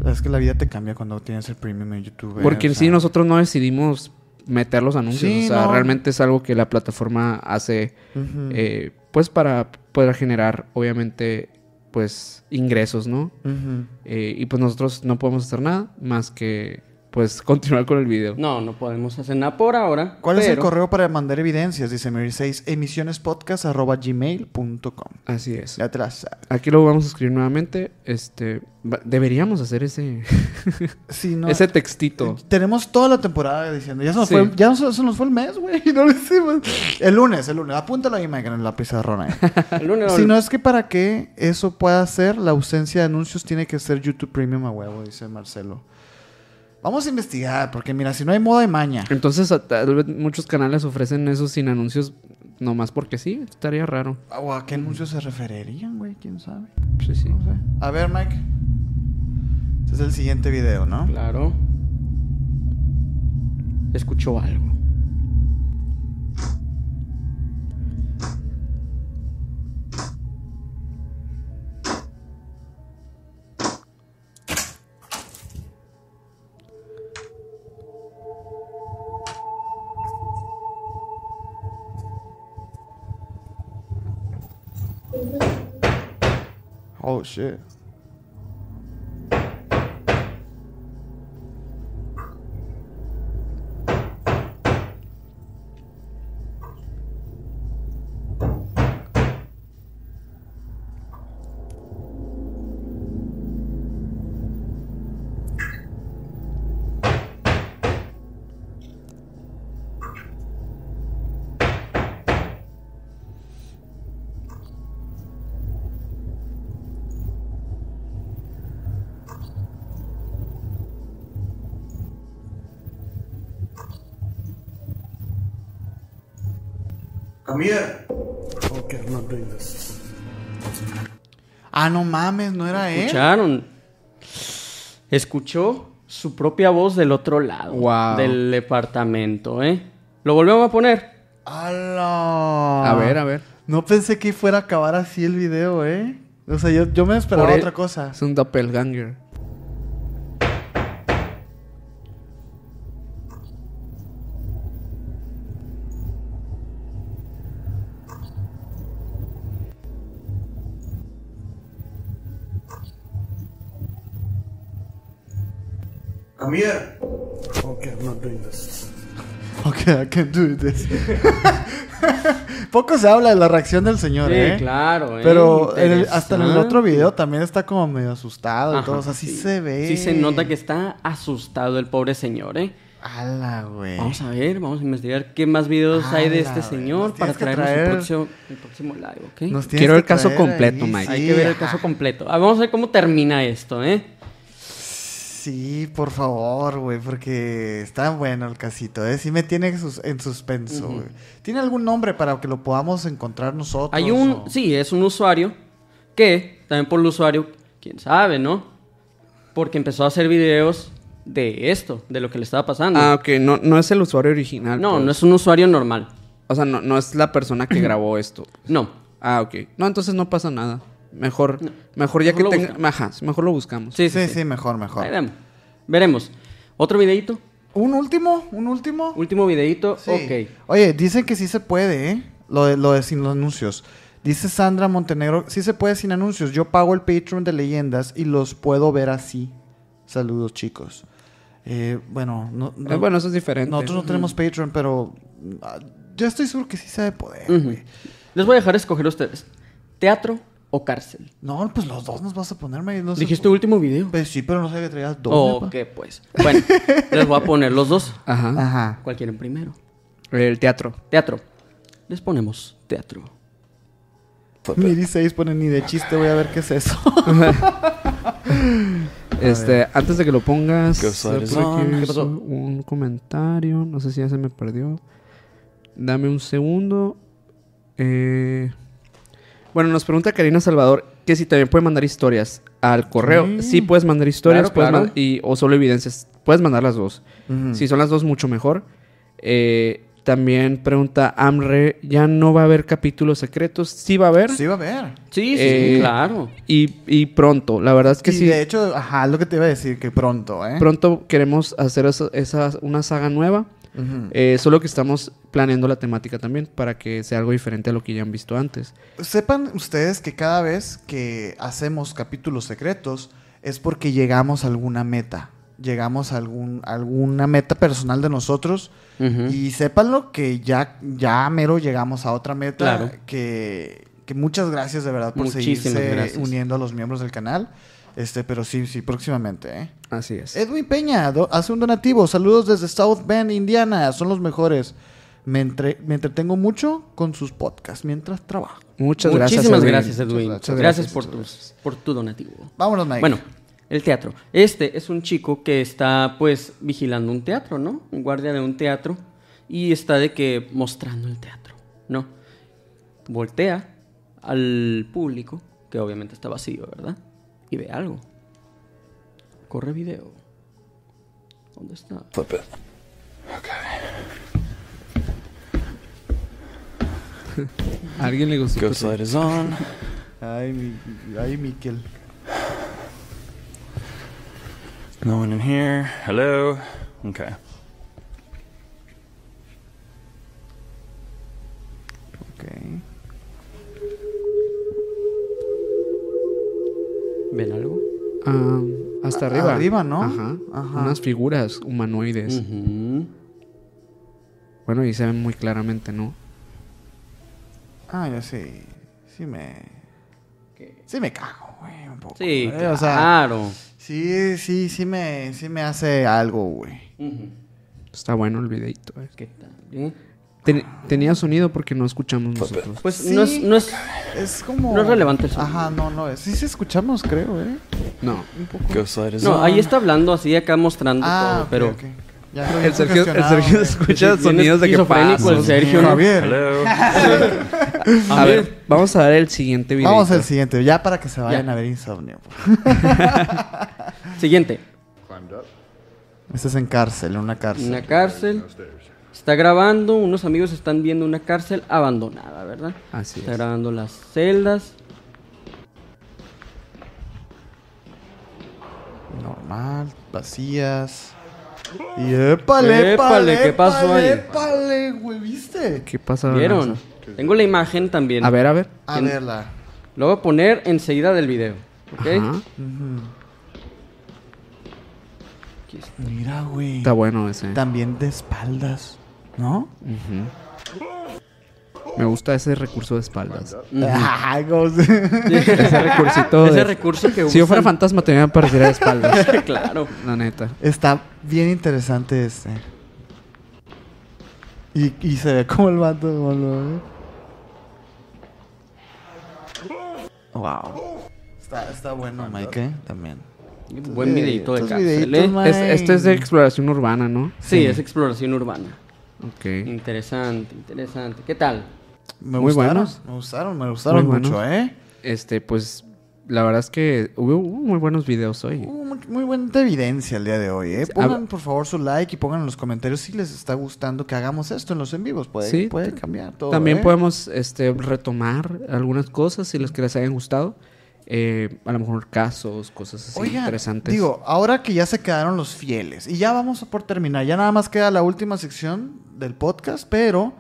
Es que la vida te cambia cuando tienes el premium en YouTube. ¿eh? Porque O en sí sea, nosotros no decidimos meter los anuncios. Sí, o sea, no. realmente es algo que la plataforma hace, eh, pues para poder generar, obviamente, pues ingresos, ¿no? ujú. Eh, y pues nosotros no podemos hacer nada más que pues continuar con el video. No, no podemos hacer nada por ahora. ¿Cuál es el pero- correo para mandar evidencias? Dice Mary 6, emisionespodcast.gmail.com. Así es. Ya te la sabes. Aquí lo vamos a escribir nuevamente. Este, va- deberíamos hacer ese, Sí, no, eh, ese textito. Tenemos toda la temporada diciendo. Ya se nos, Sí. fue, ya se, se nos fue el mes, güey. y No lo hicimos. El lunes, el lunes. Apúntalo ahí, Mike, en la pizarrona. ahí. El lunes o si el- no es que para que eso pueda ser, la ausencia de anuncios tiene que ser YouTube Premium a huevo, dice Marcelo. Vamos a investigar, porque mira, si no hay moda, hay maña. Entonces, a- tal vez muchos canales ofrecen eso sin anuncios, nomás porque sí, estaría raro. ¿O a qué anuncios se referirían, güey? ¿Quién sabe? Sí, sí. No sé. A ver, Mike. Este es el siguiente video, ¿no? Claro. Escuchó algo. Oh, shit. Ah, no mames, no era él. Escucharon. Escuchó su propia voz del otro lado Wow. del departamento, ¿eh? Lo volvemos a poner. ¡Hala! A ver, a ver. No pensé que fuera a acabar así el video, ¿eh? O sea, yo, yo me esperaba Por e- otra cosa. Es un doppelganger. Ok, I can't do this. Poco se habla de la reacción del señor, Sí, ¿eh? claro, ¿eh? Pero en el- hasta en el otro Interesante. video también está como medio asustado y Ajá, todo. O sea, sí, se ve. Sí se nota que está asustado el pobre señor, ¿eh? ¡Hala, güey! Vamos a ver, vamos a investigar qué más videos hay de Ala, este güey, señor Ah, nos para tienes que traernos el traer- próximo, el próximo live, ¿ok? Nos tienes Quiero que el caso traer completo, ahí, Mike. Hay que ver el ajá. caso completo. Ah, vamos a ver cómo termina esto, ¿eh? Sí, por favor, güey, porque está bueno el casito, ¿eh? Sí me tiene en sus- en suspenso, güey. ¿Tiene algún nombre para que lo podamos encontrar nosotros? Hay un, o- sí, es un usuario que, también por el usuario, quién sabe, ¿no? Porque empezó a hacer videos de esto, de lo que le estaba pasando. Ah, ok, no, no es el usuario original. no, pues. no es un usuario normal. O sea, no, no es la persona que grabó esto. No. Ah, ok. No, entonces no pasa nada. Mejor, mejor ya Mejor lo que tenga. buscamos. Ajá, mejor lo buscamos. Sí, Sí, sí, sí, sí. mejor, Ahí mejor. vemos. Veremos. Otro videito. ¿Un último? ¿Un último? Último videito. Sí. Ok. Oye, dicen que sí se puede, ¿eh? Lo de, lo de sin los anuncios. Dice Sandra Montenegro, sí se puede sin anuncios. Yo pago el Patreon de leyendas y los puedo ver así. Saludos, chicos. Eh, bueno, no, no- Eh, bueno, eso es diferente. nosotros no tenemos Patreon, pero ah, yo estoy seguro que sí se debe poder, Ujú. güey. Les voy a dejar escoger a ustedes. ¿Teatro o cárcel? No, pues los dos nos vas a ponerme. No sé Dijiste por- último video. Pues sí, pero no sé que traías dos. Oh, neta. ok, pues. Bueno, les voy a poner los dos. Ajá. Ajá. ¿Cuál quieren primero? El teatro. Teatro. Les ponemos teatro. Miri 6 pone ni de chiste, voy a ver qué es eso. Este, antes de que lo pongas, ¿Qué usar por eso? aquí No, ¿qué hizo pasó? un comentario, no sé si ya se me perdió. Dame un segundo. Eh, bueno, nos pregunta Karina Salvador que si también puede mandar historias al correo. Sí, puedes mandar historias Claro, puedes claro. man- y, o solo evidencias. Puedes mandar las dos. Ujú. Si son las dos, mucho mejor. Eh, también pregunta Amre, ¿ya no va a haber capítulos secretos? Sí va a haber. Sí, va a ver. Sí, sí, Eh, claro. Y, y pronto, la verdad es que y sí. de hecho, ajá, lo que te iba a decir, que pronto, ¿eh? Pronto queremos hacer esa, esa- una saga nueva. Ujú. eh, solo que estamos planeando la temática también para que sea algo diferente a lo que ya han visto antes. Sepan ustedes que cada vez que hacemos capítulos secretos es porque llegamos a alguna meta. llegamos a, algún, a alguna meta personal de nosotros. Ujú. Y sépanlo que ya, ya mero llegamos a otra meta. Claro. Que, que muchas gracias de verdad por Muchísimas seguirse gracias. uniendo a los miembros del canal. Este, pero sí, sí, próximamente, ¿eh? Así es. Edwin Peña do- hace un donativo. Saludos desde South Bend, Indiana. Son los mejores. Me, entre- me entretengo mucho con sus podcasts mientras trabajo. Muchas gracias. Muchísimas Edwin. gracias, Edwin. Muchas gracias. Gracias, Gracias, por, muchas tus, por tu donativo. Vámonos, Mike. Bueno, el teatro. Este es un chico que está, pues, vigilando un teatro, ¿no? Un guardia de un teatro. Y está de que mostrando el teatro, ¿no? Voltea al público, que obviamente está vacío, ¿verdad? Y ve algo. Corre video. ¿Dónde está? Alguien le gustó. tu- Ay, mi, ay, Miquel. No one in here. Hello. Okay. ¿Ven algo? Ah, hasta arriba. arriba, ¿no? Ajá. Ajá. Unas figuras humanoides. Ujú. Bueno, y se ven muy claramente, ¿no? Ah, yo sí. Sí me. Sí me cago, güey, un poco. Sí, güey. claro. Ah. O sea, sí, sí, sí me, sí me hace algo, güey. Ujú. Está bueno el videito. eh. ¿Qué tal? eh? Ten- tenía sonido porque no escuchamos nosotros. Pues Sí. no es... No es... Es como. No es relevante el sonido. Ajá, no, no es. Sí, sí escuchamos, creo, ¿eh? No. Un poco. No, ahí está hablando así, acá mostrando todo, Ah, pero... ok, ok. Ya lo El habían Sergio, el sugestionado, Sergio güey. escucha Bien sonidos de que esquizofrénico pasan. el Sergio, ¿no? Javier. A ver, vamos a ver el siguiente video. Vamos al siguiente, ya para que se vayan Ya. a ver insomnio. Siguiente. Este es en cárcel, en una cárcel. Una cárcel. Está grabando, unos amigos están viendo una cárcel abandonada, ¿verdad? Así Está es. grabando las celdas. Normal, vacías. Y Épale, épale, épale, ¿qué pasó épale, ahí? Épale, güey, ¿viste? ¿Qué pasa? ¿Vieron? Tengo la imagen también. A ver, a ver. A verla. Lo voy a poner enseguida del video. ¿Ok? Ajá. Aquí está. Mira, güey. Está bueno ese. También de espaldas, ¿no? Me gusta ese recurso de espaldas. Ah, como Ese se- recursito de... Ese recurso que Si yo fuera usan. fantasma, tenía que aparecer de espaldas. claro. La neta. Está bien interesante este. Y, y se ve como el vato, ¿eh? como lo ve. Wow. Está, está bueno, Mike, ¿eh? también. Buen videito de Estos cárcel, videitos, ¿eh? man. Es- este es de Ay. exploración urbana, ¿no? Sí, es exploración urbana. Mm. Ok. Interesante, interesante. ¿Qué tal? Me Muy gustaron, buenos. Me gustaron, me gustaron Muy mucho, buenos. ¿eh? Este, pues, la verdad es que hubo, hubo muy buenos videos hoy. Hubo mu- muy buena evidencia el día de hoy, ¿eh? Pongan, ah, por favor, su like y pongan en los comentarios si les está gustando que hagamos esto en los en vivos. Puede, Sí, puede t- cambiar todo, También ¿eh? podemos este, retomar algunas cosas si les, que les hayan gustado. Eh, a lo mejor casos, cosas así Oigan, interesantes. Digo, ahora que ya se quedaron los fieles y ya vamos a por terminar, ya nada más queda la última sección del podcast, pero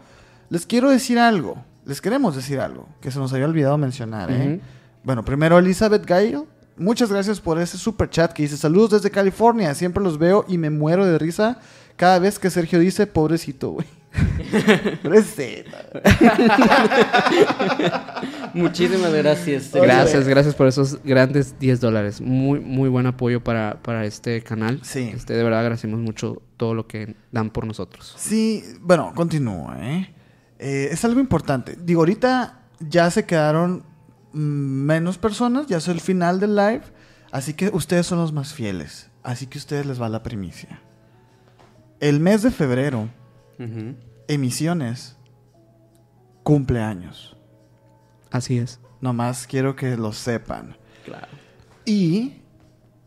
les quiero decir algo, les queremos decir algo que se nos había olvidado mencionar. ¿eh? Ujú. Bueno, primero Elizabeth Gail, muchas gracias por ese super chat que dice saludos desde California, siempre los veo y me muero de risa cada vez que Sergio dice pobrecito, güey. Pobrecito. Muchísimas gracias. Gracias, gracias por esos grandes 10 dólares. Muy, muy buen apoyo para, para este canal. Sí. Este, de verdad agradecemos mucho todo lo que dan por nosotros. Sí, bueno, continúo, ¿eh? Eh, Es algo importante. Digo, ahorita ya se quedaron mm, menos personas, ya es el final del live, así que ustedes son los más fieles, así que a ustedes les va la primicia. El mes de febrero, Ujú. emisiones, cumpleaños. Así es. Nomás quiero que lo sepan. Claro. Y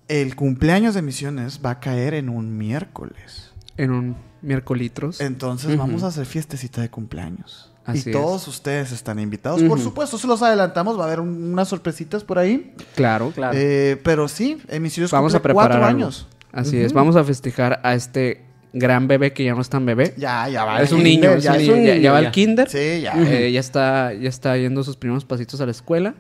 el cumpleaños de emisiones va a caer en un miércoles. En un miércoles. Entonces vamos a hacer fiestecita de cumpleaños. Así y es. todos ustedes están invitados. Por supuesto, se los adelantamos. Va a haber un- unas sorpresitas por ahí. Claro. Claro. Eh, pero sí, Emisidios Vamos a cumple preparar cuatro algo. años. Así es. Vamos a festejar a este gran bebé que ya no es tan bebé. Ah, Ya, ya va. es al un niño, kinder, es ya un es niño, ya, ya va ya. al kinder. Sí, ya. Eh, ya está ya está yendo sus primeros pasitos a la escuela.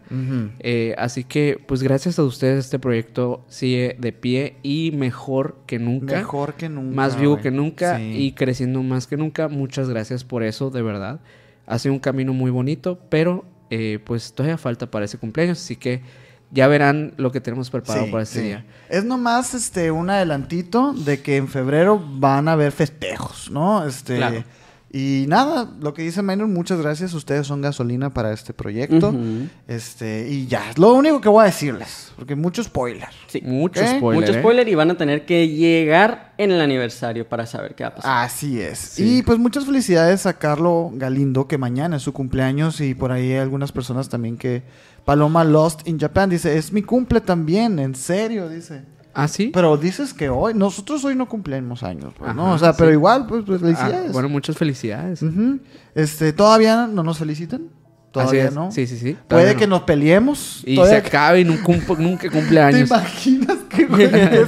Eh, así que, pues gracias a ustedes, este proyecto sigue de pie y mejor que nunca. Mejor que nunca. Más vivo güey. que nunca Sí. y creciendo más que nunca. Muchas gracias por eso, de verdad. Ha sido un camino muy bonito, pero eh, pues todavía falta para ese cumpleaños. Así que ya verán lo que tenemos preparado Sí, para ese sí. día. Es nomás este un adelantito de que en febrero van a haber festejos, ¿no? Este Claro. y nada, lo que dice Maynard, muchas gracias. Ustedes son gasolina para este proyecto. Ujú. Este, y ya, es lo único que voy a decirles, porque mucho spoiler. Sí. Mucho ¿Eh? spoiler. Mucho ¿eh? spoiler y van a tener que llegar en el aniversario para saber qué va a pasar. Así es. Y pues muchas felicidades a Carlo Galindo, que mañana es su cumpleaños, y por ahí hay algunas personas también que. Paloma Lost in Japan dice, es mi cumple también, en serio, dice. ¿Ah, sí? Pero dices que hoy, nosotros hoy no cumplimos años, pues, ¿no? Ajá, O sea, sí. pero igual, pues, pues Ah, felicidades. bueno, muchas felicidades. Ujú. Este, todavía no nos felicitan. Todavía Así es. no. Sí, sí, sí. Puede Todavía que no. nos peleemos. Y se todavía que- acabe y nunca, cum- nunca ¿Te cumpleaños. imaginas que güey, qué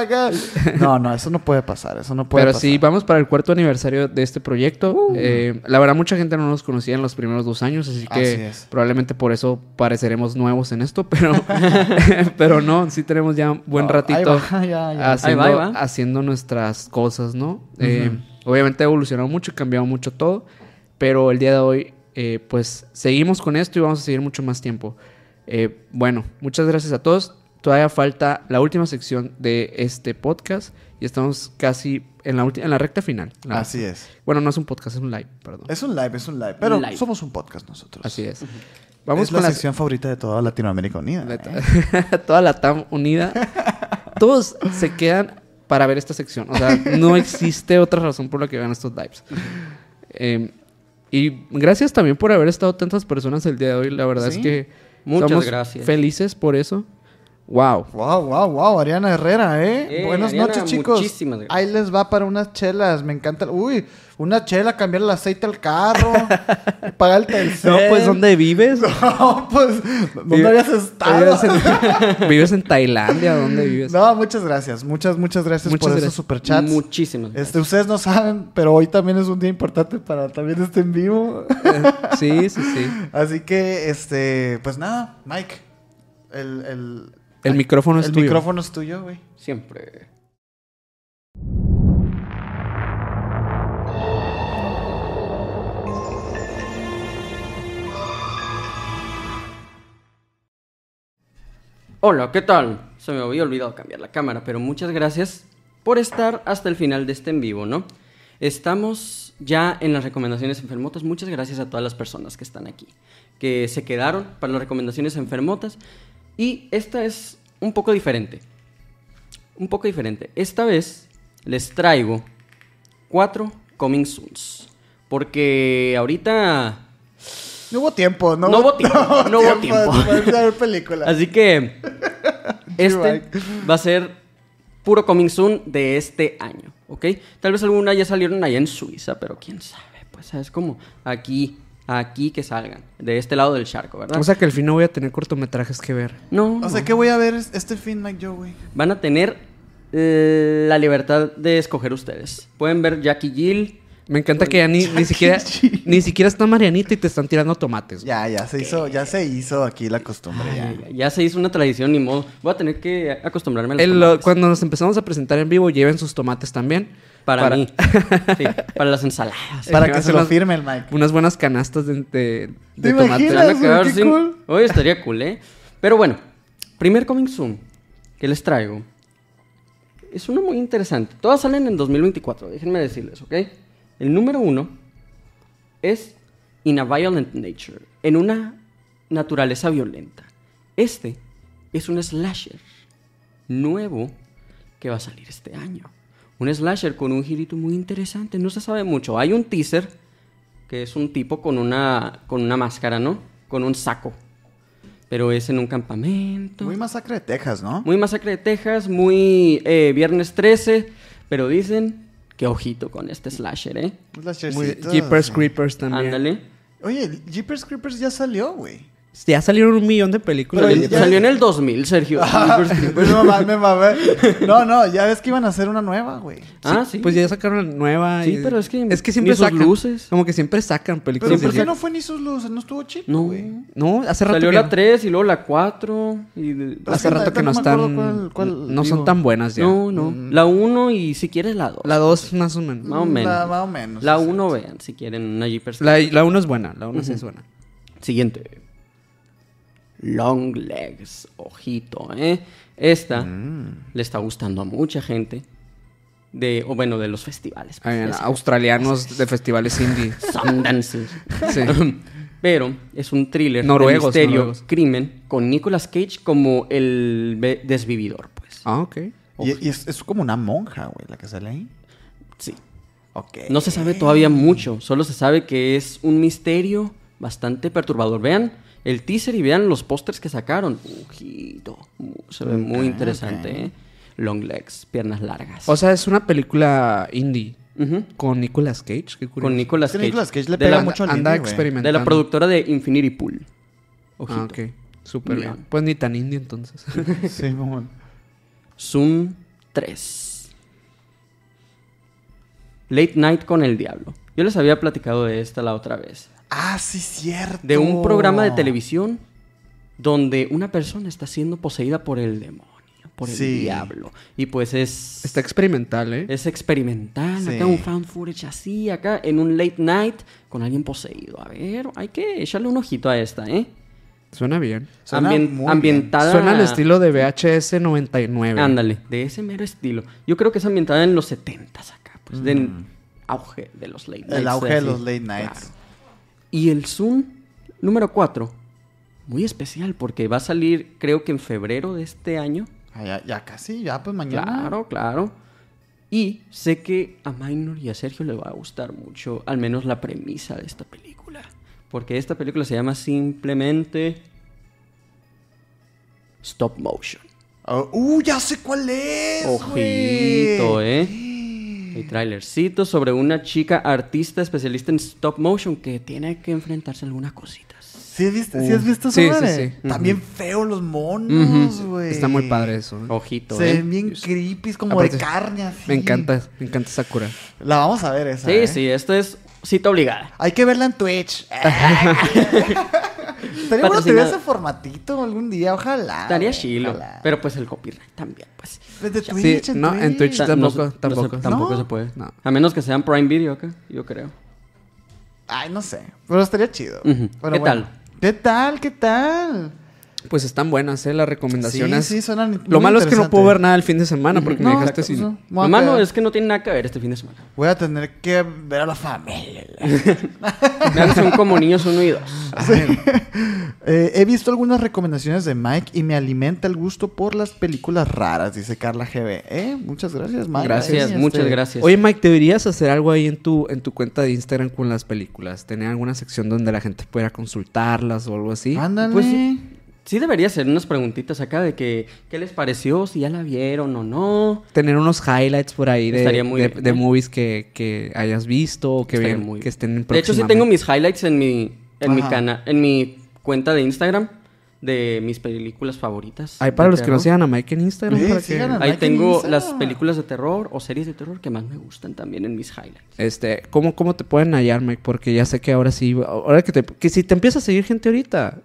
acá? No, no, eso no puede pasar, eso no puede Pero pasar. Uh. sí, vamos para el cuarto aniversario de este proyecto. Eh, la verdad, mucha gente no nos conocía en los primeros dos años, así Así que es. probablemente por eso pareceremos nuevos en esto, pero, pero no, sí tenemos ya un buen No, ahí ratito va, ya, ya. Haciendo, Ahí va, ahí va. haciendo nuestras cosas, ¿no? Eh, obviamente ha evolucionado mucho y cambiado mucho todo, pero el día de hoy, eh, pues seguimos con esto y vamos a seguir mucho más tiempo. Eh, bueno, muchas gracias a todos. Todavía falta la última sección de este podcast y estamos casi en la, ulti- en la recta final. La- Así es. Bueno, no es un podcast, es un live, perdón. Es un live, es un live. Pero Live. somos un podcast nosotros. Así es. Vamos es con la la sección favorita de toda Latinoamérica Unida. La- ¿eh? Toda la TAM unida. Todos se quedan para ver esta sección. O sea, no existe otra razón por la que vean estos lives. Eh, y gracias también por haber estado tantas personas el día de hoy. La verdad Sí. es que Muchas gracias. felices por eso. Wow. Wow, wow, wow, Ariana Herrera, ¿eh? Eh, Buenas Ariana, noches, chicos. muchísimas gracias. Ahí les va para unas chelas, me encanta. Uy, una chela, cambiar el aceite al carro, pagar el telcel. No, pues ¿dónde vives? No, pues, ¿dónde habías estado? Vives en, vives en Tailandia, ¿dónde vives? No, muchas gracias, muchas, muchas gracias Muchas por gracias. esos superchats. Muchísimas Este, ustedes no saben, pero hoy también es un día importante para también este en vivo. Sí, sí, sí. Así que, este, pues nada, Mike, el, el, El micrófono es el tuyo. micrófono es tuyo, güey. Siempre. Hola, ¿qué tal? Se me había olvidado cambiar la cámara, pero muchas gracias por estar hasta el final de este en vivo, ¿no? Estamos ya en las recomendaciones enfermotas. Muchas gracias a todas las personas que están aquí, que se quedaron para las recomendaciones enfermotas. Y esta es un poco diferente un poco diferente. Esta vez les traigo cuatro coming soons. Porque ahorita No hubo tiempo, no, No hubo tiempo, no hubo tiempo. Después de ver películas. Así que este Right. va a ser puro coming soon de este año, ¿ok? Tal vez alguna ya salieron allá en Suiza, pero quién sabe. Pues es como aquí, aquí que salgan, de este lado del charco, ¿verdad? O sea que al fin no voy a tener cortometrajes que ver. no, O no. sea, ¿qué voy a ver es- este fin, Mike, yo, güey? van a tener eh, la libertad de escoger ustedes. Pueden ver Jackie Jill. Me encanta que ya ni, ni siquiera ni siquiera está Marianita y te están tirando tomates. Ya, ya se hizo, ya se hizo aquí la costumbre. ya. Ya, ya se hizo una tradición, ni modo. Voy a tener que acostumbrarme a los El- lo- tomates. cuando nos empezamos a presentar en vivo, lleven sus tomates también. Para, mí. Sí, para las ensaladas. Para Eh, que se hacen lo las- firme el Mike. Unas buenas canastas de, de, de ¿Te tomates. Se van a Mira, quedar qué sin- cool. Hoy estaría cool, ¿eh? Pero bueno, primer coming soon que les traigo es uno muy interesante. Todas salen en 2024, déjenme decirles, ¿ok? El número uno es In a Violent Nature, en una naturaleza violenta. Este es un slasher nuevo que va a salir este año. Un slasher con un girito muy interesante, no se sabe mucho. Hay un teaser que es un tipo con una, con una máscara, ¿no? Con un saco. Pero es en un campamento. Muy masacre de Texas, ¿no? Muy masacre de Texas, muy eh, viernes 13. Pero dicen que ojito con este slasher, ¿eh? Muy Pues las Muy- chercitas, Jeepers güey. Creepers también. Ándale. Oye, el Jeepers Creepers ya salió, güey. Ya salieron un millón de películas. pues, Salió, Pero ya- salió en el 2000, Sergio. Pues no, ma- me mamé. No, no, ya ves que iban a hacer una nueva, güey. ah, sí. Pues ya sacaron la nueva. Sí, y- pero es que Es que ni siempre sus sacan. luces. Como que siempre sacan películas. Pero de ¿por qué Disney. no fue ni sus luces? ¿No estuvo chido? No. no? hace rato Salió que, la 3 y luego la 4. Y... Pero es hace Pues que rato neta que no no me están... acuerdo cuál- cuál no digo. son tan buenas ya. No, no. La 1 y si quieres la 2. La 2 más o menos. Más o menos. La- más o menos, La sí, sí. 1 vean, si quieren una Jeepers. La 1 es buena, la 1 sí es buena. Siguiente. Long legs, ojito, ¿eh? Esta Mm. le está gustando a mucha gente. De, o bueno, de los festivales. Ay, pues, es- Ah, australianos de festivales indie. Sundance. Sí. Pero es un thriller Noruegos, de misterio, noruegos. crimen, con Nicolas Cage como el ve- desvividor, pues. Ah, ok. Y, y es, es como una monja, güey, la que sale ahí. Sí. Ok. No se sabe todavía mucho, solo se sabe que es un misterio bastante perturbador. Vean el teaser y vean los pósters que sacaron. Ujito, mu- se ve muy interesante, ¿eh? Long legs, piernas largas. O sea, es una película indie Ujú, con Nicolas Cage. Qué curioso. Con Nicolas Es que Cage. Nicolas Cage le de pega la, mucho al Anda indie, güey. experimentando. de la productora de Infinity Pool. Ojito. Ah, ok. Súper Bien. bien. Pues ni tan indie entonces. Sí, mamón. Zoom 3. Late Night con el Diablo. Yo les había platicado de esta la otra vez. Ah, sí, cierto. De un programa de televisión donde una persona está siendo poseída por el demonio, por el Sí. diablo. Y pues es, Está experimental, ¿eh? es experimental. Sí. Acá un fan footage así, acá en un late night con alguien poseído. A ver, hay que echarle un ojito a esta, ¿eh? Suena bien. Suena Ambien- muy bien. ambientada. Suena al estilo de VHS 99. Ándale, de ese mero estilo. Yo creo que es ambientada en los 70s acá, pues del auge de los late nights. El auge de así. los late nights. Y el Zoom número 4, muy especial porque va a salir creo que en febrero de este año. Ah, ya, ya casi, ya pues mañana. Claro, claro. Y sé que a Minor y a Sergio les va a gustar mucho, al menos la premisa de esta película. Porque esta película se llama simplemente Stop Motion. Ah, ¡Uh, ya sé cuál es! Ojito, güey. ¿eh? El trailercito sobre una chica artista especialista en stop motion que tiene que enfrentarse a algunas cositas. ¿Sí, viste, Uh. ¿Sí has visto eso, Sí, sí, madre? sí. También feo los monos, güey. Está muy padre eso. ¿eh? Ojito, Se ¿eh? ven bien creepy, es como Aparte, de carne así. Me encanta, me encanta Sakura. La vamos a ver esa. Sí, ¿eh? sí, esto es cita obligada. Hay que verla en Twitch. Estaría bueno tener Patrocinado. ese formatito algún día, ojalá. Estaría Ah, güey, chilo. ojalá. Pero pues el copyright también, pues. Desde Sí, Twitch, en no, Twitch. en Twitch O sea, no se- tampoco, no se- tampoco. tampoco ¿No? se puede. No. A menos que sean Prime Video acá, yo creo. Ay, no sé. Pero estaría chido. Ujú. Pero ¿Qué bueno. tal? ¿Qué tal? ¿Qué tal? Pues están buenas, ¿eh? Las recomendaciones. Sí, sí, suenan Lo muy malo es que no interesante. puedo ver nada el fin de semana porque me No, dejaste exacto, sin... no. Me voy Lo a malo quedar- es que no tiene nada que ver este fin de semana. Voy a tener que ver a la familia. Vean, son como niños uno y dos. Eh, he visto algunas recomendaciones de Mike y me alimenta el gusto por las películas raras, dice Carla GB. Eh, muchas gracias, Mike. Gracias, Ahí, muchas este, gracias. Oye, Mike, deberías hacer algo ahí en tu, en tu cuenta de Instagram con las películas. Tener alguna sección donde la gente pueda consultarlas o algo así. Ándale. Pues sí. Sí debería ser unas preguntitas acá de que qué les pareció, si ya la vieron o no. Tener unos highlights por ahí de, Estaría muy de- bien, de ¿eh? movies que, que hayas visto o que, Estaría vean- muy que bien. estén en De hecho, sí tengo mis highlights en mi, en mi Ajá. cana- en mi cuenta de Instagram de mis películas favoritas. Ahí para de los que no terror. sigan a Mike en Instagram. Sí, para sigan que- a- Ahí Mike en tengo Instagram. las películas de terror o series de terror que más me gustan también en mis highlights. Este, ¿cómo, ¿Cómo te pueden hallar, Mike? Porque ya sé que ahora sí... Ahora que, te, que si te empieza a seguir gente ahorita,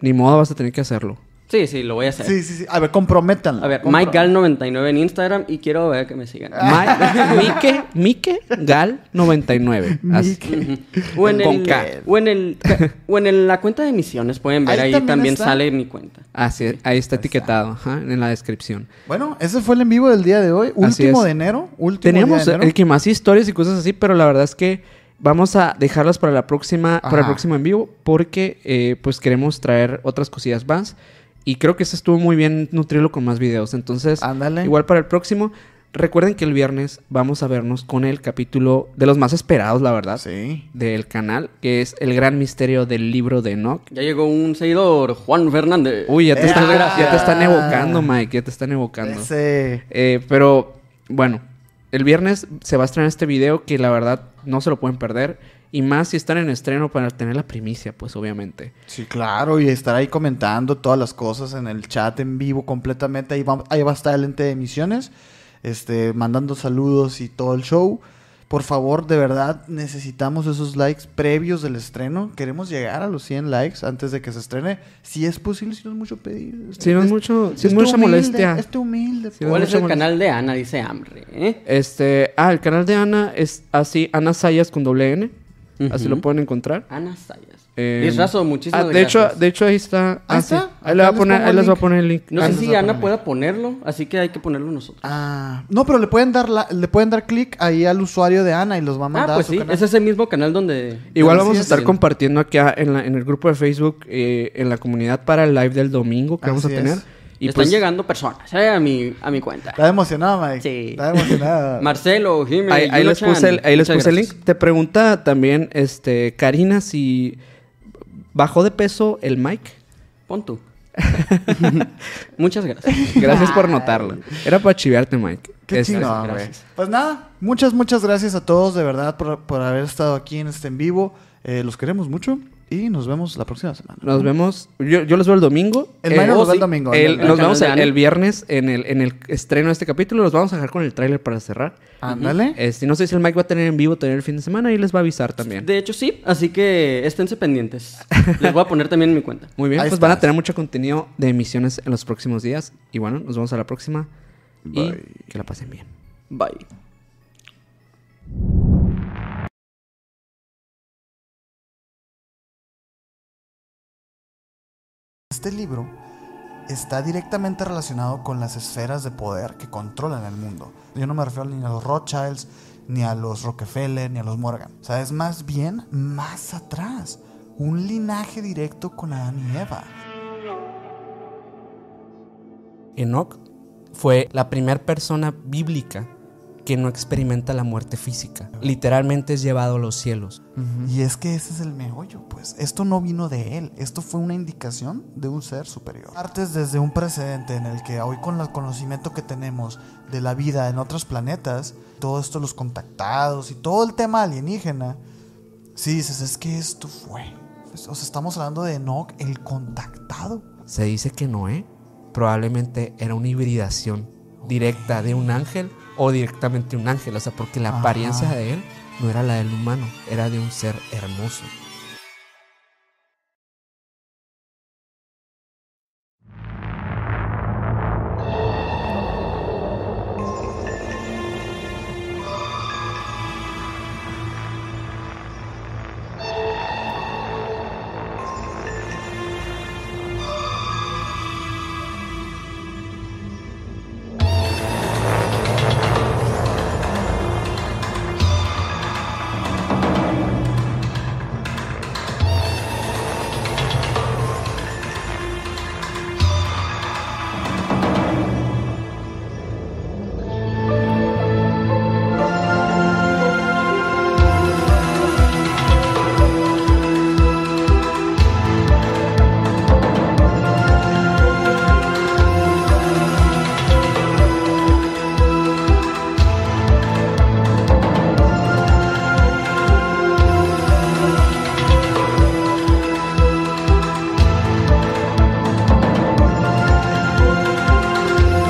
ni modo vas a tener que hacerlo. Sí, sí, lo voy a hacer. Sí, sí, sí. A ver, comprométanla. A ver, Compro- MikeGal99 en Instagram y quiero ver que me sigan. Mike, Mike, Mike Gal 99. Así. O en, Con el, K. o en el- o en el- la cuenta de misiones pueden ver, Ahí ahí, también también está. sale mi cuenta. Así es, Ah, ahí está etiquetado, ajá, en la descripción. Bueno, ese fue el en vivo del día de hoy. Así Último es. de enero. Último Teníamos día de enero. el que más historias y cosas así, pero la verdad es que vamos a dejarlas para la próxima, para el Ajá. próximo en vivo, porque eh, pues queremos traer otras cosillas más. Y creo que este estuvo muy bien nutrirlo con más videos. Entonces, Ándale. igual para el próximo. Recuerden que el viernes vamos a vernos con el capítulo de los más esperados, la verdad, Ah, Sí. del canal, que es El gran misterio del libro de Enoch. Ya llegó un seguidor, Juan Fernández. Uy, ya te, Eh, están, ah. ya te están evocando, Mike, ya te están evocando. Ese. Eh, pero bueno, el viernes se va a estrenar este video que la verdad no se lo pueden perder. Y más si están en estreno para tener la primicia, pues obviamente. Sí, claro, y estar ahí comentando todas las cosas en el chat en vivo completamente. Ahí va, ahí va a estar el ente de emisiones, este, mandando saludos y todo el show. Por favor, de verdad, necesitamos esos likes previos del estreno. Queremos llegar a los 100 likes antes de que se estrene. Si es posible, si no es mucho pedir. Si no es mucho, si es mucha humilde, molestia. Este humilde. Sí, po. ¿Cuál es el Mucho canal de Ana? Dice Hambre, ¿eh? Este, ah, el canal de Ana es así, Ana Sayas con doble N. Así Ujú. lo pueden encontrar. Ana Sayas. Eh, Diez Razo, muchísimas ah, de hecho, gracias. de hecho ahí está. Ah, sí. está? Ahí, le voy Acá a les poner, pongo ahí el les voy a link. poner el link. no Ah, sé nos si va a Ana poner. pueda ponerlo, así que hay que ponerlo nosotros. Ah, no, pero le pueden dar la- le pueden dar clic ahí al usuario de Ana y los va a Ah, mandar a pues su sí, canal. es ese mismo canal donde... Igual donde vamos a sí estar es. compartiendo acá en, la- en el grupo de Facebook, eh, en la comunidad para el live del domingo que vamos a Así tener. es. Y Están pues, llegando personas eh, a, mi, a mi cuenta. Está emocionada, Mike. Sí. Está emocionada. Marcelo, Jiménez, ahí, ahí les Yulo-chan, puse, el, ahí les muchas puse el gracias. link. Te pregunta también, este, Karina, si bajó de peso el mic. Pon tú. muchas gracias. Gracias por notarlo. Era para chivearte, Mike. Qué Este, chingón, güey. gracias. Pues nada, muchas, muchas gracias a todos de verdad por, por haber estado aquí en este en vivo. Eh, los queremos mucho y nos vemos la próxima semana. Nos vemos. Yo, yo los veo el domingo. Eh, oh, El Mario los ve el domingo, el- el- nos el canal vemos de el, Ana. el viernes en el, en el estreno de este capítulo. Los vamos a dejar con el tráiler para cerrar. Ándale. Este, no sé si el Mike va a tener en vivo tener el fin de semana y les va a avisar también. De hecho, sí, así que esténse pendientes. Les voy a poner también en mi cuenta. Muy bien, Ahí pues está. van a tener mucho contenido de emisiones en los próximos días. Y bueno, nos vemos a la próxima. Y que la pasen bien. Bye. Este libro está directamente relacionado con las esferas de poder que controlan el mundo. Yo no me refiero ni a los Rothschilds, ni a los Rockefeller, ni a los Morgan. O sea, es más bien más atrás. Un linaje directo con Adán y Eva. Enoch fue la primera persona bíblica que no experimenta la muerte física. Literalmente es llevado a los cielos. Y es que ese es el meollo, pues. Esto no vino de él, esto fue una indicación de un ser superior. Partes desde un precedente en el que hoy con el conocimiento que tenemos de la vida en otros planetas, todo esto, los contactados y todo el tema alienígena, si dices, es que esto fue. Pues, o sea, estamos hablando de Enoch, el contactado. Se dice que Noé probablemente era una hibridación directa de un ángel o directamente un ángel, o sea, porque la Ajá. apariencia de él no era la del humano, era de un ser hermoso.